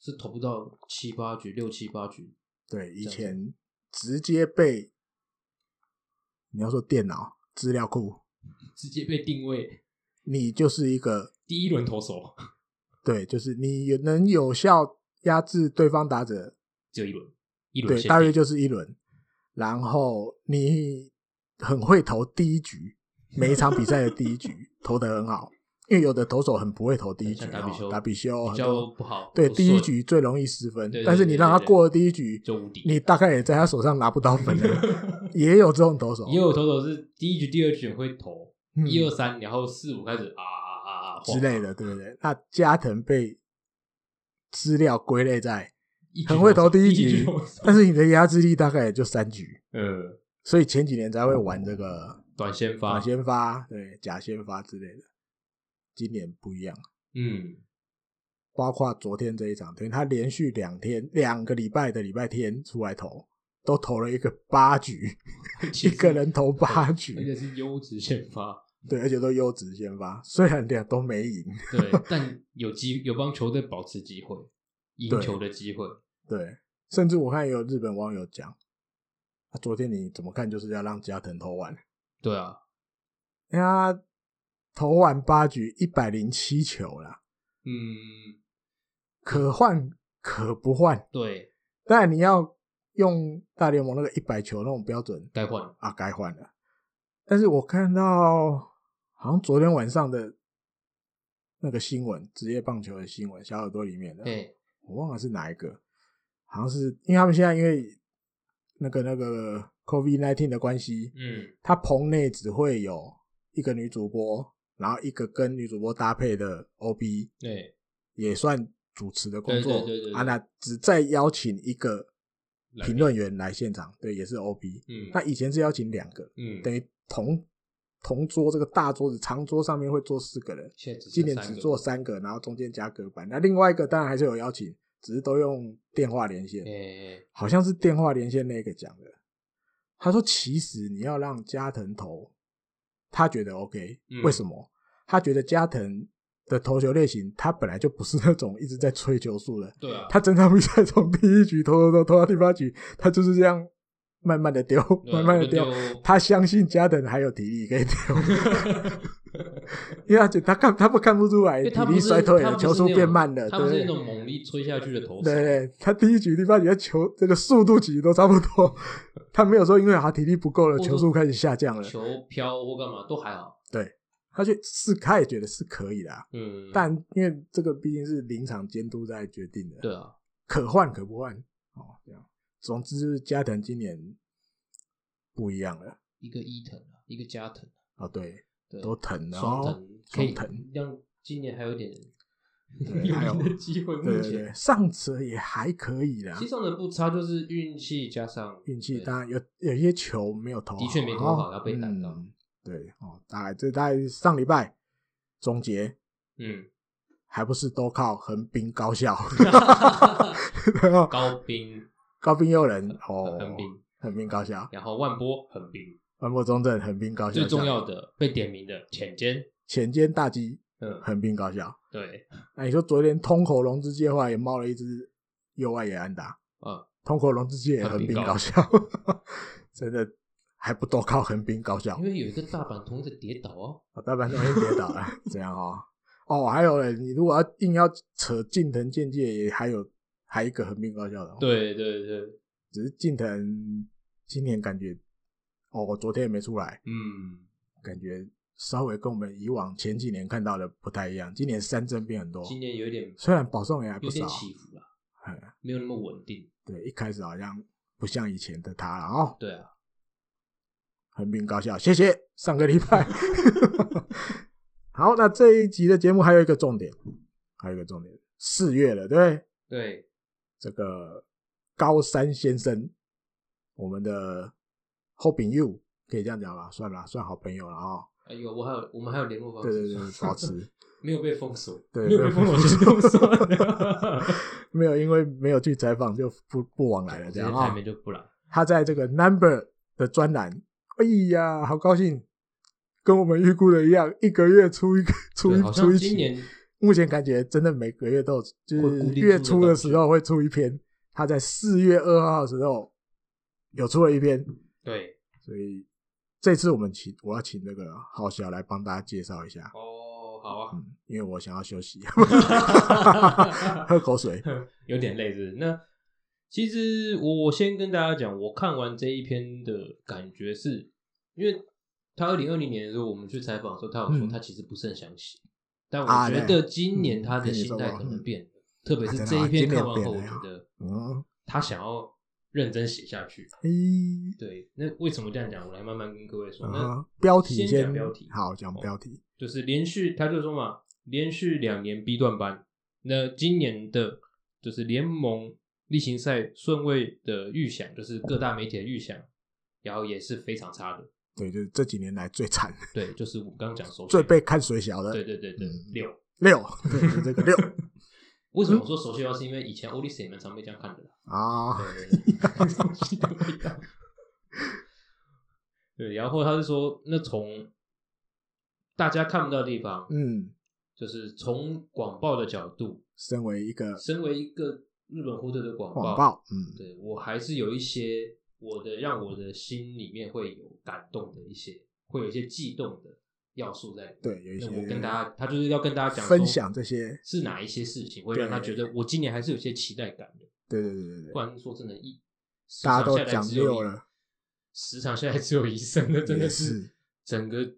Speaker 3: 是投不到七八局、六七八局，
Speaker 2: 对，以
Speaker 3: 这样子
Speaker 2: 前直接被你要说电脑资料库
Speaker 3: 直接被定位
Speaker 2: 你就是一个
Speaker 3: 第一轮投手
Speaker 2: 对，就是你有能有效压制对方打者，
Speaker 3: 只有一轮，一轮
Speaker 2: 对，
Speaker 3: 限
Speaker 2: 大
Speaker 3: 定
Speaker 2: 约就是一轮。然后你很会投第一局，每一场比赛的第一 局投得很好，因为有的投手很不会投第一局哦，
Speaker 3: 像打比修
Speaker 2: 打比修
Speaker 3: 比
Speaker 2: 很
Speaker 3: 较
Speaker 2: 多，
Speaker 3: 不好。
Speaker 2: 对，
Speaker 3: 不
Speaker 2: 第一
Speaker 3: 顺
Speaker 2: 局最容易失分
Speaker 3: 对，对
Speaker 2: 但是
Speaker 3: 对
Speaker 2: 你
Speaker 3: 对
Speaker 2: 让他
Speaker 3: 对
Speaker 2: 过了第一局，
Speaker 3: 就无敌。
Speaker 2: 你大概也在他手上拿不到分了，也有这种投手，
Speaker 3: 也有投手是第一局、第二局很会投，
Speaker 2: 嗯
Speaker 3: 一二三，然后四五开始啊啊啊啊
Speaker 2: 之类的，对不对？那加藤被资料归类在，
Speaker 3: 的
Speaker 2: 很会投第一
Speaker 3: 一
Speaker 2: 局
Speaker 3: 局投手，
Speaker 2: 但是你的压制力大概也就三局，
Speaker 3: 呃，
Speaker 2: 所以前几年才会玩这个
Speaker 3: 短先发，
Speaker 2: 短先发、对假先发之类的。今年不一样，
Speaker 3: 嗯，
Speaker 2: 包括昨天这一场，等于他连续两天两个礼拜的礼拜天出来投，都投了一个八局，
Speaker 3: 其
Speaker 2: 一
Speaker 3: 实
Speaker 2: 个人投八
Speaker 3: 而
Speaker 2: 局，
Speaker 3: 且是优质先发，
Speaker 2: 对，而且都优质先发，虽然俩都没赢，
Speaker 3: 对，但有机有帮球队保持机会，赢
Speaker 2: 对
Speaker 3: 球的机会，
Speaker 2: 对，甚至我看也有日本网友讲，啊、昨天你怎么看就是要让加藤投完，
Speaker 3: 对啊，
Speaker 2: 因为他投完八局一百零七球啦，
Speaker 3: 嗯，
Speaker 2: 可换可不换，
Speaker 3: 对，
Speaker 2: 当然你要用大联盟那个一百球那种标准
Speaker 3: 该换了，
Speaker 2: 啊，该换了。但是我看到好像昨天晚上的那个新闻，职业棒球的新闻，小耳朵里面的，
Speaker 3: 哎，
Speaker 2: 我忘了是哪一个，好像是因为他们现在因为那个那个 COVID nineteen 的关系，
Speaker 3: 嗯，
Speaker 2: 他棚内只会有一个女主播，然后一个跟女主播搭配的 OB，
Speaker 3: 对，
Speaker 2: 也算主持的工作
Speaker 3: 对对对对对
Speaker 2: 啊，那只再邀请一个
Speaker 3: 来
Speaker 2: 评
Speaker 3: 宾
Speaker 2: 论员来现场，对，也是 OB。
Speaker 3: 嗯，
Speaker 2: 那以前是邀请两个，
Speaker 3: 嗯，
Speaker 2: 等于同同桌这个大桌子长桌上面会坐四个人，
Speaker 3: 现在只剩
Speaker 2: 今年
Speaker 3: 三
Speaker 2: 只
Speaker 3: 个
Speaker 2: 做，三个，然后中间加隔板。那另外一个当然还是有邀请，只是都用电话连线，
Speaker 3: 哎，
Speaker 2: 好像是电话连线那个讲的。他说，其实你要让加藤投，他觉得 OK，、
Speaker 3: 嗯
Speaker 2: 为什么？他觉得加藤的投球类型，他本来就不是那种一直在吹球速的。
Speaker 3: 对啊，
Speaker 2: 他整场比赛从第一局投投投投到第八局，他就是这样慢慢的丢，
Speaker 3: 对啊
Speaker 2: 慢慢的
Speaker 3: 轮
Speaker 2: 丢。
Speaker 3: 流
Speaker 2: 他相信加藤还有体力可以丢。 因为他觉得他看他不看不出来，
Speaker 3: 因为
Speaker 2: 哎体
Speaker 3: 他不
Speaker 2: 力
Speaker 3: 是
Speaker 2: 衰退
Speaker 3: 他
Speaker 2: 了，
Speaker 3: 不是
Speaker 2: 球速
Speaker 3: 那种
Speaker 2: 变慢了，
Speaker 3: 他
Speaker 2: 对
Speaker 3: 不
Speaker 2: 不
Speaker 3: 是那
Speaker 2: 对？
Speaker 3: 种猛力吹下去的投手，
Speaker 2: 对对，他第一局、第八局，他球这个速度其实都差不多， 他没有说因为他体力不够了，
Speaker 3: 或者
Speaker 2: 球速开始下降了。
Speaker 3: 球飘或干嘛都还好，
Speaker 2: 他就是他也觉得是可以的啊，
Speaker 3: 嗯，
Speaker 2: 但因为这个毕竟是临场监督在决定的，
Speaker 3: 对啊，
Speaker 2: 可换可不换哦，这样。总之就是加藤今年不一样了
Speaker 3: 一个伊藤啊，一个加藤啊，
Speaker 2: 啊，对，
Speaker 3: 对，
Speaker 2: 都疼了
Speaker 3: 双
Speaker 2: 哦
Speaker 3: 藤，可
Speaker 2: 双
Speaker 3: 以
Speaker 2: 疼，
Speaker 3: 让今年还有点
Speaker 2: 对
Speaker 3: 有
Speaker 2: 还有
Speaker 3: 赢的机会。目
Speaker 2: 对对对，
Speaker 3: 前
Speaker 2: 上者也还可以啦
Speaker 3: 其。实上能不差，就是运气加上
Speaker 2: 运气，
Speaker 3: 对
Speaker 2: 当然有有一些球没有投好，
Speaker 3: 的确没投好
Speaker 2: 哦
Speaker 3: 要被打到
Speaker 2: 嗯对哦，大概这大概上礼拜总结，
Speaker 3: 嗯，
Speaker 2: 还不是都靠横滨高校，然后
Speaker 3: 高冰
Speaker 2: 高滨诱人哦，
Speaker 3: 横滨，
Speaker 2: 横滨高校，
Speaker 3: 然后万波横滨，
Speaker 2: 文博中正横滨高校，
Speaker 3: 最重要的被点名的浅间，
Speaker 2: 浅间大鸡
Speaker 3: 嗯，
Speaker 2: 横滨高校。
Speaker 3: 对，
Speaker 2: 那你说昨天通口龙之介的话也冒了一只右外野安打，
Speaker 3: 嗯，
Speaker 2: 通口龙之介也横滨 高校，真的还不都靠横滨高校
Speaker 3: 因，为有一个大阪同学跌倒哦，
Speaker 2: 我大半都已经跌倒了，这样哦。哦，还有嘞，你如果要硬要扯近藤健介，也还有还有一个横滨高校的、哦，，
Speaker 3: 对对对，
Speaker 2: 只是近藤今年感觉，哦，我昨天也没出来，
Speaker 3: 嗯，
Speaker 2: 感觉稍微跟我们以往前几年看到的不太一样，今年三振变很多，
Speaker 3: 今年有一点
Speaker 2: 哦虽然保送也还不
Speaker 3: 有点
Speaker 2: 少，
Speaker 3: 起伏啦，
Speaker 2: 嗯，
Speaker 3: 没有那么稳定，
Speaker 2: 对，一开始好像不像以前的他了哦，
Speaker 3: 对啊，
Speaker 2: 横滨高校，谢谢，上个礼拜。 好，那这一集的节目还有一个重点，还有一个重点，四月了，对不对，
Speaker 3: 对，
Speaker 2: 这个高山先生，我们的后丙 you 可以这样讲吧，算了，算好朋友了哦。
Speaker 3: 哎呦，我还有我们还有联络方
Speaker 2: 对
Speaker 3: 式，
Speaker 2: 对 对，保持
Speaker 3: 没有被封锁，
Speaker 2: 对
Speaker 3: 没有被封锁就是封锁 的，
Speaker 2: 没有，因为没有去采访就不不往来了，这
Speaker 3: 哎这些
Speaker 2: 样
Speaker 3: 台
Speaker 2: 啊、
Speaker 3: 面就不来，
Speaker 2: 他在这个 Number 的专栏，哎呀，好高兴，跟我们预估的一样，一个月出一个出
Speaker 3: 对，
Speaker 2: 一
Speaker 3: 好
Speaker 2: 出
Speaker 3: 像
Speaker 2: 一
Speaker 3: 今
Speaker 2: 期。
Speaker 3: 年
Speaker 2: 目前感觉真的每个月都有，就
Speaker 3: 会固
Speaker 2: 是
Speaker 3: 定出的
Speaker 2: 月初的
Speaker 3: 感觉
Speaker 2: 时候会出一篇。他在四月二号的时候有出了一篇，
Speaker 3: 对
Speaker 2: 所以这次我们请我要请那个浩小来帮大家介绍一下。
Speaker 3: 哦，好啊，
Speaker 2: 嗯，因为我想要休息，喝口
Speaker 3: 嗯
Speaker 2: 水。
Speaker 3: 有点类似。那其实我我先跟大家讲，我看完这一篇的感觉是，因为他二零二零年的时候，我们去采访的时候，他有说
Speaker 2: 嗯
Speaker 3: 他其实不是很想写，但我
Speaker 2: 啊
Speaker 3: 觉
Speaker 2: 对
Speaker 3: 得今
Speaker 2: 嗯
Speaker 3: 年他的
Speaker 2: 跟你
Speaker 3: 心
Speaker 2: 说
Speaker 3: 态
Speaker 2: 过
Speaker 3: 可能
Speaker 2: 嗯
Speaker 3: 变了，特别
Speaker 2: 啊
Speaker 3: 是
Speaker 2: 真的
Speaker 3: 这
Speaker 2: 吗
Speaker 3: 一篇
Speaker 2: 今年
Speaker 3: 看完
Speaker 2: 变
Speaker 3: 后，
Speaker 2: 了
Speaker 3: 我
Speaker 2: 呀
Speaker 3: 觉得
Speaker 2: 嗯，
Speaker 3: 他想要认真写下去。
Speaker 2: 嘿，
Speaker 3: 对，那为什么这样讲？我来慢慢跟各位说。
Speaker 2: 嗯
Speaker 3: 那
Speaker 2: 哼，标题
Speaker 3: 先讲标题
Speaker 2: 好，讲
Speaker 3: 哦
Speaker 2: 标题。
Speaker 3: 就是连续，他就说嘛，连续两年 B 段班，那今年的就是联盟例行赛顺位的预想，就是各大媒体的预想，然后也是非常差的。
Speaker 2: 对，就是这几年来最惨、
Speaker 3: 对，就是我们刚刚讲首选
Speaker 2: 最被看水小
Speaker 3: 对
Speaker 2: 的
Speaker 3: 对对对
Speaker 2: 嗯
Speaker 3: 六。
Speaker 2: 六，对，这个 六嗯
Speaker 3: 为什么我说首秀要是因为以前欧力士也蛮常被这样看的啦。
Speaker 2: 啊，
Speaker 3: 对对对 东西都不一样。对，然后他就说，那从大家看不到的地方，
Speaker 2: 嗯，
Speaker 3: 就是从广报的角度，
Speaker 2: 身为一个
Speaker 3: 身为一个日本护队的广
Speaker 2: 谎报，嗯，
Speaker 3: 对我还是有一些我的让我的心里面会有感动的一些，会有一些悸动的要素在里面。
Speaker 2: 对，有一
Speaker 3: 那
Speaker 2: 些
Speaker 3: 我跟大家，他就是要跟大家讲说
Speaker 2: 分享这些，
Speaker 3: 是哪一些事情会让他觉得我今年还是有些期待感的。
Speaker 2: 对对对对对
Speaker 3: 不，然说真的，一十
Speaker 2: 大家
Speaker 3: 场
Speaker 2: 都
Speaker 3: 下来
Speaker 2: 讲
Speaker 3: 只有
Speaker 2: 六
Speaker 3: 一
Speaker 2: 了，
Speaker 3: 十场下来只有一胜，那真的
Speaker 2: 也
Speaker 3: 是
Speaker 2: 是
Speaker 3: 整个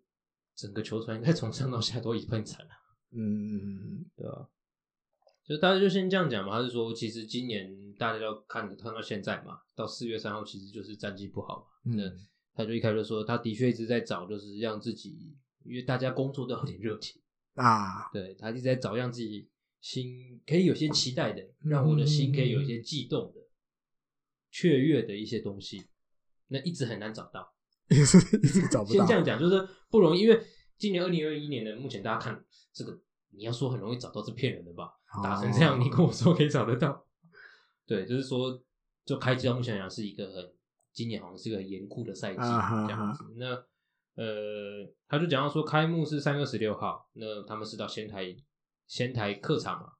Speaker 3: 整个球团应该从上到下都一份惨啊，
Speaker 2: 嗯，
Speaker 3: 对吧、就大家就先这样讲嘛，他是说其实今年大家要看看到现在嘛，到四月三号其实就是战绩不好嘛，那
Speaker 2: 嗯，
Speaker 3: 他就一开始就说他的确一直在找，就是让自己因为大家工作都有点热情，
Speaker 2: 啊，
Speaker 3: 对他一直在找让自己心可以有些期待的，让我的心可以有一些悸动
Speaker 2: 嗯
Speaker 3: 的、雀跃的一些东西，那一直很难找到。
Speaker 2: 嗯也是一直找不
Speaker 3: 先
Speaker 2: 到
Speaker 3: 这，样讲，就是不容易，因为今年二零二一年的目前大家看这个，你要说很容易找到是骗人的吧？打成这样，你
Speaker 2: 哦
Speaker 3: 跟我说可以找得到？ 对，就是说，就开机到目前来讲是一个很今年好像是个严酷的赛季
Speaker 2: 啊哈哈
Speaker 3: 这样子。那呃，他就讲到说，开幕是三月十六号，那他们是到仙台仙台客场嘛，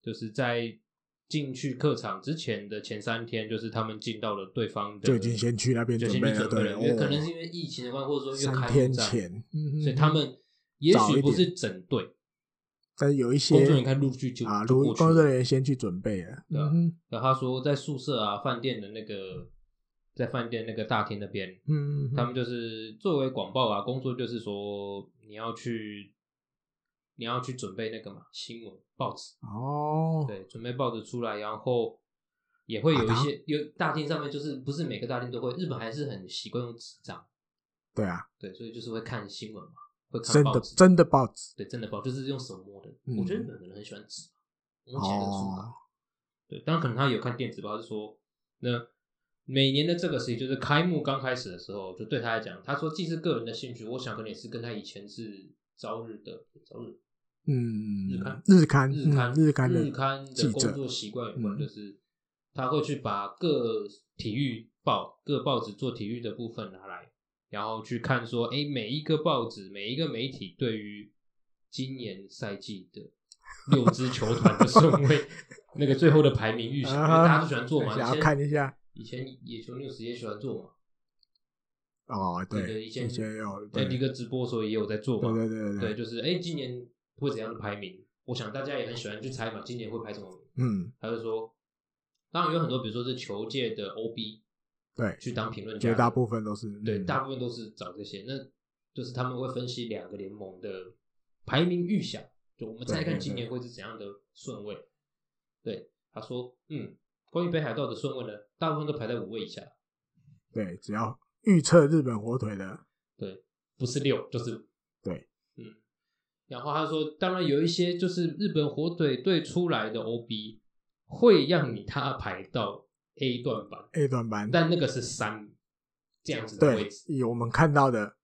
Speaker 3: 就是在。进去客场之前的前三天，就是他们进到了对方的，
Speaker 2: 就已经先去那边
Speaker 3: 就
Speaker 2: 准
Speaker 3: 先
Speaker 2: 备
Speaker 3: 去
Speaker 2: 了，
Speaker 3: 准备
Speaker 2: 对，
Speaker 3: 了，因为
Speaker 2: 哦
Speaker 3: 可能是因为疫情的关系，或者说因为
Speaker 2: 三
Speaker 3: 开
Speaker 2: 天
Speaker 3: 幕战，
Speaker 2: 前，嗯
Speaker 3: 所以他们也
Speaker 2: 早一
Speaker 3: 许不
Speaker 2: 点
Speaker 3: 是整队，
Speaker 2: 但是有一些
Speaker 3: 工作人员开始陆续就
Speaker 2: 啊，
Speaker 3: 就
Speaker 2: 如
Speaker 3: 过去
Speaker 2: 工作
Speaker 3: 了
Speaker 2: 人员先去准备了，
Speaker 3: 对啊
Speaker 2: 嗯
Speaker 3: 然后他说在宿舍啊、饭店的那个，在饭店那个大厅那边，
Speaker 2: 嗯，
Speaker 3: 他们就是作为广报啊，工作就是说你要去，你要去准备那个嘛新闻报纸，
Speaker 2: 哦，
Speaker 3: 对，准备报纸出来，然后也会有一
Speaker 2: 啊
Speaker 3: 些有大厅上面就是不是每个大厅都会，日本还是很习惯用纸张，
Speaker 2: 对啊，
Speaker 3: 对，所以就是会看新闻嘛，会看
Speaker 2: 真
Speaker 3: 报
Speaker 2: 的
Speaker 3: 纸，
Speaker 2: 真的报纸，
Speaker 3: 对，真的报就是用手摸的。
Speaker 2: 嗯
Speaker 3: 我觉得日本人很喜欢纸，摸起来很舒服。
Speaker 2: 哦，
Speaker 3: 对，当然可能他有看电子报，就说那每年的这个时期，就是开幕刚开始的时候，就对他来讲，他说既是个人的兴趣，我想可能也是跟他以前是朝日的朝日
Speaker 2: 嗯，
Speaker 3: 日刊
Speaker 2: 日刊
Speaker 3: 日刊、
Speaker 2: 嗯日刊的
Speaker 3: 日刊
Speaker 2: 记
Speaker 3: 的
Speaker 2: 者
Speaker 3: 工作习惯有关，
Speaker 2: 嗯
Speaker 3: 就是他会去把各体育报、各报纸做体育的部分拿来，然后去看说，哎，每一个报纸、每一个媒体对于今年赛季的六支球团的顺 位。那个最后的排名预想，因为
Speaker 2: 啊
Speaker 3: 大家都喜欢做嘛，
Speaker 2: 想要
Speaker 3: 以前
Speaker 2: 看一下
Speaker 3: 以前野球 news 也喜欢做嘛，
Speaker 2: 哦，
Speaker 3: 对
Speaker 2: 对，
Speaker 3: 以
Speaker 2: 以
Speaker 3: 前
Speaker 2: 前有
Speaker 3: 在
Speaker 2: 对
Speaker 3: 迪
Speaker 2: 对
Speaker 3: 哥直播的时候也有在做嘛。
Speaker 2: 对对
Speaker 3: 对，，就是哎、诶今年会怎样的排名？我想大家也很喜欢去猜嘛，今年会排什么名？
Speaker 2: 嗯，
Speaker 3: 他就说，当然有很多，比如说是球界的 OB
Speaker 2: 对，
Speaker 3: 去当评论家，
Speaker 2: 绝大部分都是
Speaker 3: 啊对，
Speaker 2: 嗯
Speaker 3: 大部分都是找这些。那就是他们会分析两个联盟的排名预想，就我们猜
Speaker 2: 对对
Speaker 3: 看
Speaker 2: 对
Speaker 3: 今年会是怎样的顺位。对，他说，嗯，关于北海道的顺位呢，大部分都排在五位以下，
Speaker 2: 对，只要预测日本火腿的，
Speaker 3: 对，不是六就是五
Speaker 2: 对，
Speaker 3: 嗯。然后他说，当然有一些就是日本火腿队出来的 OB 会让你他排到 A 段版，
Speaker 2: A 段班，
Speaker 3: 但那个是三这样子的位
Speaker 2: 对
Speaker 3: 置，，
Speaker 2: 以我们看到的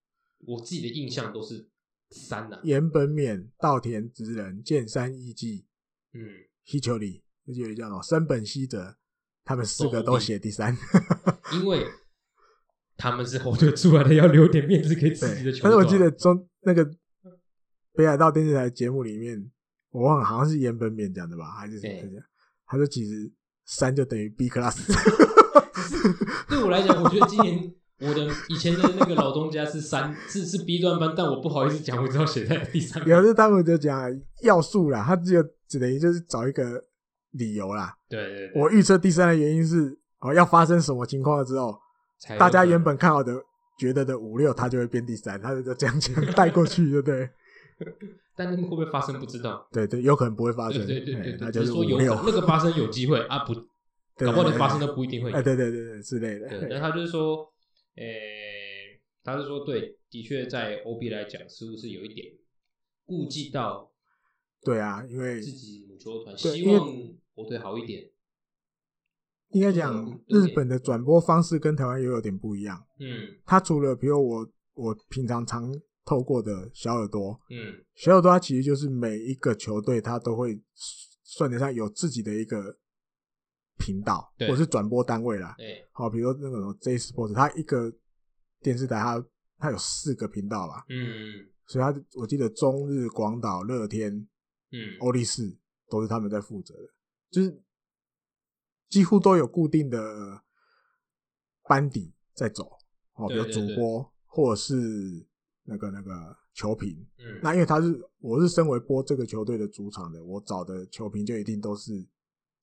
Speaker 3: 我自己的印象都是三啊呐、
Speaker 2: 岩本勉、稻田直人、剑山义纪、
Speaker 3: 嗯，
Speaker 2: 希球里，那就有叫什么森本希哲，他们四个
Speaker 3: 哦
Speaker 2: 都写第三。
Speaker 3: 因为他们是火腿出来的，要留点面子给自己的
Speaker 2: 对，
Speaker 3: 球
Speaker 2: 但
Speaker 3: 队。啊
Speaker 2: 是我记得中那个北海道电视台节目里面，我忘了好像是岩本勉讲的吧，还是谁
Speaker 3: 对
Speaker 2: 讲的？他 说其实三就等于 B class，
Speaker 3: 啊对我来讲，我觉得今年我的以前的那个老东家是三是是 B 段班，但我不好意思讲，我只好写在第三
Speaker 2: 有
Speaker 3: 个。
Speaker 2: 的他们就讲要素啦，他就只能就是找一个理由啦。
Speaker 3: 对对对，
Speaker 2: 我预测第三的原因是哦要发生什么情况了之后，
Speaker 3: 才有
Speaker 2: 大家
Speaker 3: 可能
Speaker 2: 原本看好的觉得的五六，他就会变第三，他就这 样讲带过去，对不对？
Speaker 3: 但那个会不会发生不知道。
Speaker 2: 对对，有可能不会发生，
Speaker 3: 对对对
Speaker 2: 哎
Speaker 3: 对对，
Speaker 2: 那
Speaker 3: 只
Speaker 2: 就是五
Speaker 3: 说有
Speaker 2: 六
Speaker 3: 可，那个发生有机会啊，不，
Speaker 2: 对
Speaker 3: 搞不好
Speaker 2: 对
Speaker 3: 连发生都不一定会有
Speaker 2: 哎，。对对对对之 类的，
Speaker 3: 对，那他就是说，诶、他是说对，的确在 OB 来讲，似乎是有一点顾忌到
Speaker 2: 对啊，因为
Speaker 3: 自己母球团，
Speaker 2: 对
Speaker 3: 希
Speaker 2: 因为
Speaker 3: 望火腿好一点。
Speaker 2: 应该讲日本的转播方式跟台湾也有点不一样，
Speaker 3: 嗯
Speaker 2: 它除了比如我我平常常透过的小耳朵，
Speaker 3: 嗯，
Speaker 2: 小耳朵它其实就是每一个球队它都会算得上有自己的一个频道
Speaker 3: 对
Speaker 2: 或者是转播单位啦。
Speaker 3: 哎、
Speaker 2: 好，比如说那个什么 J Sports，它一个电视台它它有四个频道吧，
Speaker 3: 嗯
Speaker 2: 所以它我记得中日、广岛、乐天、
Speaker 3: 嗯
Speaker 2: 欧力士都是他们在负责的，就是几乎都有固定的班底在走，哦，比
Speaker 3: 对
Speaker 2: 如
Speaker 3: 对
Speaker 2: 主
Speaker 3: 对
Speaker 2: 播或者是那个那个球评。
Speaker 3: 嗯，
Speaker 2: 那因为他是我是身为播这个球队的主场的，我找的球评就一定都是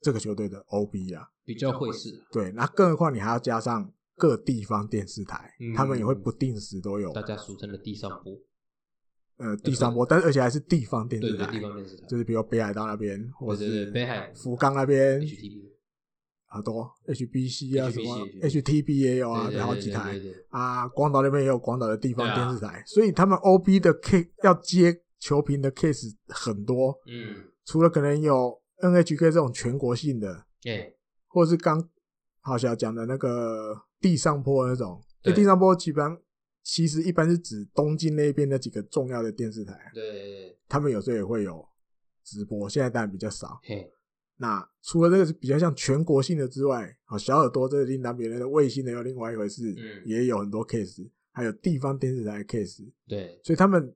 Speaker 2: 这个球队的 OB 啊。
Speaker 3: 比较会是，
Speaker 2: 对，那更何况你还要加上各地方电视台，
Speaker 3: 嗯
Speaker 2: 他们也会不定时都有
Speaker 3: 大家俗称的地上波，
Speaker 2: 呃第三波，但是而且还是地方电
Speaker 3: 对
Speaker 2: 视
Speaker 3: 对，
Speaker 2: 台，
Speaker 3: 地方电视台，
Speaker 2: 就是比如北海道那边，或
Speaker 3: 对
Speaker 2: 者
Speaker 3: 对对，北
Speaker 2: 是
Speaker 3: 海、
Speaker 2: 福冈那边
Speaker 3: HTB，
Speaker 2: 好多 HBC 啊
Speaker 3: HBC
Speaker 2: 什么
Speaker 3: HBC
Speaker 2: HTB 也有啊，
Speaker 3: 对对
Speaker 2: 好几
Speaker 3: 对
Speaker 2: 台
Speaker 3: 对对
Speaker 2: 啊，广岛那边也有广岛的地方
Speaker 3: 对啊
Speaker 2: 电视台，所以他们 OB 的 case 要接球评的 case 很多，
Speaker 3: 嗯，
Speaker 2: 除了可能有 NHK 这种全国性的，
Speaker 3: 哎、
Speaker 2: 或者是刚好像讲的那个地上坡那种，
Speaker 3: 对
Speaker 2: 因为地上坡基本上其实一般是指东京那边那几个重要的电视台，
Speaker 3: 对对对，
Speaker 2: 他们有时候也会有直播，现在当然比较少。
Speaker 3: 嘿，
Speaker 2: 那除了这个是比较像全国性的之外，啊，小耳朵这个另当别论的卫星的又另外一回事，
Speaker 3: 嗯
Speaker 2: 也有很多 case，还有地方电视台的 case，
Speaker 3: 对，
Speaker 2: 所以他们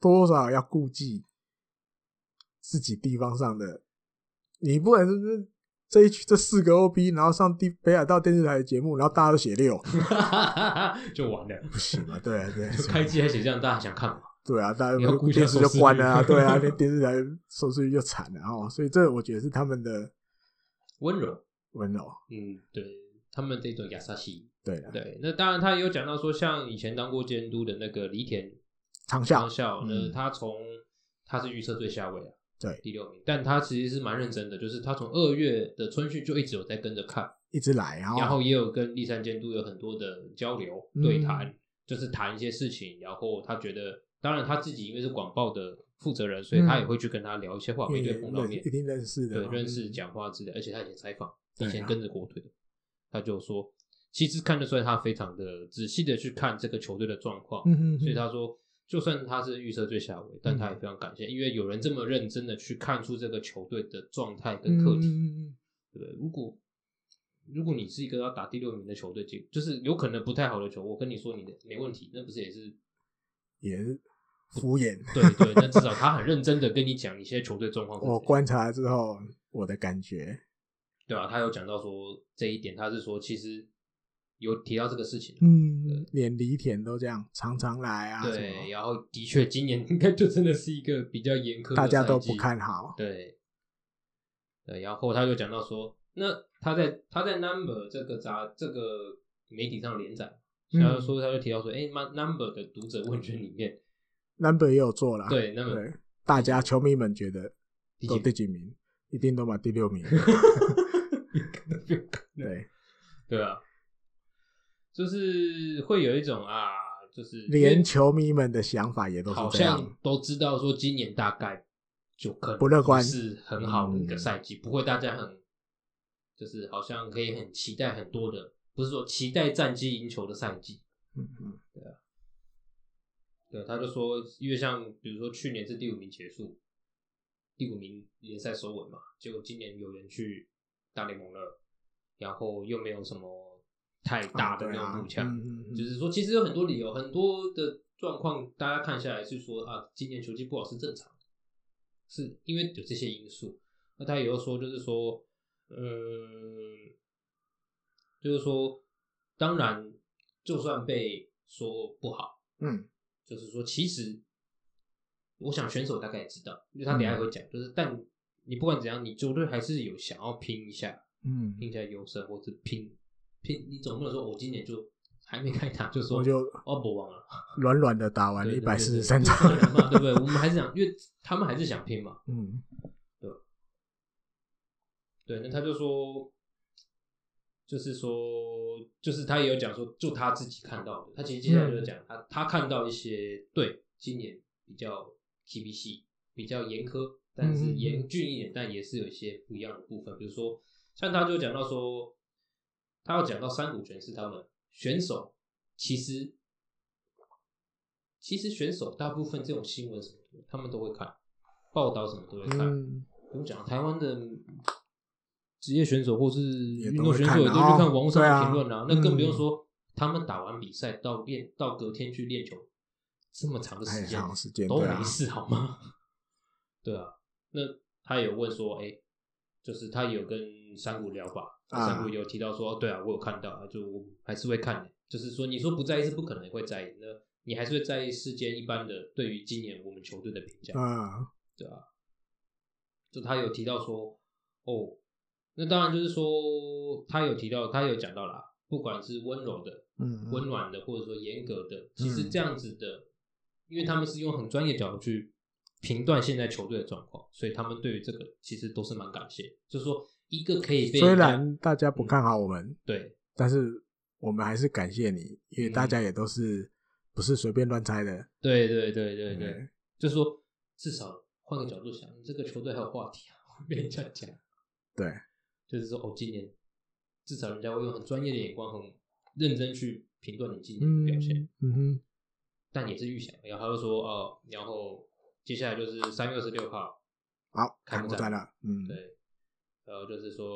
Speaker 2: 多多少少要顾忌自己地方上的，你不能是这一区这四个 OB，然后上地北海道电视台的节目，然后大家都写六，
Speaker 3: 就完了，
Speaker 2: 不行啊， 对啊，对啊
Speaker 3: 就开机还写这样，大家想看吗？
Speaker 2: 对啊，大家
Speaker 3: 你要顾一下
Speaker 2: 电视就关了啊，
Speaker 3: 收视率
Speaker 2: 对啊，连电视台收视率就惨了哦，所以这我觉得是他们的
Speaker 3: 温柔，
Speaker 2: 温柔，
Speaker 3: 嗯，对他们这种亚萨西，
Speaker 2: 对啊，
Speaker 3: 对，那当然他也有讲到说，像以前当过监督的那个李田
Speaker 2: 长
Speaker 3: 张
Speaker 2: 效，
Speaker 3: 校，呢，
Speaker 2: 嗯
Speaker 3: 他从他是预测最下位啊，
Speaker 2: 对，
Speaker 3: 第六名，但他其实是蛮认真的，就是他从二月的春训就一直有在跟着看，
Speaker 2: 一直来，
Speaker 3: 然
Speaker 2: 然后
Speaker 3: 后也有跟立山监督有很多的交流
Speaker 2: 嗯
Speaker 3: 对谈，就是谈一些事情，然后他觉得，当然他自己因为是广报的负责人，所以
Speaker 2: 嗯
Speaker 3: 他也会去跟他聊一些话，没
Speaker 2: 因为
Speaker 3: 对碰到
Speaker 2: 认
Speaker 3: 面
Speaker 2: 一，定认识的
Speaker 3: 对
Speaker 2: 嘛，嗯
Speaker 3: 认识讲话之类，而且他以前采访，
Speaker 2: 对
Speaker 3: 以
Speaker 2: 啊
Speaker 3: 前跟着国腿的，他就说，其实看得出来他非常的仔细的去看这个球队的状况，
Speaker 2: 嗯，嗯嗯，
Speaker 3: 所以他说，就算他是预测最下位，但
Speaker 2: 嗯
Speaker 3: 他也非常感谢，因为有人这么认真的去看出这个球队的状态跟课题，
Speaker 2: 嗯
Speaker 3: 对不对？如果如果你是一个要打第六名的球队，就就是有可能不太好的球，我跟你说你的没问题，那不是也是
Speaker 2: 也是敷衍，
Speaker 3: 对对？那至少他很认真的跟你讲你现在球队状况是怎样。
Speaker 2: 我观察之后我的感觉，
Speaker 3: 对啊，他有讲到说这一点，他是说其实有提到这个事情，
Speaker 2: 嗯，连犁田都这样，常常来啊，什
Speaker 3: 对，
Speaker 2: 么
Speaker 3: 然后的确今年应 该就真的是一个比较严苛的赛季，
Speaker 2: 大家都不看好。
Speaker 3: 对，对，然后他就讲到说，那他在他在 Number 这个杂这个媒体上连载，
Speaker 2: 嗯
Speaker 3: 然后说他就提到说，哎、那 Number 的读者问卷里面，
Speaker 2: Number 也有做啦，
Speaker 3: 对 Number
Speaker 2: 对，大家球迷们觉得
Speaker 3: 第
Speaker 2: 都
Speaker 3: 几
Speaker 2: 第几名，一定都把第六 名。
Speaker 3: 名？
Speaker 2: 对，
Speaker 3: 对啊，就是会有一种啊，就是
Speaker 2: 连球迷们的想法也都
Speaker 3: 好
Speaker 2: 是这样
Speaker 3: 像。都知道说今年大概就可能
Speaker 2: 不乐观嗯
Speaker 3: 是很好的一个赛季，不会大家很就是好像可以很期待很多的，不是说期待战绩赢球的赛季。
Speaker 2: 嗯嗯
Speaker 3: 对，他就说，因为像比如说去年是第五名结束，第五名联赛收尾嘛，结果今年有人去大联盟了，然后又没有什么太大
Speaker 2: 啊
Speaker 3: 的
Speaker 2: 对
Speaker 3: 那种
Speaker 2: 啊
Speaker 3: 补强，
Speaker 2: 嗯嗯嗯
Speaker 3: 就是说其实有很多理由，很多的状况，大家看下来是说啊，今年球技不好是正常的，是因为有这些因素。那他也有说，就是说，嗯，就是说，当然，就算被说不好，
Speaker 2: 嗯
Speaker 3: 就是说其实我想选手大概也知道，因为他等一下也会讲，就是但你不管怎样，你绝对还是有想要拼一下，
Speaker 2: 嗯，
Speaker 3: 拼一下优胜，或是拼拼，你总不能说我今年就还没开打就说
Speaker 2: 我就
Speaker 3: 哦不忘了。
Speaker 2: 软软的打完
Speaker 3: 对
Speaker 2: 一
Speaker 3: 对对
Speaker 2: 百四十
Speaker 3: 对
Speaker 2: 三
Speaker 3: 就
Speaker 2: 场，
Speaker 3: 不可能嘛，对不对？我们还是想，因为他们还是想拼嘛。
Speaker 2: 嗯
Speaker 3: 对，那他就说，就是说，就是他也有讲说，就他自己看到的，他其实接下
Speaker 2: 嗯
Speaker 3: 来就是讲他、他看到一些对今年比较 T B C 比较严苛，但是
Speaker 2: 嗯嗯嗯
Speaker 3: 严峻一点，但也是有一些不一样的部分，比如说像他就讲到说，他要讲到三股拳是他们选手其实。其实选手大部分这种新闻什么的，他们都会看，报道什么都会看。
Speaker 2: 嗯，
Speaker 3: 不用讲，台湾的职业选手或是
Speaker 2: 也
Speaker 3: 运
Speaker 2: 都
Speaker 3: 动
Speaker 2: 会
Speaker 3: 选
Speaker 2: 看
Speaker 3: 手也都去
Speaker 2: 啊
Speaker 3: 看网络上
Speaker 2: 对
Speaker 3: 的
Speaker 2: 啊
Speaker 3: 评论啊，那更不用
Speaker 2: 嗯
Speaker 3: 说他们打完比赛到练到隔天去练球，这么长的时
Speaker 2: 太
Speaker 3: 间
Speaker 2: 长时间
Speaker 3: 都
Speaker 2: 对啊
Speaker 3: 没事好吗？ 对啊，那他有问说，哎、就是他有跟山谷聊吧，
Speaker 2: 啊
Speaker 3: 山谷有提到说，对啊，我有看到，啊，就我还是会看的，就是说你说不在意是不可能会在意，那你还是会在意世间一般的对于今年我们球队的评价，
Speaker 2: 啊，
Speaker 3: 就他有提到说，哦，那当然就是说，他有提到，他有讲到啦，不管是温柔的、
Speaker 2: 嗯，
Speaker 3: 温暖的，或者说严格的，其实这样子的，因为他们是用很专业角度去评断现在球队的状况，所以他们对于这个其实都是蛮感谢，就是说一个可以被
Speaker 2: 虽
Speaker 3: 人家
Speaker 2: 然大家
Speaker 3: 嗯
Speaker 2: 不看好我们，
Speaker 3: 对
Speaker 2: 但是我们还是感谢你，因为
Speaker 3: 嗯
Speaker 2: 大家也都是不是随便乱猜的，
Speaker 3: 对对对对对，
Speaker 2: 嗯
Speaker 3: 就是说至少换个角度想，这个球队还有话题啊，被人家讲。
Speaker 2: 对，
Speaker 3: 就是说哦，今年至少人家会用很专业的眼光，很认真去评断你今年的表现，，
Speaker 2: 嗯哼，
Speaker 3: 但也是预想。然后他就说哦，然后接下来就是三月二十六号，
Speaker 2: 好，
Speaker 3: 开
Speaker 2: 开
Speaker 3: 幕
Speaker 2: 幕
Speaker 3: 战
Speaker 2: 战了，嗯，
Speaker 3: 对，然后就是说，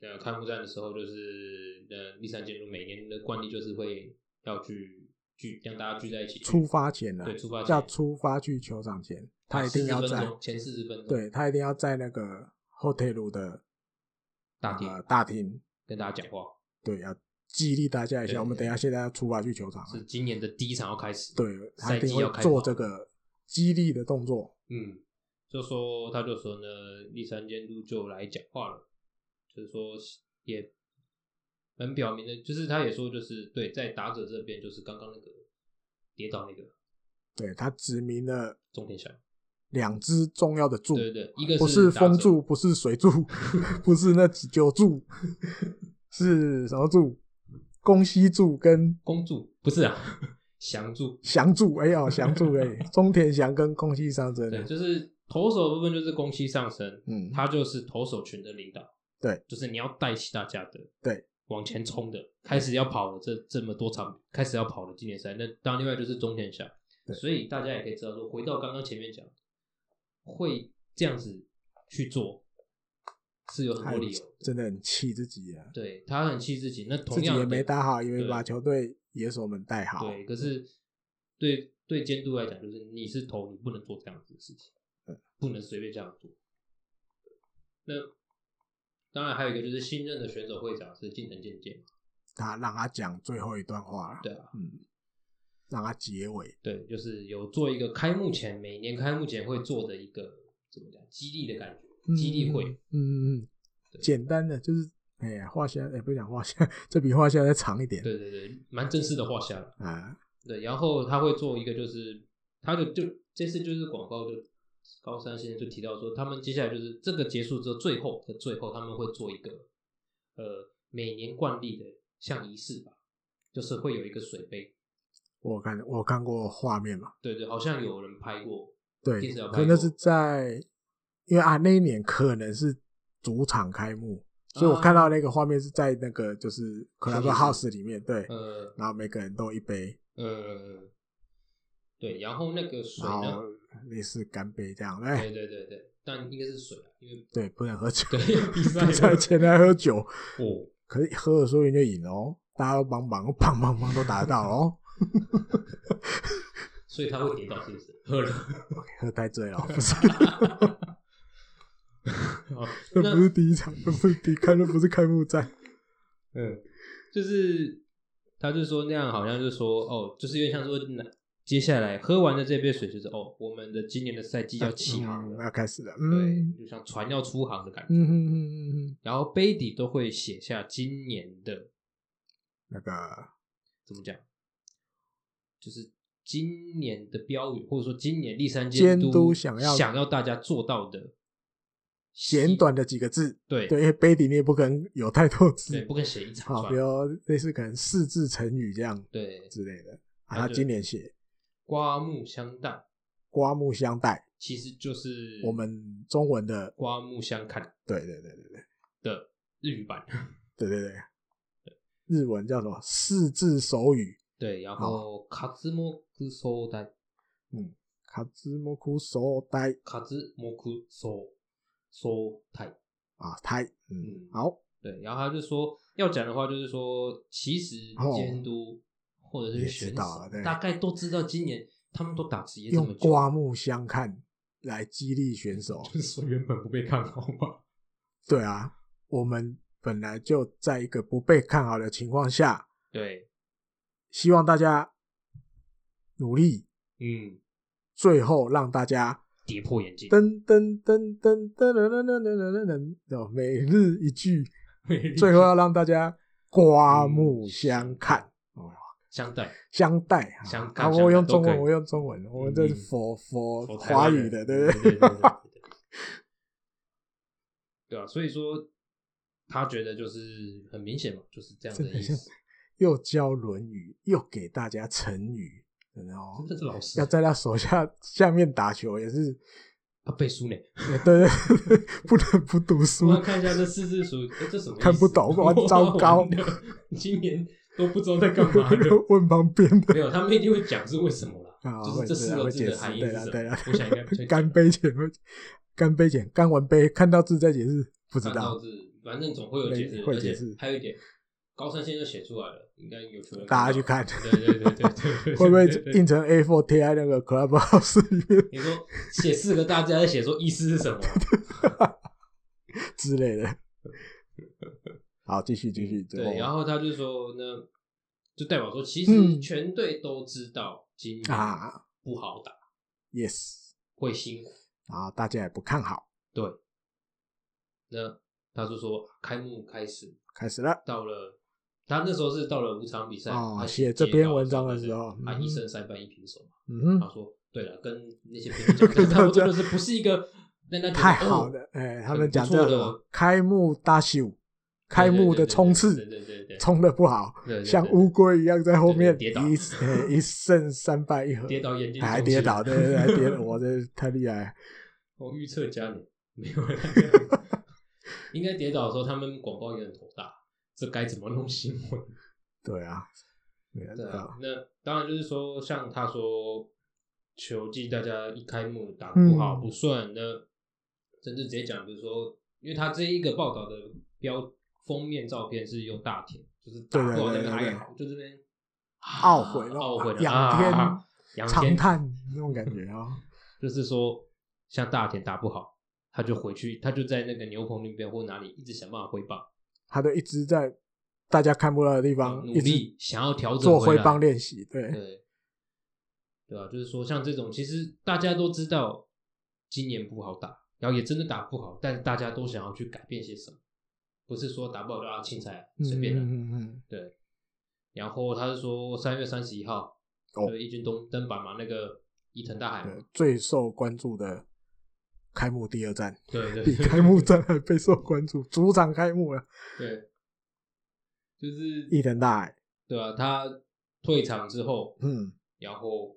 Speaker 3: 呃，开幕战的时候就是呃，第三节目每年的惯例就是会要去聚，让大家聚在一起去
Speaker 2: 出发前呢
Speaker 3: 对，出发前啊
Speaker 2: 要出发去球场前，他一定要
Speaker 3: 40分
Speaker 2: 在
Speaker 3: 钟，前四十分钟，
Speaker 2: 对，他一定要在那个 hotel 的
Speaker 3: 大厅
Speaker 2: 呃大厅，
Speaker 3: 跟大家讲话，
Speaker 2: 对，要激励大家一
Speaker 3: 对
Speaker 2: 下，我们等一下现在要出发去球场了，
Speaker 3: 是今年的第一场要开始，
Speaker 2: 对，他
Speaker 3: 赛
Speaker 2: 一
Speaker 3: 季
Speaker 2: 定
Speaker 3: 要
Speaker 2: 会
Speaker 3: 开
Speaker 2: 做
Speaker 3: 跑
Speaker 2: 这个激励的动作，
Speaker 3: 嗯，就说他就说呢，立山监督就来讲话了，就是说也很表明的，就是他也说就是对，在打者这边就是刚刚那个跌倒那个
Speaker 2: 对他指明了
Speaker 3: 重点项，
Speaker 2: 两只重要的柱，
Speaker 3: 对对对，一个
Speaker 2: 不
Speaker 3: 是
Speaker 2: 是
Speaker 3: 打者
Speaker 2: 风，柱，不是水 柱，不是那几九柱，是什么柱？宫西柱跟
Speaker 3: 公柱不是啊， 翔柱，
Speaker 2: 翔柱，哎呀，翔 柱哎，中田翔跟宫西上真
Speaker 3: 对，就是投手的部分就是攻击上升，
Speaker 2: 嗯，
Speaker 3: 他就是投手群的领导，
Speaker 2: 对，
Speaker 3: 就是你要带起大家的，
Speaker 2: 对，
Speaker 3: 往前冲的，开始要跑了这这么多场，开始要跑了今年赛，那当然另外就是中田翔，
Speaker 2: 对
Speaker 3: 所以大家也可以知道说，回到刚刚前面讲，会这样子去做，是有很
Speaker 2: 他
Speaker 3: 多
Speaker 2: 很
Speaker 3: 理由的，
Speaker 2: 真的很气自己啊，
Speaker 3: 对他很气自己，那
Speaker 2: 自
Speaker 3: 哦同
Speaker 2: 己
Speaker 3: 样
Speaker 2: 也没
Speaker 3: 打
Speaker 2: 打好，也没
Speaker 3: 对
Speaker 2: 把球队野手们带好，嗯
Speaker 3: 对，可是对对监督来讲，就是你是头，你不能做这样子的事情，
Speaker 2: 嗯
Speaker 3: 不能随便这样做。那当然还有一个就是新任的选手会长是近藤健介，
Speaker 2: 他让他讲最后一段话了，
Speaker 3: 对啊，
Speaker 2: 嗯，让他结尾，
Speaker 3: 对，就是有做一个开幕前每年开幕前会做的一个怎么讲激励的感觉，激励会，
Speaker 2: 嗯，嗯嗯
Speaker 3: 对
Speaker 2: 嗯，简单的就是，哎呀，画虾，哎，不是讲画虾，这比画虾再长一点，
Speaker 3: 对对对，蛮正式的画下了。
Speaker 2: 啊，
Speaker 3: 对，然后他会做一个，就是他就就这次就是广告就高山先生就提到说，他们接下来就是这个结束之后，最后的最后他们会做一个呃每年惯例的像仪式吧，就是会有一个水杯，
Speaker 2: 我看我看过画面嘛，
Speaker 3: 对对，好像有人拍过，
Speaker 2: 对
Speaker 3: 电视有，拍
Speaker 2: 可那
Speaker 3: 过
Speaker 2: 是在，因为啊那一年可能是主场开幕，所以我
Speaker 3: 啊
Speaker 2: 看到那个画面是在那个就是 club
Speaker 3: 室
Speaker 2: house 里面，对，
Speaker 3: 呃
Speaker 2: 然后每个人都一杯，
Speaker 3: 呃，对，然后那个水
Speaker 2: 然后
Speaker 3: 呢，
Speaker 2: 类似干杯这样，
Speaker 3: 对
Speaker 2: 哎，
Speaker 3: 对对对，但应该是水啊，因为
Speaker 2: 对，不能喝酒，
Speaker 3: 对比 赛
Speaker 2: 比赛前来喝酒，
Speaker 3: 哦，
Speaker 2: 可是喝了说不定就赢了哦，大家都帮忙，砰砰砰都打得到哦，
Speaker 3: 所以他会跌倒是不是？喝了，
Speaker 2: 喝太醉了，哦不是，
Speaker 3: 好
Speaker 2: 那
Speaker 3: 那
Speaker 2: 不是第一场，那不是第一看，那不是开幕战，
Speaker 3: 嗯，就是他就说那样好像就说哦，就是有点像说那接下来喝完的这杯水就是哦，我们的今年的赛季要起航
Speaker 2: 嗯
Speaker 3: 了，
Speaker 2: 要开始了，嗯
Speaker 3: 对，就像船要出航的感
Speaker 2: 嗯嗯
Speaker 3: 觉。
Speaker 2: 嗯嗯嗯，
Speaker 3: 然后杯底都会写下今年的
Speaker 2: 那个
Speaker 3: 怎么讲，就是今年的标语，或者说今年第三
Speaker 2: 监
Speaker 3: 督
Speaker 2: 督想
Speaker 3: 想
Speaker 2: 要
Speaker 3: 大家做到的
Speaker 2: 简短的几个字，
Speaker 3: 对
Speaker 2: 对，因为杯底你也不可能有太多
Speaker 3: 对，
Speaker 2: 字，
Speaker 3: 不跟写一长
Speaker 2: 好，
Speaker 3: 串
Speaker 2: 比，如类似可能四字成语这样
Speaker 3: 对，
Speaker 2: 之类的。
Speaker 3: 那
Speaker 2: 啊，他
Speaker 3: 就
Speaker 2: 今年写
Speaker 3: 刮目相待，
Speaker 2: 刮目相待，
Speaker 3: 其实就是
Speaker 2: 我们中文的，
Speaker 3: 刮目相看
Speaker 2: 对对对对对
Speaker 3: 的日语版。
Speaker 2: 对对对，日文叫什么四字手语，
Speaker 3: 对，然
Speaker 2: 好
Speaker 3: 后卡兹莫库索代，
Speaker 2: 嗯卡兹莫库手呆
Speaker 3: 卡兹莫库索索代，
Speaker 2: 啊，呆，嗯，
Speaker 3: 嗯，
Speaker 2: 好，
Speaker 3: 对，然后他就说要讲的话就是说，其实
Speaker 2: 哦
Speaker 3: 监督或者
Speaker 2: 也
Speaker 3: 是
Speaker 2: 知
Speaker 3: 选手
Speaker 2: 道了对
Speaker 3: 大概都知道今年他们都打职业这么
Speaker 2: 用
Speaker 3: 久，
Speaker 2: 刮目相看来激励选手，
Speaker 3: 就是说原本不被看好嘛，
Speaker 2: 对啊，我们本来就在一个不被看好的情况下，
Speaker 3: 对，
Speaker 2: 希望大家努力，
Speaker 3: 嗯，
Speaker 2: 最后让大家
Speaker 3: 跌破眼镜，
Speaker 2: 噔噔噔噔噔噔噔噔噔噔噔，哦每日一句， 最后要让大家刮
Speaker 3: 嗯
Speaker 2: 目相看，
Speaker 3: 相待，
Speaker 2: 相待啊
Speaker 3: 相看
Speaker 2: 啊！
Speaker 3: 相
Speaker 2: 我
Speaker 3: 待
Speaker 2: 用中
Speaker 3: 都可
Speaker 2: 文，
Speaker 3: 以
Speaker 2: 我用中文，我们这是
Speaker 3: 嗯
Speaker 2: 佛佛
Speaker 3: 我台
Speaker 2: 华
Speaker 3: 湾
Speaker 2: 语
Speaker 3: 人
Speaker 2: 的，对
Speaker 3: 对
Speaker 2: 不对？
Speaker 3: 对对对对对啊，所以说他觉得就是很明显嘛，就是这样的
Speaker 2: 真的
Speaker 3: 意
Speaker 2: 像
Speaker 3: 思，
Speaker 2: 又教《论语》，又给大家成语，然后
Speaker 3: 真的是老师
Speaker 2: 要在他手下下面打球也是，
Speaker 3: 他啊 背书呢。
Speaker 2: 也对对对， 不能不读书
Speaker 3: 我要。看一下这四字书，诶这什么意思？
Speaker 2: 看不懂 哇糟糕
Speaker 3: 完了今年都不知道在干嘛呢。
Speaker 2: 问旁边的
Speaker 3: 没有，他们一定会讲是为什么啦，
Speaker 2: 啊，
Speaker 3: 就是这四
Speaker 2: 会
Speaker 3: 个字
Speaker 2: 解
Speaker 3: 的
Speaker 2: 释
Speaker 3: 含义
Speaker 2: 对
Speaker 3: 是
Speaker 2: 啊
Speaker 3: 什
Speaker 2: 对
Speaker 3: 么
Speaker 2: 啊。
Speaker 3: 我想应 该会
Speaker 2: 干杯前会，干杯前干完杯看到字再解释，不知
Speaker 3: 反倒
Speaker 2: 道。
Speaker 3: 是反正总会有解释，
Speaker 2: 会
Speaker 3: 而且
Speaker 2: 解释
Speaker 3: 还有一点，高三现在写出来了，应该有球人
Speaker 2: 大家去看
Speaker 3: 对对对对对对，
Speaker 2: 会不会
Speaker 3: 对对对
Speaker 2: 印成 A4 贴在那个 Clubhouse 里面
Speaker 3: 你说写四个，大家在写说意思是什么？
Speaker 2: 之类 的？好，继续继续。
Speaker 3: 对，然后他就说呢，就代表说其
Speaker 2: 嗯
Speaker 3: 实全队都知道今年
Speaker 2: 啊
Speaker 3: 不好打，
Speaker 2: ，Yes，
Speaker 3: 会辛苦。
Speaker 2: 然后大家也不看好，
Speaker 3: 对，那他就说开幕开始
Speaker 2: 开始了。
Speaker 3: 到了，他那时候是到了五场比赛，
Speaker 2: 哦
Speaker 3: 他
Speaker 2: 写
Speaker 3: 写
Speaker 2: 这
Speaker 3: 介
Speaker 2: 篇
Speaker 3: 绍
Speaker 2: 文章的
Speaker 3: 对
Speaker 2: 时
Speaker 3: 对
Speaker 2: 候
Speaker 3: 他
Speaker 2: 嗯
Speaker 3: 一胜三败一平手嘛。
Speaker 2: 嗯
Speaker 3: 他
Speaker 2: 哼，
Speaker 3: 说，对了，跟 那些评论讲的差不
Speaker 2: 大家
Speaker 3: 多，就是不是一个让他觉得
Speaker 2: 太好，
Speaker 3: 哦
Speaker 2: 了，哎，他
Speaker 3: 很
Speaker 2: 们
Speaker 3: 不
Speaker 2: 讲
Speaker 3: 错
Speaker 2: 叫
Speaker 3: 的
Speaker 2: 什么开幕大秀，开幕的冲
Speaker 3: 对
Speaker 2: 刺
Speaker 3: 对对对对，
Speaker 2: 冲的不好，
Speaker 3: 对对对
Speaker 2: 像乌龟一样在后面
Speaker 3: 对对跌倒
Speaker 2: 一哎一胜三败一和，
Speaker 3: 跌倒眼睛
Speaker 2: 还
Speaker 3: 肿
Speaker 2: 跌
Speaker 3: 起来
Speaker 2: 倒，对对对，还跌 倒，我这太厉害了，
Speaker 3: 我哦预测加年没 有啦，啊应该跌倒的时候，他们广告也很头大，这该怎么弄新闻？
Speaker 2: 对啊，对
Speaker 3: 对
Speaker 2: 啊
Speaker 3: 啊，，那当然就是说，像他说，球季大家一开幕打
Speaker 2: 嗯
Speaker 3: 不好不顺，那甚至直接讲，比如说，因为他这一个报道的标封面照片是用大田，就是打不好那
Speaker 2: 对对对
Speaker 3: 边
Speaker 2: 对对
Speaker 3: 哀嚎，就这边
Speaker 2: 懊悔
Speaker 3: 啊
Speaker 2: 那种
Speaker 3: 懊悔了
Speaker 2: 仰天
Speaker 3: 啊仰
Speaker 2: 长
Speaker 3: 天，
Speaker 2: 叹那种感觉啊，
Speaker 3: 就是说，像大田打不好，他就回去，他就在那个牛棚那边或哪里一直想办法挥棒，
Speaker 2: 他都一直在大家看不到的地方
Speaker 3: 嗯努
Speaker 2: 一直
Speaker 3: 力想要调整
Speaker 2: 做
Speaker 3: 回
Speaker 2: 挥
Speaker 3: 来
Speaker 2: 棒练习，对，
Speaker 3: 对，对啊，就是说像这种，其实大家都知道今年不好打，然后也真的打不好，但是大家都想要去改变些什么，不是说打不好就啊青菜随便的、
Speaker 2: 嗯嗯嗯
Speaker 3: 对。然后他是说三月三十一号，
Speaker 2: 哦
Speaker 3: 对，一军登登板嘛，那个伊藤大海
Speaker 2: 嗯，
Speaker 3: 嘛
Speaker 2: 对，，最受关注的开幕第二战。
Speaker 3: 对 对
Speaker 2: 比 开幕战还备受关注。主场开幕了，
Speaker 3: 对，就是
Speaker 2: 伊藤大海，
Speaker 3: 对啊，他退场之后，
Speaker 2: 嗯，
Speaker 3: 然后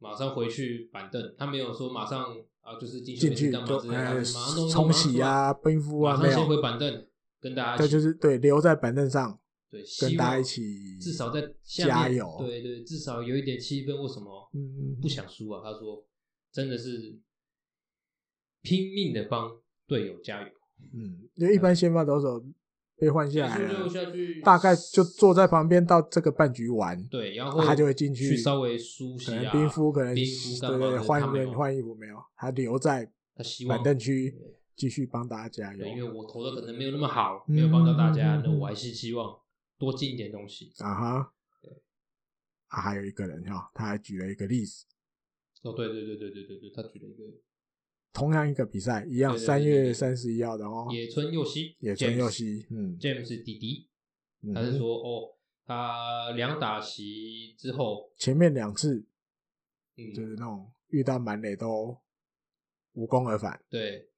Speaker 3: 马上回去板凳，他没有说马上啊，就是进
Speaker 2: 进去
Speaker 3: 干嘛
Speaker 2: 就
Speaker 3: 之类的，他
Speaker 2: 哎
Speaker 3: 就马上弄一弄
Speaker 2: 冲洗啊、，奔赴
Speaker 3: 马
Speaker 2: 啊，
Speaker 3: 上
Speaker 2: 没
Speaker 3: 出来马上先回
Speaker 2: 有，
Speaker 3: 板凳跟大家
Speaker 2: 他
Speaker 3: 一起，
Speaker 2: 就是对留在板凳上
Speaker 3: 对，希
Speaker 2: 跟
Speaker 3: 望
Speaker 2: 大家一起，
Speaker 3: 至少在下面
Speaker 2: 加油
Speaker 3: 对对，至少有一点气氛，为什么
Speaker 2: 嗯
Speaker 3: 不想输啊？他说真的是拼命的帮队友加油，
Speaker 2: 嗯，因为一般先发投手被换下来
Speaker 3: 就
Speaker 2: 了，
Speaker 3: 下去
Speaker 2: 啊大概就坐在旁边到这个半局完，
Speaker 3: 对，然后
Speaker 2: 他就会进
Speaker 3: 去稍微梳
Speaker 2: 可
Speaker 3: 洗
Speaker 2: 能
Speaker 3: 啊，
Speaker 2: 冰敷可能
Speaker 3: 冰敷干
Speaker 2: 对
Speaker 3: 嘛
Speaker 2: 对对
Speaker 3: 的他
Speaker 2: 换
Speaker 3: 没
Speaker 2: 人
Speaker 3: 有
Speaker 2: 换衣服没有，他留在
Speaker 3: 他希望
Speaker 2: 板凳区
Speaker 3: 对
Speaker 2: 继续帮大家加油
Speaker 3: 对，因，为我投的可能没有那么好，
Speaker 2: 哦嗯
Speaker 3: 没有帮到大家，
Speaker 2: 嗯嗯
Speaker 3: 那
Speaker 2: 嗯
Speaker 3: 我还是希望多进一点东西。
Speaker 2: 啊哈，啊，还有一个人哈，他还举了一个例子，
Speaker 3: 哦，对对对对对对对，他举了一个
Speaker 2: 同样一个比赛，一样
Speaker 3: 对对
Speaker 2: 三
Speaker 3: 对对
Speaker 2: 月
Speaker 3: 对
Speaker 2: 三十一号的哦，
Speaker 3: 野村佑希，
Speaker 2: 野村佑希，嗯，
Speaker 3: James James 弟弟，
Speaker 2: 嗯
Speaker 3: 他是说哦，他两打席之后，
Speaker 2: 前面两次就是
Speaker 3: 嗯，
Speaker 2: 那种遇到满垒都无功而返，
Speaker 3: 对，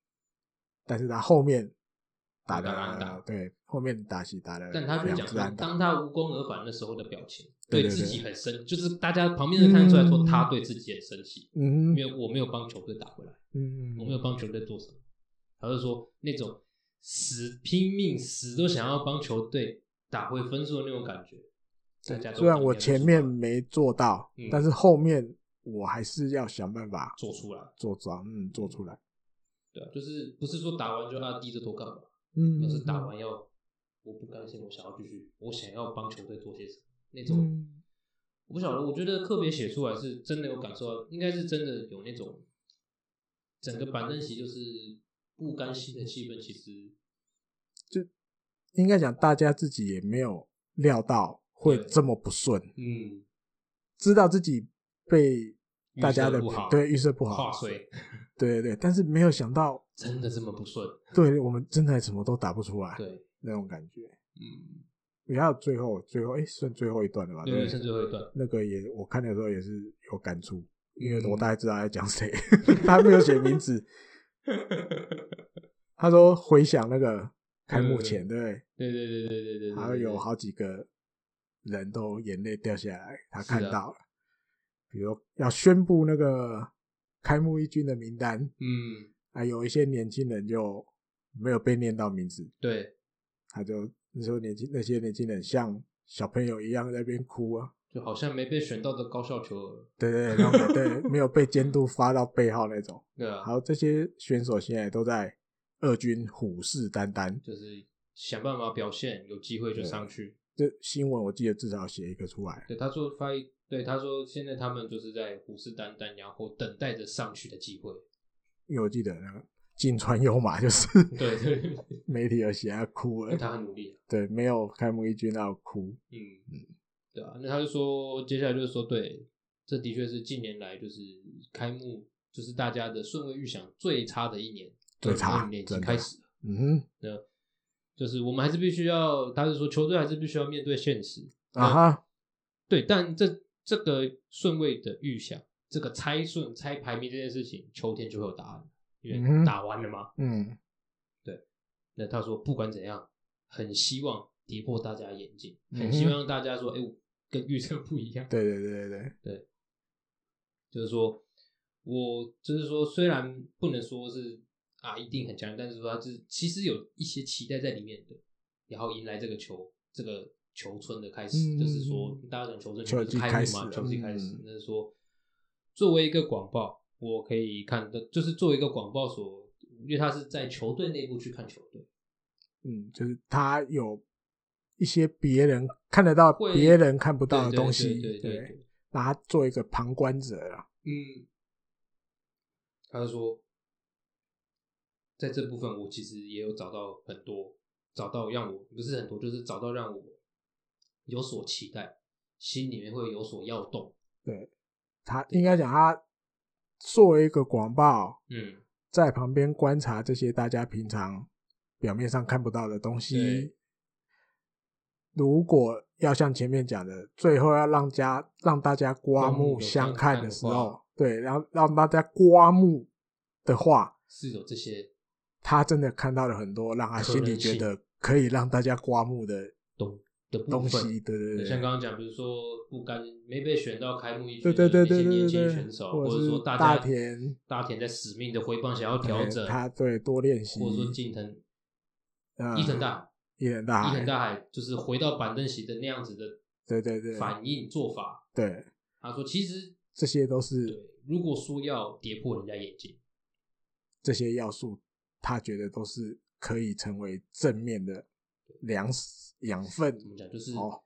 Speaker 2: 但是他后面打
Speaker 3: 打安打
Speaker 2: 的对，后面打席打了
Speaker 3: 但他就
Speaker 2: 两
Speaker 3: 讲
Speaker 2: 次安
Speaker 3: 说，
Speaker 2: 打，
Speaker 3: 当他无功而返的时候的表情，
Speaker 2: 对对
Speaker 3: 自
Speaker 2: 对
Speaker 3: 己很生，就是大家旁边人看得出来说
Speaker 2: 嗯
Speaker 3: 他对自己很生气，
Speaker 2: 嗯
Speaker 3: 因为我没有帮球队打回来，
Speaker 2: 嗯，
Speaker 3: 我没有帮球队做什么。他就说那种死拼命死都想要帮球队打回分数的那种感觉，大家都
Speaker 2: 嗯虽然
Speaker 3: 应该
Speaker 2: 我
Speaker 3: 都
Speaker 2: 前
Speaker 3: 是
Speaker 2: 面没做到
Speaker 3: 嗯，
Speaker 2: 但是后面我还是要想办法
Speaker 3: 做出来，
Speaker 2: 做到，嗯，做出来，
Speaker 3: 对啊，就是不是说打完就啊低着头干嘛，
Speaker 2: 嗯，
Speaker 3: 而是打完要我不甘心，我想要继续，我想要帮球队做些什么那种。
Speaker 2: 嗯
Speaker 3: 我不晓得，我觉得特别写出来是真的有感受到，应该是真的有那种整个板凳席就是不甘心的气氛，其实
Speaker 2: 应该讲大家自己也没有料到会
Speaker 3: 对
Speaker 2: 这么不顺，
Speaker 3: 嗯
Speaker 2: 知道自己被大家的
Speaker 3: 预设不好
Speaker 2: 对预设不
Speaker 3: 话
Speaker 2: 好，
Speaker 3: 碎，
Speaker 2: 对对对，但是没有想到，
Speaker 3: 真的这么不顺，
Speaker 2: 对我们真的什么都打不出来
Speaker 3: 对，
Speaker 2: 那种感觉。
Speaker 3: 嗯，
Speaker 2: 然后最后最后哎，算最后一段了吧？
Speaker 3: 对
Speaker 2: 对
Speaker 3: 对，
Speaker 2: 不
Speaker 3: 剩
Speaker 2: 对，
Speaker 3: 最后一段，
Speaker 2: 那个也我看的时候也是有感触，因为
Speaker 3: 嗯
Speaker 2: 我大概知道他在讲谁，他没有写名 字。他说回想那个开幕前，对不对？
Speaker 3: 对对对对对嗯对对，
Speaker 2: 还有好几个人都眼泪掉下来，他
Speaker 3: 是啊
Speaker 2: 看到了，比如要宣布那个开幕一军的名单，
Speaker 3: 嗯，
Speaker 2: 啊，有一些年轻人就没有被念到名字，
Speaker 3: 对，
Speaker 2: 他就那时候年轻那些年轻人像小朋友一样在那边哭啊，
Speaker 3: 就好像没被选到的高校球儿，
Speaker 2: 对 对对，然后对没有被监督发到背号那种。
Speaker 3: 对啊
Speaker 2: 还，有这些选手现在都在二军虎视眈眈，
Speaker 3: 就是想办法表现，有机会就上去，
Speaker 2: 这新闻我记得至少写一个出来。
Speaker 3: 对，他说发一，对他说现在他们就是在虎视眈眈，然后等待着上去的机会。
Speaker 2: 因为我记得那个金川优马 就是
Speaker 3: 对对，对
Speaker 2: 媒体有写他哭
Speaker 3: 因为
Speaker 2: 了，
Speaker 3: 他很努力、啊。
Speaker 2: 对，没有开幕一军那有哭，
Speaker 3: 嗯对啊，那他就说，接下来就是说，对，这的确是近年来就是开幕，就是大家的顺位预想最差的一年，
Speaker 2: 最差
Speaker 3: 2020年已
Speaker 2: 真
Speaker 3: 经
Speaker 2: 的
Speaker 3: 开始了。
Speaker 2: 嗯
Speaker 3: 那就是我们还是必须要，他是说球队还是必须要面对现实。
Speaker 2: 哼啊哈，
Speaker 3: 对，但这这个顺位的预想，这个猜顺猜排名这件事情，秋天就会有答案，因
Speaker 2: 嗯哼
Speaker 3: 为打完了嘛。
Speaker 2: 嗯，
Speaker 3: 那他说不管怎样，很希望跌破大家的眼镜，
Speaker 2: 嗯哼
Speaker 3: 很希望让大家说，哎、我跟预测不一 样。
Speaker 2: 对对对对对，
Speaker 3: 就是说我就是说，虽然不能说是啊一定很强，但是说他是其实有一些期待在里面的，然后迎来这个球这个球村的开始，
Speaker 2: 嗯
Speaker 3: 就是说大家讲球村
Speaker 2: 球
Speaker 3: 就是
Speaker 2: 季
Speaker 3: 开
Speaker 2: 开
Speaker 3: 幕
Speaker 2: 始
Speaker 3: 嘛，
Speaker 2: 了
Speaker 3: 球季开始
Speaker 2: 嗯，
Speaker 3: 那是说作为一个广报，我可以看的，就是作为一个广报所，因为他是在球队内部去看球队。
Speaker 2: 嗯，就是他有一些别人看得到、
Speaker 3: 会
Speaker 2: 别人看不到的
Speaker 3: 对对
Speaker 2: 东西，
Speaker 3: 对对对对
Speaker 2: 把它做一个旁观者啦。
Speaker 3: 嗯，他就说，在这部分我其实也有找到很多，找到让我不是很多，就是找到让我有所期待，心里面会有所要动。
Speaker 2: 他应该讲，他作为一个广报，
Speaker 3: 嗯，
Speaker 2: 在旁边观察这些大家平常表面上看不到的东西
Speaker 3: 对。
Speaker 2: 如果要像前面讲的，最后要让家让大家刮
Speaker 3: 刮目
Speaker 2: 目
Speaker 3: 的
Speaker 2: 相
Speaker 3: 相
Speaker 2: 看
Speaker 3: 看
Speaker 2: 的
Speaker 3: 的
Speaker 2: 时
Speaker 3: 话
Speaker 2: 候，对，然后让大家刮目的话，
Speaker 3: 是有这些
Speaker 2: 他真的看到了很多让他心里觉得可以让大家刮目的
Speaker 3: 东的部
Speaker 2: 东
Speaker 3: 分。
Speaker 2: 西，对对
Speaker 3: 像
Speaker 2: 对，
Speaker 3: 刚刚讲，比如说不甘没被选到开幕一
Speaker 2: 对
Speaker 3: 局
Speaker 2: 对
Speaker 3: 的
Speaker 2: 对
Speaker 3: 那
Speaker 2: 对
Speaker 3: 些
Speaker 2: 对
Speaker 3: 年
Speaker 2: 对
Speaker 3: 轻
Speaker 2: 对
Speaker 3: 选，手，
Speaker 2: 或
Speaker 3: 或者说
Speaker 2: 大
Speaker 3: 大家
Speaker 2: 田
Speaker 3: 大田在使命的挥棒想要调
Speaker 2: 对
Speaker 3: 整，
Speaker 2: 他对多练习，
Speaker 3: 或者说近藤
Speaker 2: 嗯
Speaker 3: 伊藤大
Speaker 2: 伊藤大
Speaker 3: 伊藤
Speaker 2: 海，
Speaker 3: 大海就是回到板凳席的那样子的
Speaker 2: 对对对
Speaker 3: 反应做法。
Speaker 2: 对，
Speaker 3: 他说，其实
Speaker 2: 这些都是
Speaker 3: 对，如果说要跌破人家眼睛，
Speaker 2: 这些要素，他觉得都是可以成为正面的粮食养分
Speaker 3: 怎，么讲，就是、
Speaker 2: 哦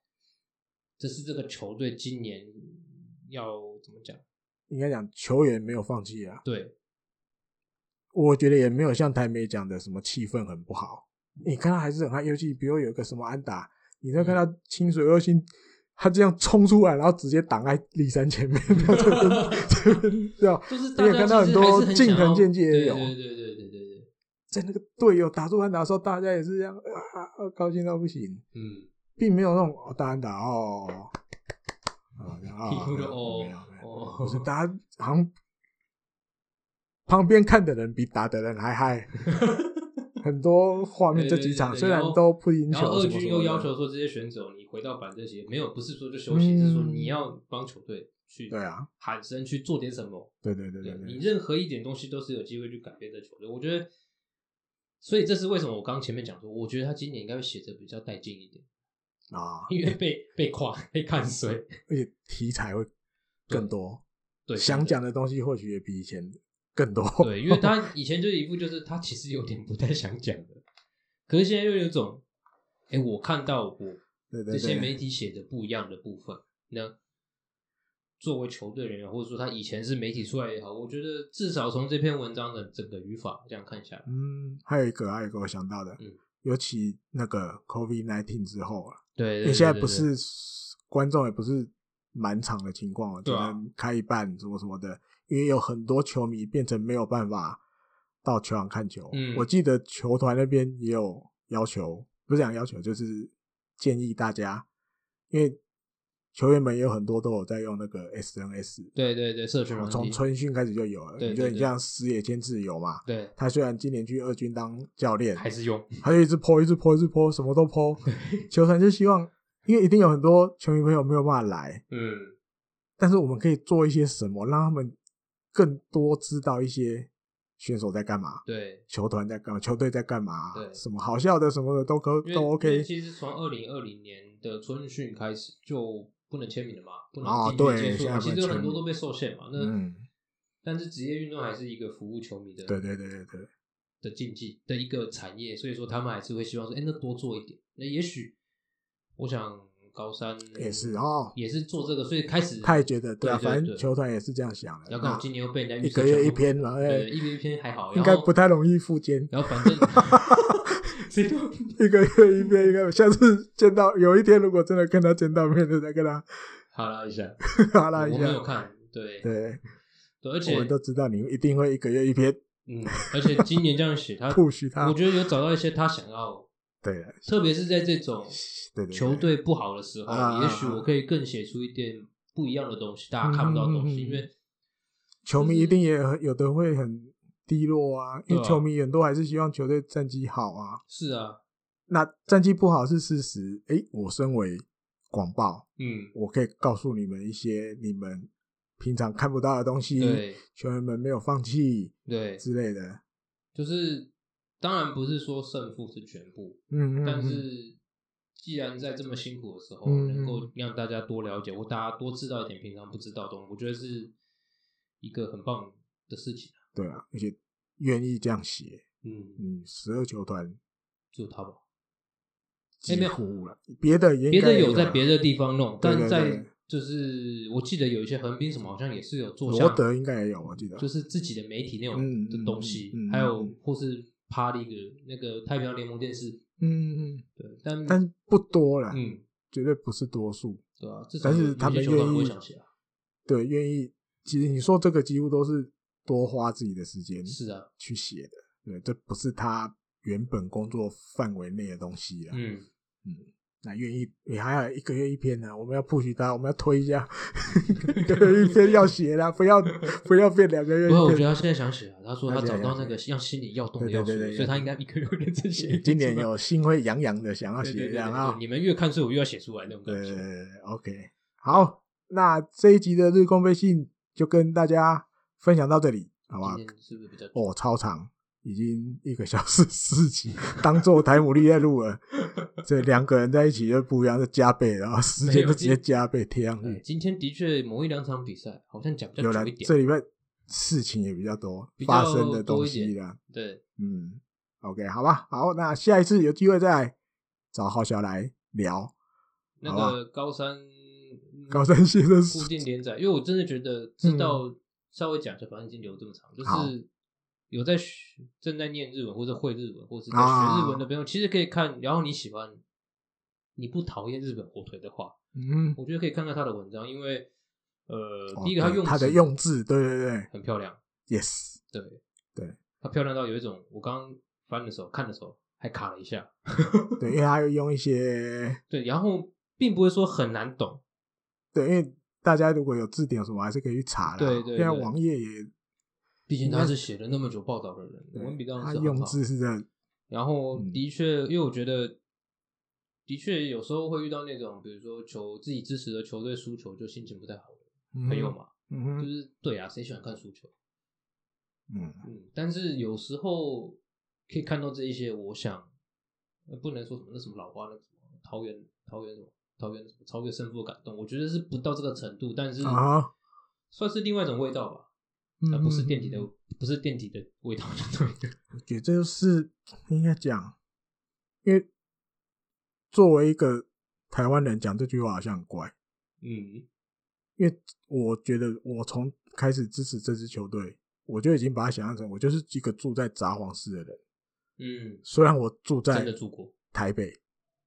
Speaker 3: 这是这个球队今年要怎么讲？
Speaker 2: 应该讲球员没有放弃啊，
Speaker 3: 对，
Speaker 2: 我觉得也没有像台媒讲的什么气氛很不好。你看他还是很嗨，尤其比如有个什么安打，你再看他清水恶性，他这样冲出来，然后直接挡在立山前面， 然后这边这边对吧？
Speaker 3: 就是
Speaker 2: 你也看到很多近
Speaker 3: 近
Speaker 2: 藤健介也有
Speaker 3: 对对对对对对对，
Speaker 2: 在那个队友打出安打的时候，大家也是这样啊，高兴到不行，
Speaker 3: 嗯，
Speaker 2: 并没有那种哦打安打哦，啊 啊，
Speaker 3: 一
Speaker 2: 没
Speaker 3: 路就
Speaker 2: 有
Speaker 3: 哦
Speaker 2: 没有没有
Speaker 3: 哦
Speaker 2: 不是，大家好像旁边看的人比打的人还嗨，很多画面这几场
Speaker 3: 对对对对
Speaker 2: 虽然都不 赢
Speaker 3: 然后
Speaker 2: 球
Speaker 3: 二
Speaker 2: 什么
Speaker 3: 军
Speaker 2: 什
Speaker 3: 又
Speaker 2: 么
Speaker 3: 要求
Speaker 2: 的，
Speaker 3: 说这些选手你回到板这些没有，不是说就休息，是说你要帮球队去
Speaker 2: 嗯对啊，
Speaker 3: 喊声去做点什么，
Speaker 2: 对对对
Speaker 3: 对
Speaker 2: 对
Speaker 3: 你
Speaker 2: 对，
Speaker 3: 任何一点东西都是有机会去改变这球队。我觉得，所以这是为什么我刚刚前面讲说，我觉得他今年应该会写的比较带劲一点，
Speaker 2: 啊，
Speaker 3: 因为被被跨被看衰，
Speaker 2: 而且题材会更多，
Speaker 3: 对，
Speaker 2: 想
Speaker 3: 真的
Speaker 2: 讲的东西或许也比以前更多，
Speaker 3: 对，因为他以前就是一副就是他其实有点不太想讲的，可是现在又有一种，哎、我看到我
Speaker 2: 对对
Speaker 3: 这些媒
Speaker 2: 对，
Speaker 3: 体写的不一样的部分，那作为球队人员或者说他以前是媒体出来也好，我觉得至少从这篇文章的整个语法这样看下来，
Speaker 2: 嗯，还有一个还有一个我想到的
Speaker 3: 嗯，
Speaker 2: 尤其那个 COVID nineteen 之后啊，
Speaker 3: 对，
Speaker 2: 因
Speaker 3: 对
Speaker 2: 为现在
Speaker 3: 对
Speaker 2: 不
Speaker 3: 对
Speaker 2: 是观众也不是满场的情况了，只
Speaker 3: 对啊
Speaker 2: 能开一半什么什么的，因为有很多球迷变成没有办法到球场看球。
Speaker 3: 嗯
Speaker 2: 我记得球团那边也有要求，不是讲要求，就是建议大家，因为球员们也有很多都有在用那个 SNS，
Speaker 3: 对对对，社群
Speaker 2: 我
Speaker 3: 软
Speaker 2: 哦从
Speaker 3: 体，
Speaker 2: 春训开始就有了。
Speaker 3: 对
Speaker 2: 你觉得
Speaker 3: 对
Speaker 2: 你
Speaker 3: 对
Speaker 2: 像石野千自由嘛？
Speaker 3: 对，
Speaker 2: 他虽然今年去二军当教练，
Speaker 3: 还 是用，
Speaker 2: 他就一直泼，一直泼，一直泼，什么都泼。球团就希望，因为一定有很多球迷朋友没有办法来，
Speaker 3: 嗯，
Speaker 2: 但是我们可以做一些什么，让他们更多知道一些选手在干嘛，
Speaker 3: 对，
Speaker 2: 球团在干嘛，球队在干嘛
Speaker 3: 对，
Speaker 2: 什么好笑的什么的都可
Speaker 3: 因为
Speaker 2: 都
Speaker 3: 因为
Speaker 2: OK。
Speaker 3: 其实从二零二零年的春训开始就不能签名了嘛，不
Speaker 2: 啊
Speaker 3: 能进
Speaker 2: 对
Speaker 3: 去接
Speaker 2: 现在不
Speaker 3: 触嘛，
Speaker 2: 能
Speaker 3: 其实有
Speaker 2: 签
Speaker 3: 很多
Speaker 2: 名
Speaker 3: 都被受限嘛。那、
Speaker 2: 嗯，
Speaker 3: 但是职业运动还是一个服务球迷的
Speaker 2: 对对对对对，
Speaker 3: 的竞技的一个产业，所以说他们还是会希望说，哎、那多做一点。那也许我想高三
Speaker 2: 也是哦
Speaker 3: 也是做这个，所以开始
Speaker 2: 他也觉得对啊，
Speaker 3: 对对
Speaker 2: 反
Speaker 3: 对
Speaker 2: 正球团也是这样想的。
Speaker 3: 然后刚
Speaker 2: 那
Speaker 3: 好今年又被人家
Speaker 2: 一
Speaker 3: 预测
Speaker 2: 个月
Speaker 3: 全部
Speaker 2: 一篇了，
Speaker 3: 对，
Speaker 2: 哎，
Speaker 3: 一篇一篇还好，
Speaker 2: 应
Speaker 3: 然
Speaker 2: 该
Speaker 3: 后
Speaker 2: 不太容易复健。
Speaker 3: 然后反正谁都
Speaker 2: 一个月一篇，应该下次见到有一天，如果真的跟他见到面了，再跟他
Speaker 3: 好了一下，
Speaker 2: 哈拉一
Speaker 3: 我没有
Speaker 2: 下。
Speaker 3: 看，对
Speaker 2: 对，
Speaker 3: 对，而
Speaker 2: 我
Speaker 3: 且
Speaker 2: 们都知道你一定会一个月一篇
Speaker 3: 嗯，而且今年这样写，他
Speaker 2: push 他。
Speaker 3: 啊我觉得有找到一些他想要，
Speaker 2: 对对
Speaker 3: 特别是在这种
Speaker 2: 对对，
Speaker 3: 球队不好的时候，
Speaker 2: 啊
Speaker 3: 也许我可以更写出一点不一样的东西，大家看不到的东
Speaker 2: 嗯嗯嗯
Speaker 3: 西，
Speaker 2: 嗯
Speaker 3: 因为。
Speaker 2: 球迷一定也很有的会很低落啊，因
Speaker 3: 对
Speaker 2: 为
Speaker 3: 啊
Speaker 2: 球迷很多还是希望球队战绩好啊。
Speaker 3: 是啊，
Speaker 2: 那战绩不好是事实，诶，我身为广报，
Speaker 3: 嗯，
Speaker 2: 我可以告诉你们一些你们平常看不到的东西，
Speaker 3: 对
Speaker 2: 球员们没有放弃
Speaker 3: 对，
Speaker 2: 之类的。
Speaker 3: 就是当然不是说胜负是全部，
Speaker 2: 嗯，嗯
Speaker 3: 但
Speaker 2: 嗯
Speaker 3: 是既然在这么辛苦的时候，
Speaker 2: 嗯
Speaker 3: 能够让大家多了解或大家多知道一点平常不知道的东西，我觉得是一个很棒的事情啊。
Speaker 2: 对啊，而且愿意这样写，
Speaker 3: 嗯，
Speaker 2: 嗯，十二球团
Speaker 3: 就他吧，
Speaker 2: 几
Speaker 3: 没有
Speaker 2: 乎了，别的也应
Speaker 3: 别
Speaker 2: 该
Speaker 3: 的
Speaker 2: 也
Speaker 3: 有在
Speaker 2: 啦
Speaker 3: 别的地方
Speaker 2: 对
Speaker 3: 弄，但
Speaker 2: 对
Speaker 3: 在
Speaker 2: 对
Speaker 3: 就是我记得有一些横滨什么好像也是有做
Speaker 2: 罗
Speaker 3: 像
Speaker 2: 德应该也有，我记得
Speaker 3: 就是自己的媒体那
Speaker 2: 嗯
Speaker 3: 种的东西，
Speaker 2: 嗯嗯嗯
Speaker 3: 还有
Speaker 2: 嗯
Speaker 3: 或是趴那个那个太平洋联盟电视，
Speaker 2: 嗯，嗯，
Speaker 3: 对，但
Speaker 2: 但是不多啦，
Speaker 3: 嗯。
Speaker 2: 绝对不是多数。
Speaker 3: 对啊，至少
Speaker 2: 但
Speaker 3: 有
Speaker 2: 是
Speaker 3: 有
Speaker 2: 他
Speaker 3: 些
Speaker 2: 们
Speaker 3: 球团
Speaker 2: 愿
Speaker 3: 不会
Speaker 2: 意
Speaker 3: 想写啊。
Speaker 2: 对，愿意。其实你说这个几乎都是多花自己的时间
Speaker 3: 是啊，
Speaker 2: 去写的，对，这不是他原本工作范围内的东西啦。
Speaker 3: 嗯，
Speaker 2: 那愿意，你还有一个月一篇呢，我们要 push 他，我们要推一下，一个月一篇要写啦，不要不要变两个月
Speaker 3: 不过我
Speaker 2: 一
Speaker 3: 觉
Speaker 2: 篇。
Speaker 3: 得他现在想写啊，他说他
Speaker 2: 了解
Speaker 3: 找到那
Speaker 2: 了
Speaker 3: 个让心里要动的
Speaker 2: 对对
Speaker 3: 要素，
Speaker 2: 对对
Speaker 3: 所以他应该一个月认真写。
Speaker 2: 今 年有心灰洋洋的想要
Speaker 3: 对对
Speaker 2: 写，啊
Speaker 3: 对对
Speaker 2: 想要
Speaker 3: 对，你们越看书，我越要写出来那种感觉。
Speaker 2: 呃，OK，好，那这一集的日光飞信就跟大家分享到这里，好吧
Speaker 3: 今？年是不是比较？哎
Speaker 2: 哦，超长，已经一个小时四集，当做台姆利在录了。这两个人在一起就不一样，是加倍，然后时间就直接加倍贴上
Speaker 3: 哎
Speaker 2: 去。
Speaker 3: 今天的确某一两场比赛好像讲比
Speaker 2: 嗯有
Speaker 3: 较
Speaker 2: 了
Speaker 3: 久一，
Speaker 2: 这
Speaker 3: 点，
Speaker 2: 礼拜事情也比较多，
Speaker 3: 比较
Speaker 2: 发生的东
Speaker 3: 多一
Speaker 2: 西
Speaker 3: 点
Speaker 2: 啦。
Speaker 3: 对，
Speaker 2: 嗯，OK，好吧，好，那下一次有机会再找浩小来聊
Speaker 3: 那
Speaker 2: 好吧
Speaker 3: 个高三
Speaker 2: 高三先生
Speaker 3: 固定连载，因为我真的 觉得知道稍微讲一下，反正已经留这么长，就
Speaker 2: 嗯好
Speaker 3: 是有在学正在念日文或者会日文或是在学
Speaker 2: 啊
Speaker 3: 日文的朋友，其实可以看。然后你喜欢你不讨厌日本火腿的话，
Speaker 2: 嗯，
Speaker 3: 我觉得可以看看他的文章，因为呃，
Speaker 2: 哦
Speaker 3: 第一个他
Speaker 2: 对
Speaker 3: 用
Speaker 2: 它的
Speaker 3: 词
Speaker 2: 用字，对对对
Speaker 3: 很漂亮，
Speaker 2: ，yes，
Speaker 3: 对
Speaker 2: 对，
Speaker 3: 它漂亮到有一种我刚刚翻的时候看的时候还卡了一下，
Speaker 2: 对，因为它用一些
Speaker 3: 对，然后并不会说很难懂，
Speaker 2: 对，因为大家如果有字典什么，还是可以去查啦。
Speaker 3: 对对
Speaker 2: 现在
Speaker 3: 对
Speaker 2: 网页也
Speaker 3: 毕竟他是写了那么久报道的人，文笔当然
Speaker 2: 它
Speaker 3: 是很
Speaker 2: 用
Speaker 3: 好
Speaker 2: 字是真的，
Speaker 3: 然后
Speaker 2: 嗯
Speaker 3: 的确，因为我觉得，的确有时候会遇到那种，比如说球自己支持的球队输球就心情不太好的朋友嘛，
Speaker 2: 嗯
Speaker 3: 就
Speaker 2: 哼，
Speaker 3: 是对啊，谁喜欢看输球？
Speaker 2: 嗯
Speaker 3: 嗯，但是有时候可以看到这一些，我想、呃不能说什么那什么老花那什么桃园桃园什么桃园什么超越胜负的感动，我觉得是不到这个程度，但是
Speaker 2: 啊哈
Speaker 3: 算是另外一种味道吧，
Speaker 2: 嗯
Speaker 3: 而、
Speaker 2: 哼，
Speaker 3: 不是电体的，不是电体的味道，对对
Speaker 2: 也就是应该讲，因为作为一个台湾人讲这句话好像很怪，
Speaker 3: 嗯，
Speaker 2: 因为我觉得我从开始支持这支球队，我就已经把它想象成我就是一个住在札幌市的人，
Speaker 3: 嗯，
Speaker 2: 虽然我住在
Speaker 3: 真的住过，
Speaker 2: 台北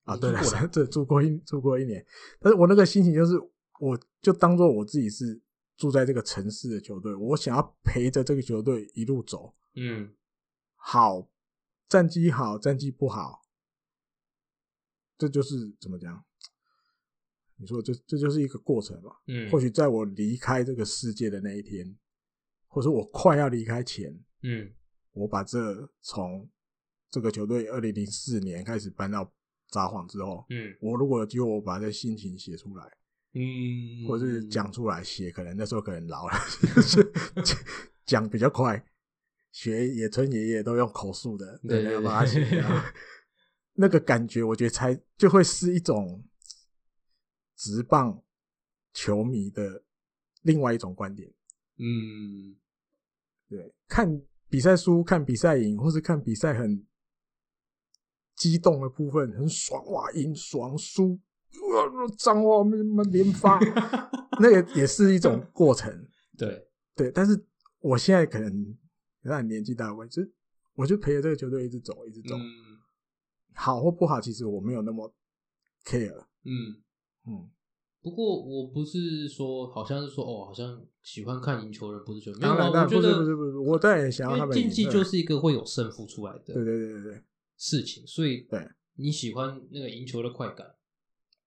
Speaker 2: 啊，
Speaker 3: 你
Speaker 2: 对
Speaker 3: 住
Speaker 2: 了
Speaker 3: 过哪，
Speaker 2: 这住过一住过一年，但是我那个心情就是，我就当做我自己是住在这个城市的球队，我想要陪着这个球队一路走，
Speaker 3: 嗯
Speaker 2: 好，战绩好，战绩不好，这就是怎么讲？你说这这就是一个过程吧？
Speaker 3: 嗯，
Speaker 2: 或许在我离开这个世界的那一天，或者我快要离开前，
Speaker 3: 嗯。
Speaker 2: 我把这从这个球队二零零四年开始搬到札幌之后，
Speaker 3: 嗯
Speaker 2: 我如果有机会，我把这心情写出来，
Speaker 3: 嗯，
Speaker 2: 或者是讲出来写，可能那时候可能老了，就是讲讲比较快。学野村爷爷都用口述的，
Speaker 3: 对
Speaker 2: 对，
Speaker 3: 对对
Speaker 2: 把它写下 那个感觉，我觉得才就会是一种直棒球迷的另外一种观点。
Speaker 3: 嗯，
Speaker 2: 对，看比赛输、看比赛赢，或是看比赛很激动的部分，很爽哇，赢爽输，哇，脏话什么连发，那也也是一种过程。
Speaker 3: 对，
Speaker 2: 对，但是我现在可能有点年纪大的关系，就是我就陪着这个球队一直走，一直走，
Speaker 3: 嗯
Speaker 2: 好或不好，其实我没有那么 care。
Speaker 3: 嗯。
Speaker 2: 嗯，
Speaker 3: 不过我不是说，好像是说哦，好像喜欢看赢球人不是球迷，没有
Speaker 2: 当
Speaker 3: 啊
Speaker 2: 然，当然
Speaker 3: 我觉
Speaker 2: 不是
Speaker 3: 得
Speaker 2: 不是不是，我当然也想要他
Speaker 3: 因为
Speaker 2: 们赢。
Speaker 3: 竞技
Speaker 2: 对
Speaker 3: 就是一个会有胜负出来
Speaker 2: 对对
Speaker 3: 的
Speaker 2: 对对对，
Speaker 3: 事情，所以
Speaker 2: 对
Speaker 3: 你喜欢那个赢球的快感，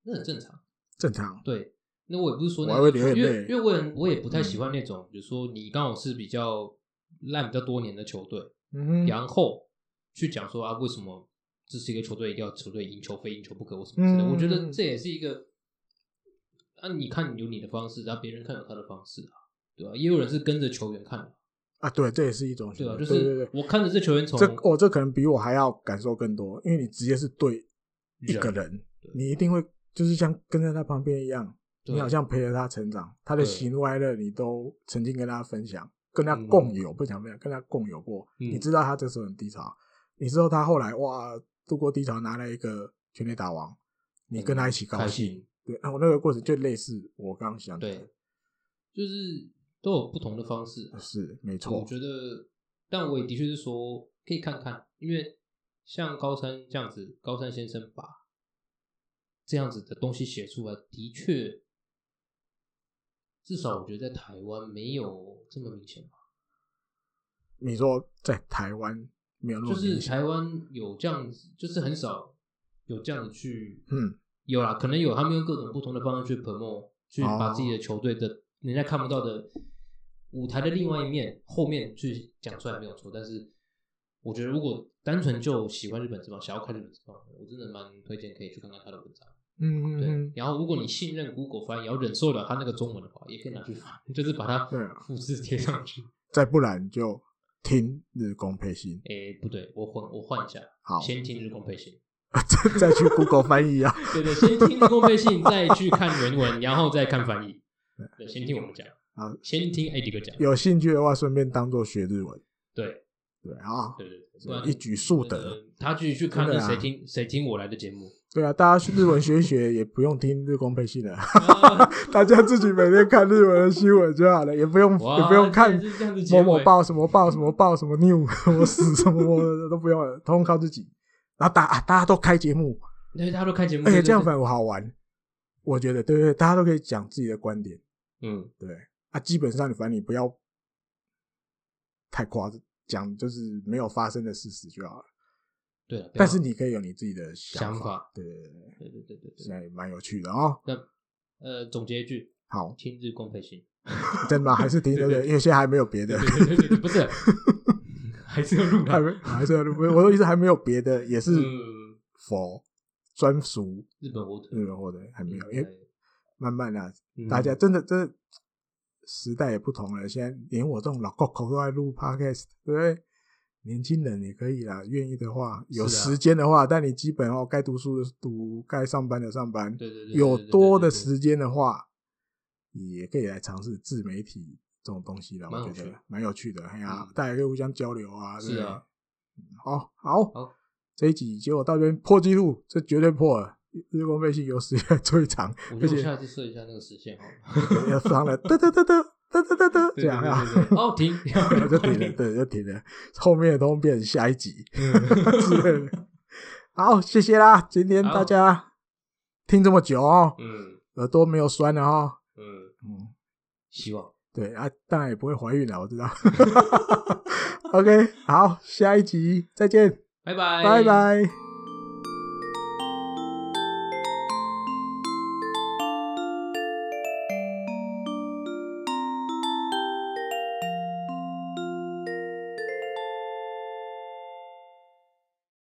Speaker 3: 那很正常。
Speaker 2: 正常。
Speaker 3: 对，那我也不是说
Speaker 2: 我
Speaker 3: 那
Speaker 2: 还会
Speaker 3: 个
Speaker 2: 流眼
Speaker 3: 因为
Speaker 2: 泪嗯
Speaker 3: 因为我也我也不太喜欢那种，比如说你刚好是比较烂比较多年的球队，
Speaker 2: 嗯哼，
Speaker 3: 然后去讲说啊，为什么这是一个球队一定要球队赢球非赢球不可，或什么之类的。
Speaker 2: 嗯
Speaker 3: 我觉得这也是一个，啊，你看有你的方式，然后别人看有他的方式啊，对吧、也有人是跟着球员看的，
Speaker 2: 啊，对，这也是一种选
Speaker 3: 对吧、啊
Speaker 2: 择。
Speaker 3: 就
Speaker 2: 对对
Speaker 3: 是
Speaker 2: 对，
Speaker 3: 我看着这球员从
Speaker 2: 这哦我、这可能比我还要感受更多，因为你直接是对一
Speaker 3: 人
Speaker 2: 个人
Speaker 3: 对，
Speaker 2: 你一定会就是像跟在他旁边一样，
Speaker 3: 对
Speaker 2: 你好像陪着他成长，他的
Speaker 3: 对
Speaker 2: 喜怒哀乐你都曾经跟他分享，跟他共有，不想分享，跟他共有过。
Speaker 3: 嗯
Speaker 2: 你知道他这时候很低潮，你知道他后来哇度过低潮拿了一个全垒打王，你跟他一起高
Speaker 3: 嗯开
Speaker 2: 兴。
Speaker 3: 心，
Speaker 2: 对，那我那个过程就类似我刚刚想的
Speaker 3: 对，就是都有不同的方式啊、
Speaker 2: 是没
Speaker 3: 我
Speaker 2: 错。
Speaker 3: 觉得，但我也的确是说可以看看，因为像高山这样子，高山先生把这样子的东西写出来，的确，至少我觉得在台湾没有这么明显吧。
Speaker 2: 你说在台湾没有那么
Speaker 3: 就是
Speaker 2: 明显
Speaker 3: 台湾有这样子，就是很少有这样子去，
Speaker 2: 嗯，
Speaker 3: 有啦，可能有他们用各种不同的方式去 promote，去
Speaker 2: 哦
Speaker 3: 把自己的球队的人家看不到的舞台的另外一面，后面去讲出来没有错。但是我觉得，如果单纯就喜欢日本职棒，想要看日本职棒，我真的蛮推荐可以去看看他的文章。
Speaker 2: 嗯嗯
Speaker 3: 对，
Speaker 2: 嗯，
Speaker 3: 然后如果你信任 Google 翻译，也要忍受了他那个中文的话，也可以拿去翻，就是把它
Speaker 2: 对啊
Speaker 3: 复制贴上去。
Speaker 2: 再不然就听日工配信，
Speaker 3: 诶，不对，我换我换一下，
Speaker 2: 好，
Speaker 3: 先听日光配信。
Speaker 2: 再再去 Google 翻译啊。
Speaker 3: 对对，先听公费信，再去看原文，然后再看翻译。对，先听我们讲，
Speaker 2: 好
Speaker 3: 先听艾迪哥讲。
Speaker 2: 有兴趣的话，顺便当做学日文，
Speaker 3: 对
Speaker 2: 对啊，
Speaker 3: 对对，不然
Speaker 2: 一举数得。
Speaker 3: 呃他去去看
Speaker 2: 真
Speaker 3: 那
Speaker 2: 的啊
Speaker 3: 谁听谁听我来的节 目，
Speaker 2: 对啊，大家去日文学一学，也不用听日工配信了，
Speaker 3: 啊
Speaker 2: 大家自己每天看日文的新闻就好了，也不用
Speaker 3: 哇
Speaker 2: 也不用看
Speaker 3: 这是这样子结
Speaker 2: 某
Speaker 3: 尾
Speaker 2: 某报什么报什么 报什么 new 什么死什么我都不用了，通通靠自己。然后大啊大家都开节目，
Speaker 3: 对，大家都看节目，
Speaker 2: 而且
Speaker 3: 嗯对
Speaker 2: 这样
Speaker 3: 对
Speaker 2: 反而好玩，我觉得对对，大家都可以讲自己的观点，
Speaker 3: 嗯，
Speaker 2: 对啊，基本上你反正你不要太夸张，讲就是没有发生的事实就好了。
Speaker 3: 对了，不要
Speaker 2: 但是你可以有你自己的
Speaker 3: 想
Speaker 2: 法
Speaker 3: 法，
Speaker 2: 对对对，
Speaker 3: 对对对对对，
Speaker 2: 现在也蛮有趣的哦。
Speaker 3: 那呃，总结一句，
Speaker 2: 好，
Speaker 3: 听日公费 心，
Speaker 2: 真 的吗？还是停留
Speaker 3: 对
Speaker 2: 的，因为现在还没有别的
Speaker 3: 对，对对对对，不是， 还是要录
Speaker 2: 还
Speaker 3: 的，
Speaker 2: 没还是要录我的意思还没有别的，也是
Speaker 3: 嗯，
Speaker 2: 佛专属
Speaker 3: 日本火腿
Speaker 2: 日，本货的，还没有，因为慢慢啊，
Speaker 3: 嗯
Speaker 2: 大家真的真的时代也不同了，现在连我这种老 c 口都爱录 podcast，对不对？年轻人也可以啦，愿意的话，有
Speaker 3: 是啊
Speaker 2: 时间的话，但你基本哦，该读书的读，该上班的上班，
Speaker 3: 对对对对
Speaker 2: 有
Speaker 3: 对对
Speaker 2: 多的
Speaker 3: 对对
Speaker 2: 时间的话，也可以来尝试自媒体这种东西了。
Speaker 3: 蛮
Speaker 2: 我
Speaker 3: 有
Speaker 2: 觉
Speaker 3: 趣
Speaker 2: 得
Speaker 3: 的
Speaker 2: 蛮有趣的，哎呀
Speaker 3: 嗯，
Speaker 2: 大家可以互相交流啊，对
Speaker 3: 是
Speaker 2: 不对？
Speaker 3: 啊，
Speaker 2: 好好
Speaker 3: 好
Speaker 2: 这一集结果到这边破纪录，这绝对破了。日光飞行有史以来最长，
Speaker 3: 我
Speaker 2: 而
Speaker 3: 觉得
Speaker 2: 且
Speaker 3: 我下次设一下那个时限好了，
Speaker 2: 要上了，嘚嘚嘚嘚嘚嘚嘚嘚，
Speaker 3: 对
Speaker 2: 这样啊，
Speaker 3: 对对对哦，停，
Speaker 2: 然后就停了，对，就停了，后面的都变成下一集 之类的。好，谢谢啦，今天大
Speaker 3: 嗯好
Speaker 2: 家听这么久哦，
Speaker 3: 嗯
Speaker 2: 耳朵没有酸了哦，
Speaker 3: 嗯，
Speaker 2: 嗯，
Speaker 3: 希望
Speaker 2: 对啊，当然也不会怀孕了，我知道。OK，好，下一集再见，
Speaker 3: 拜拜，
Speaker 2: 拜拜。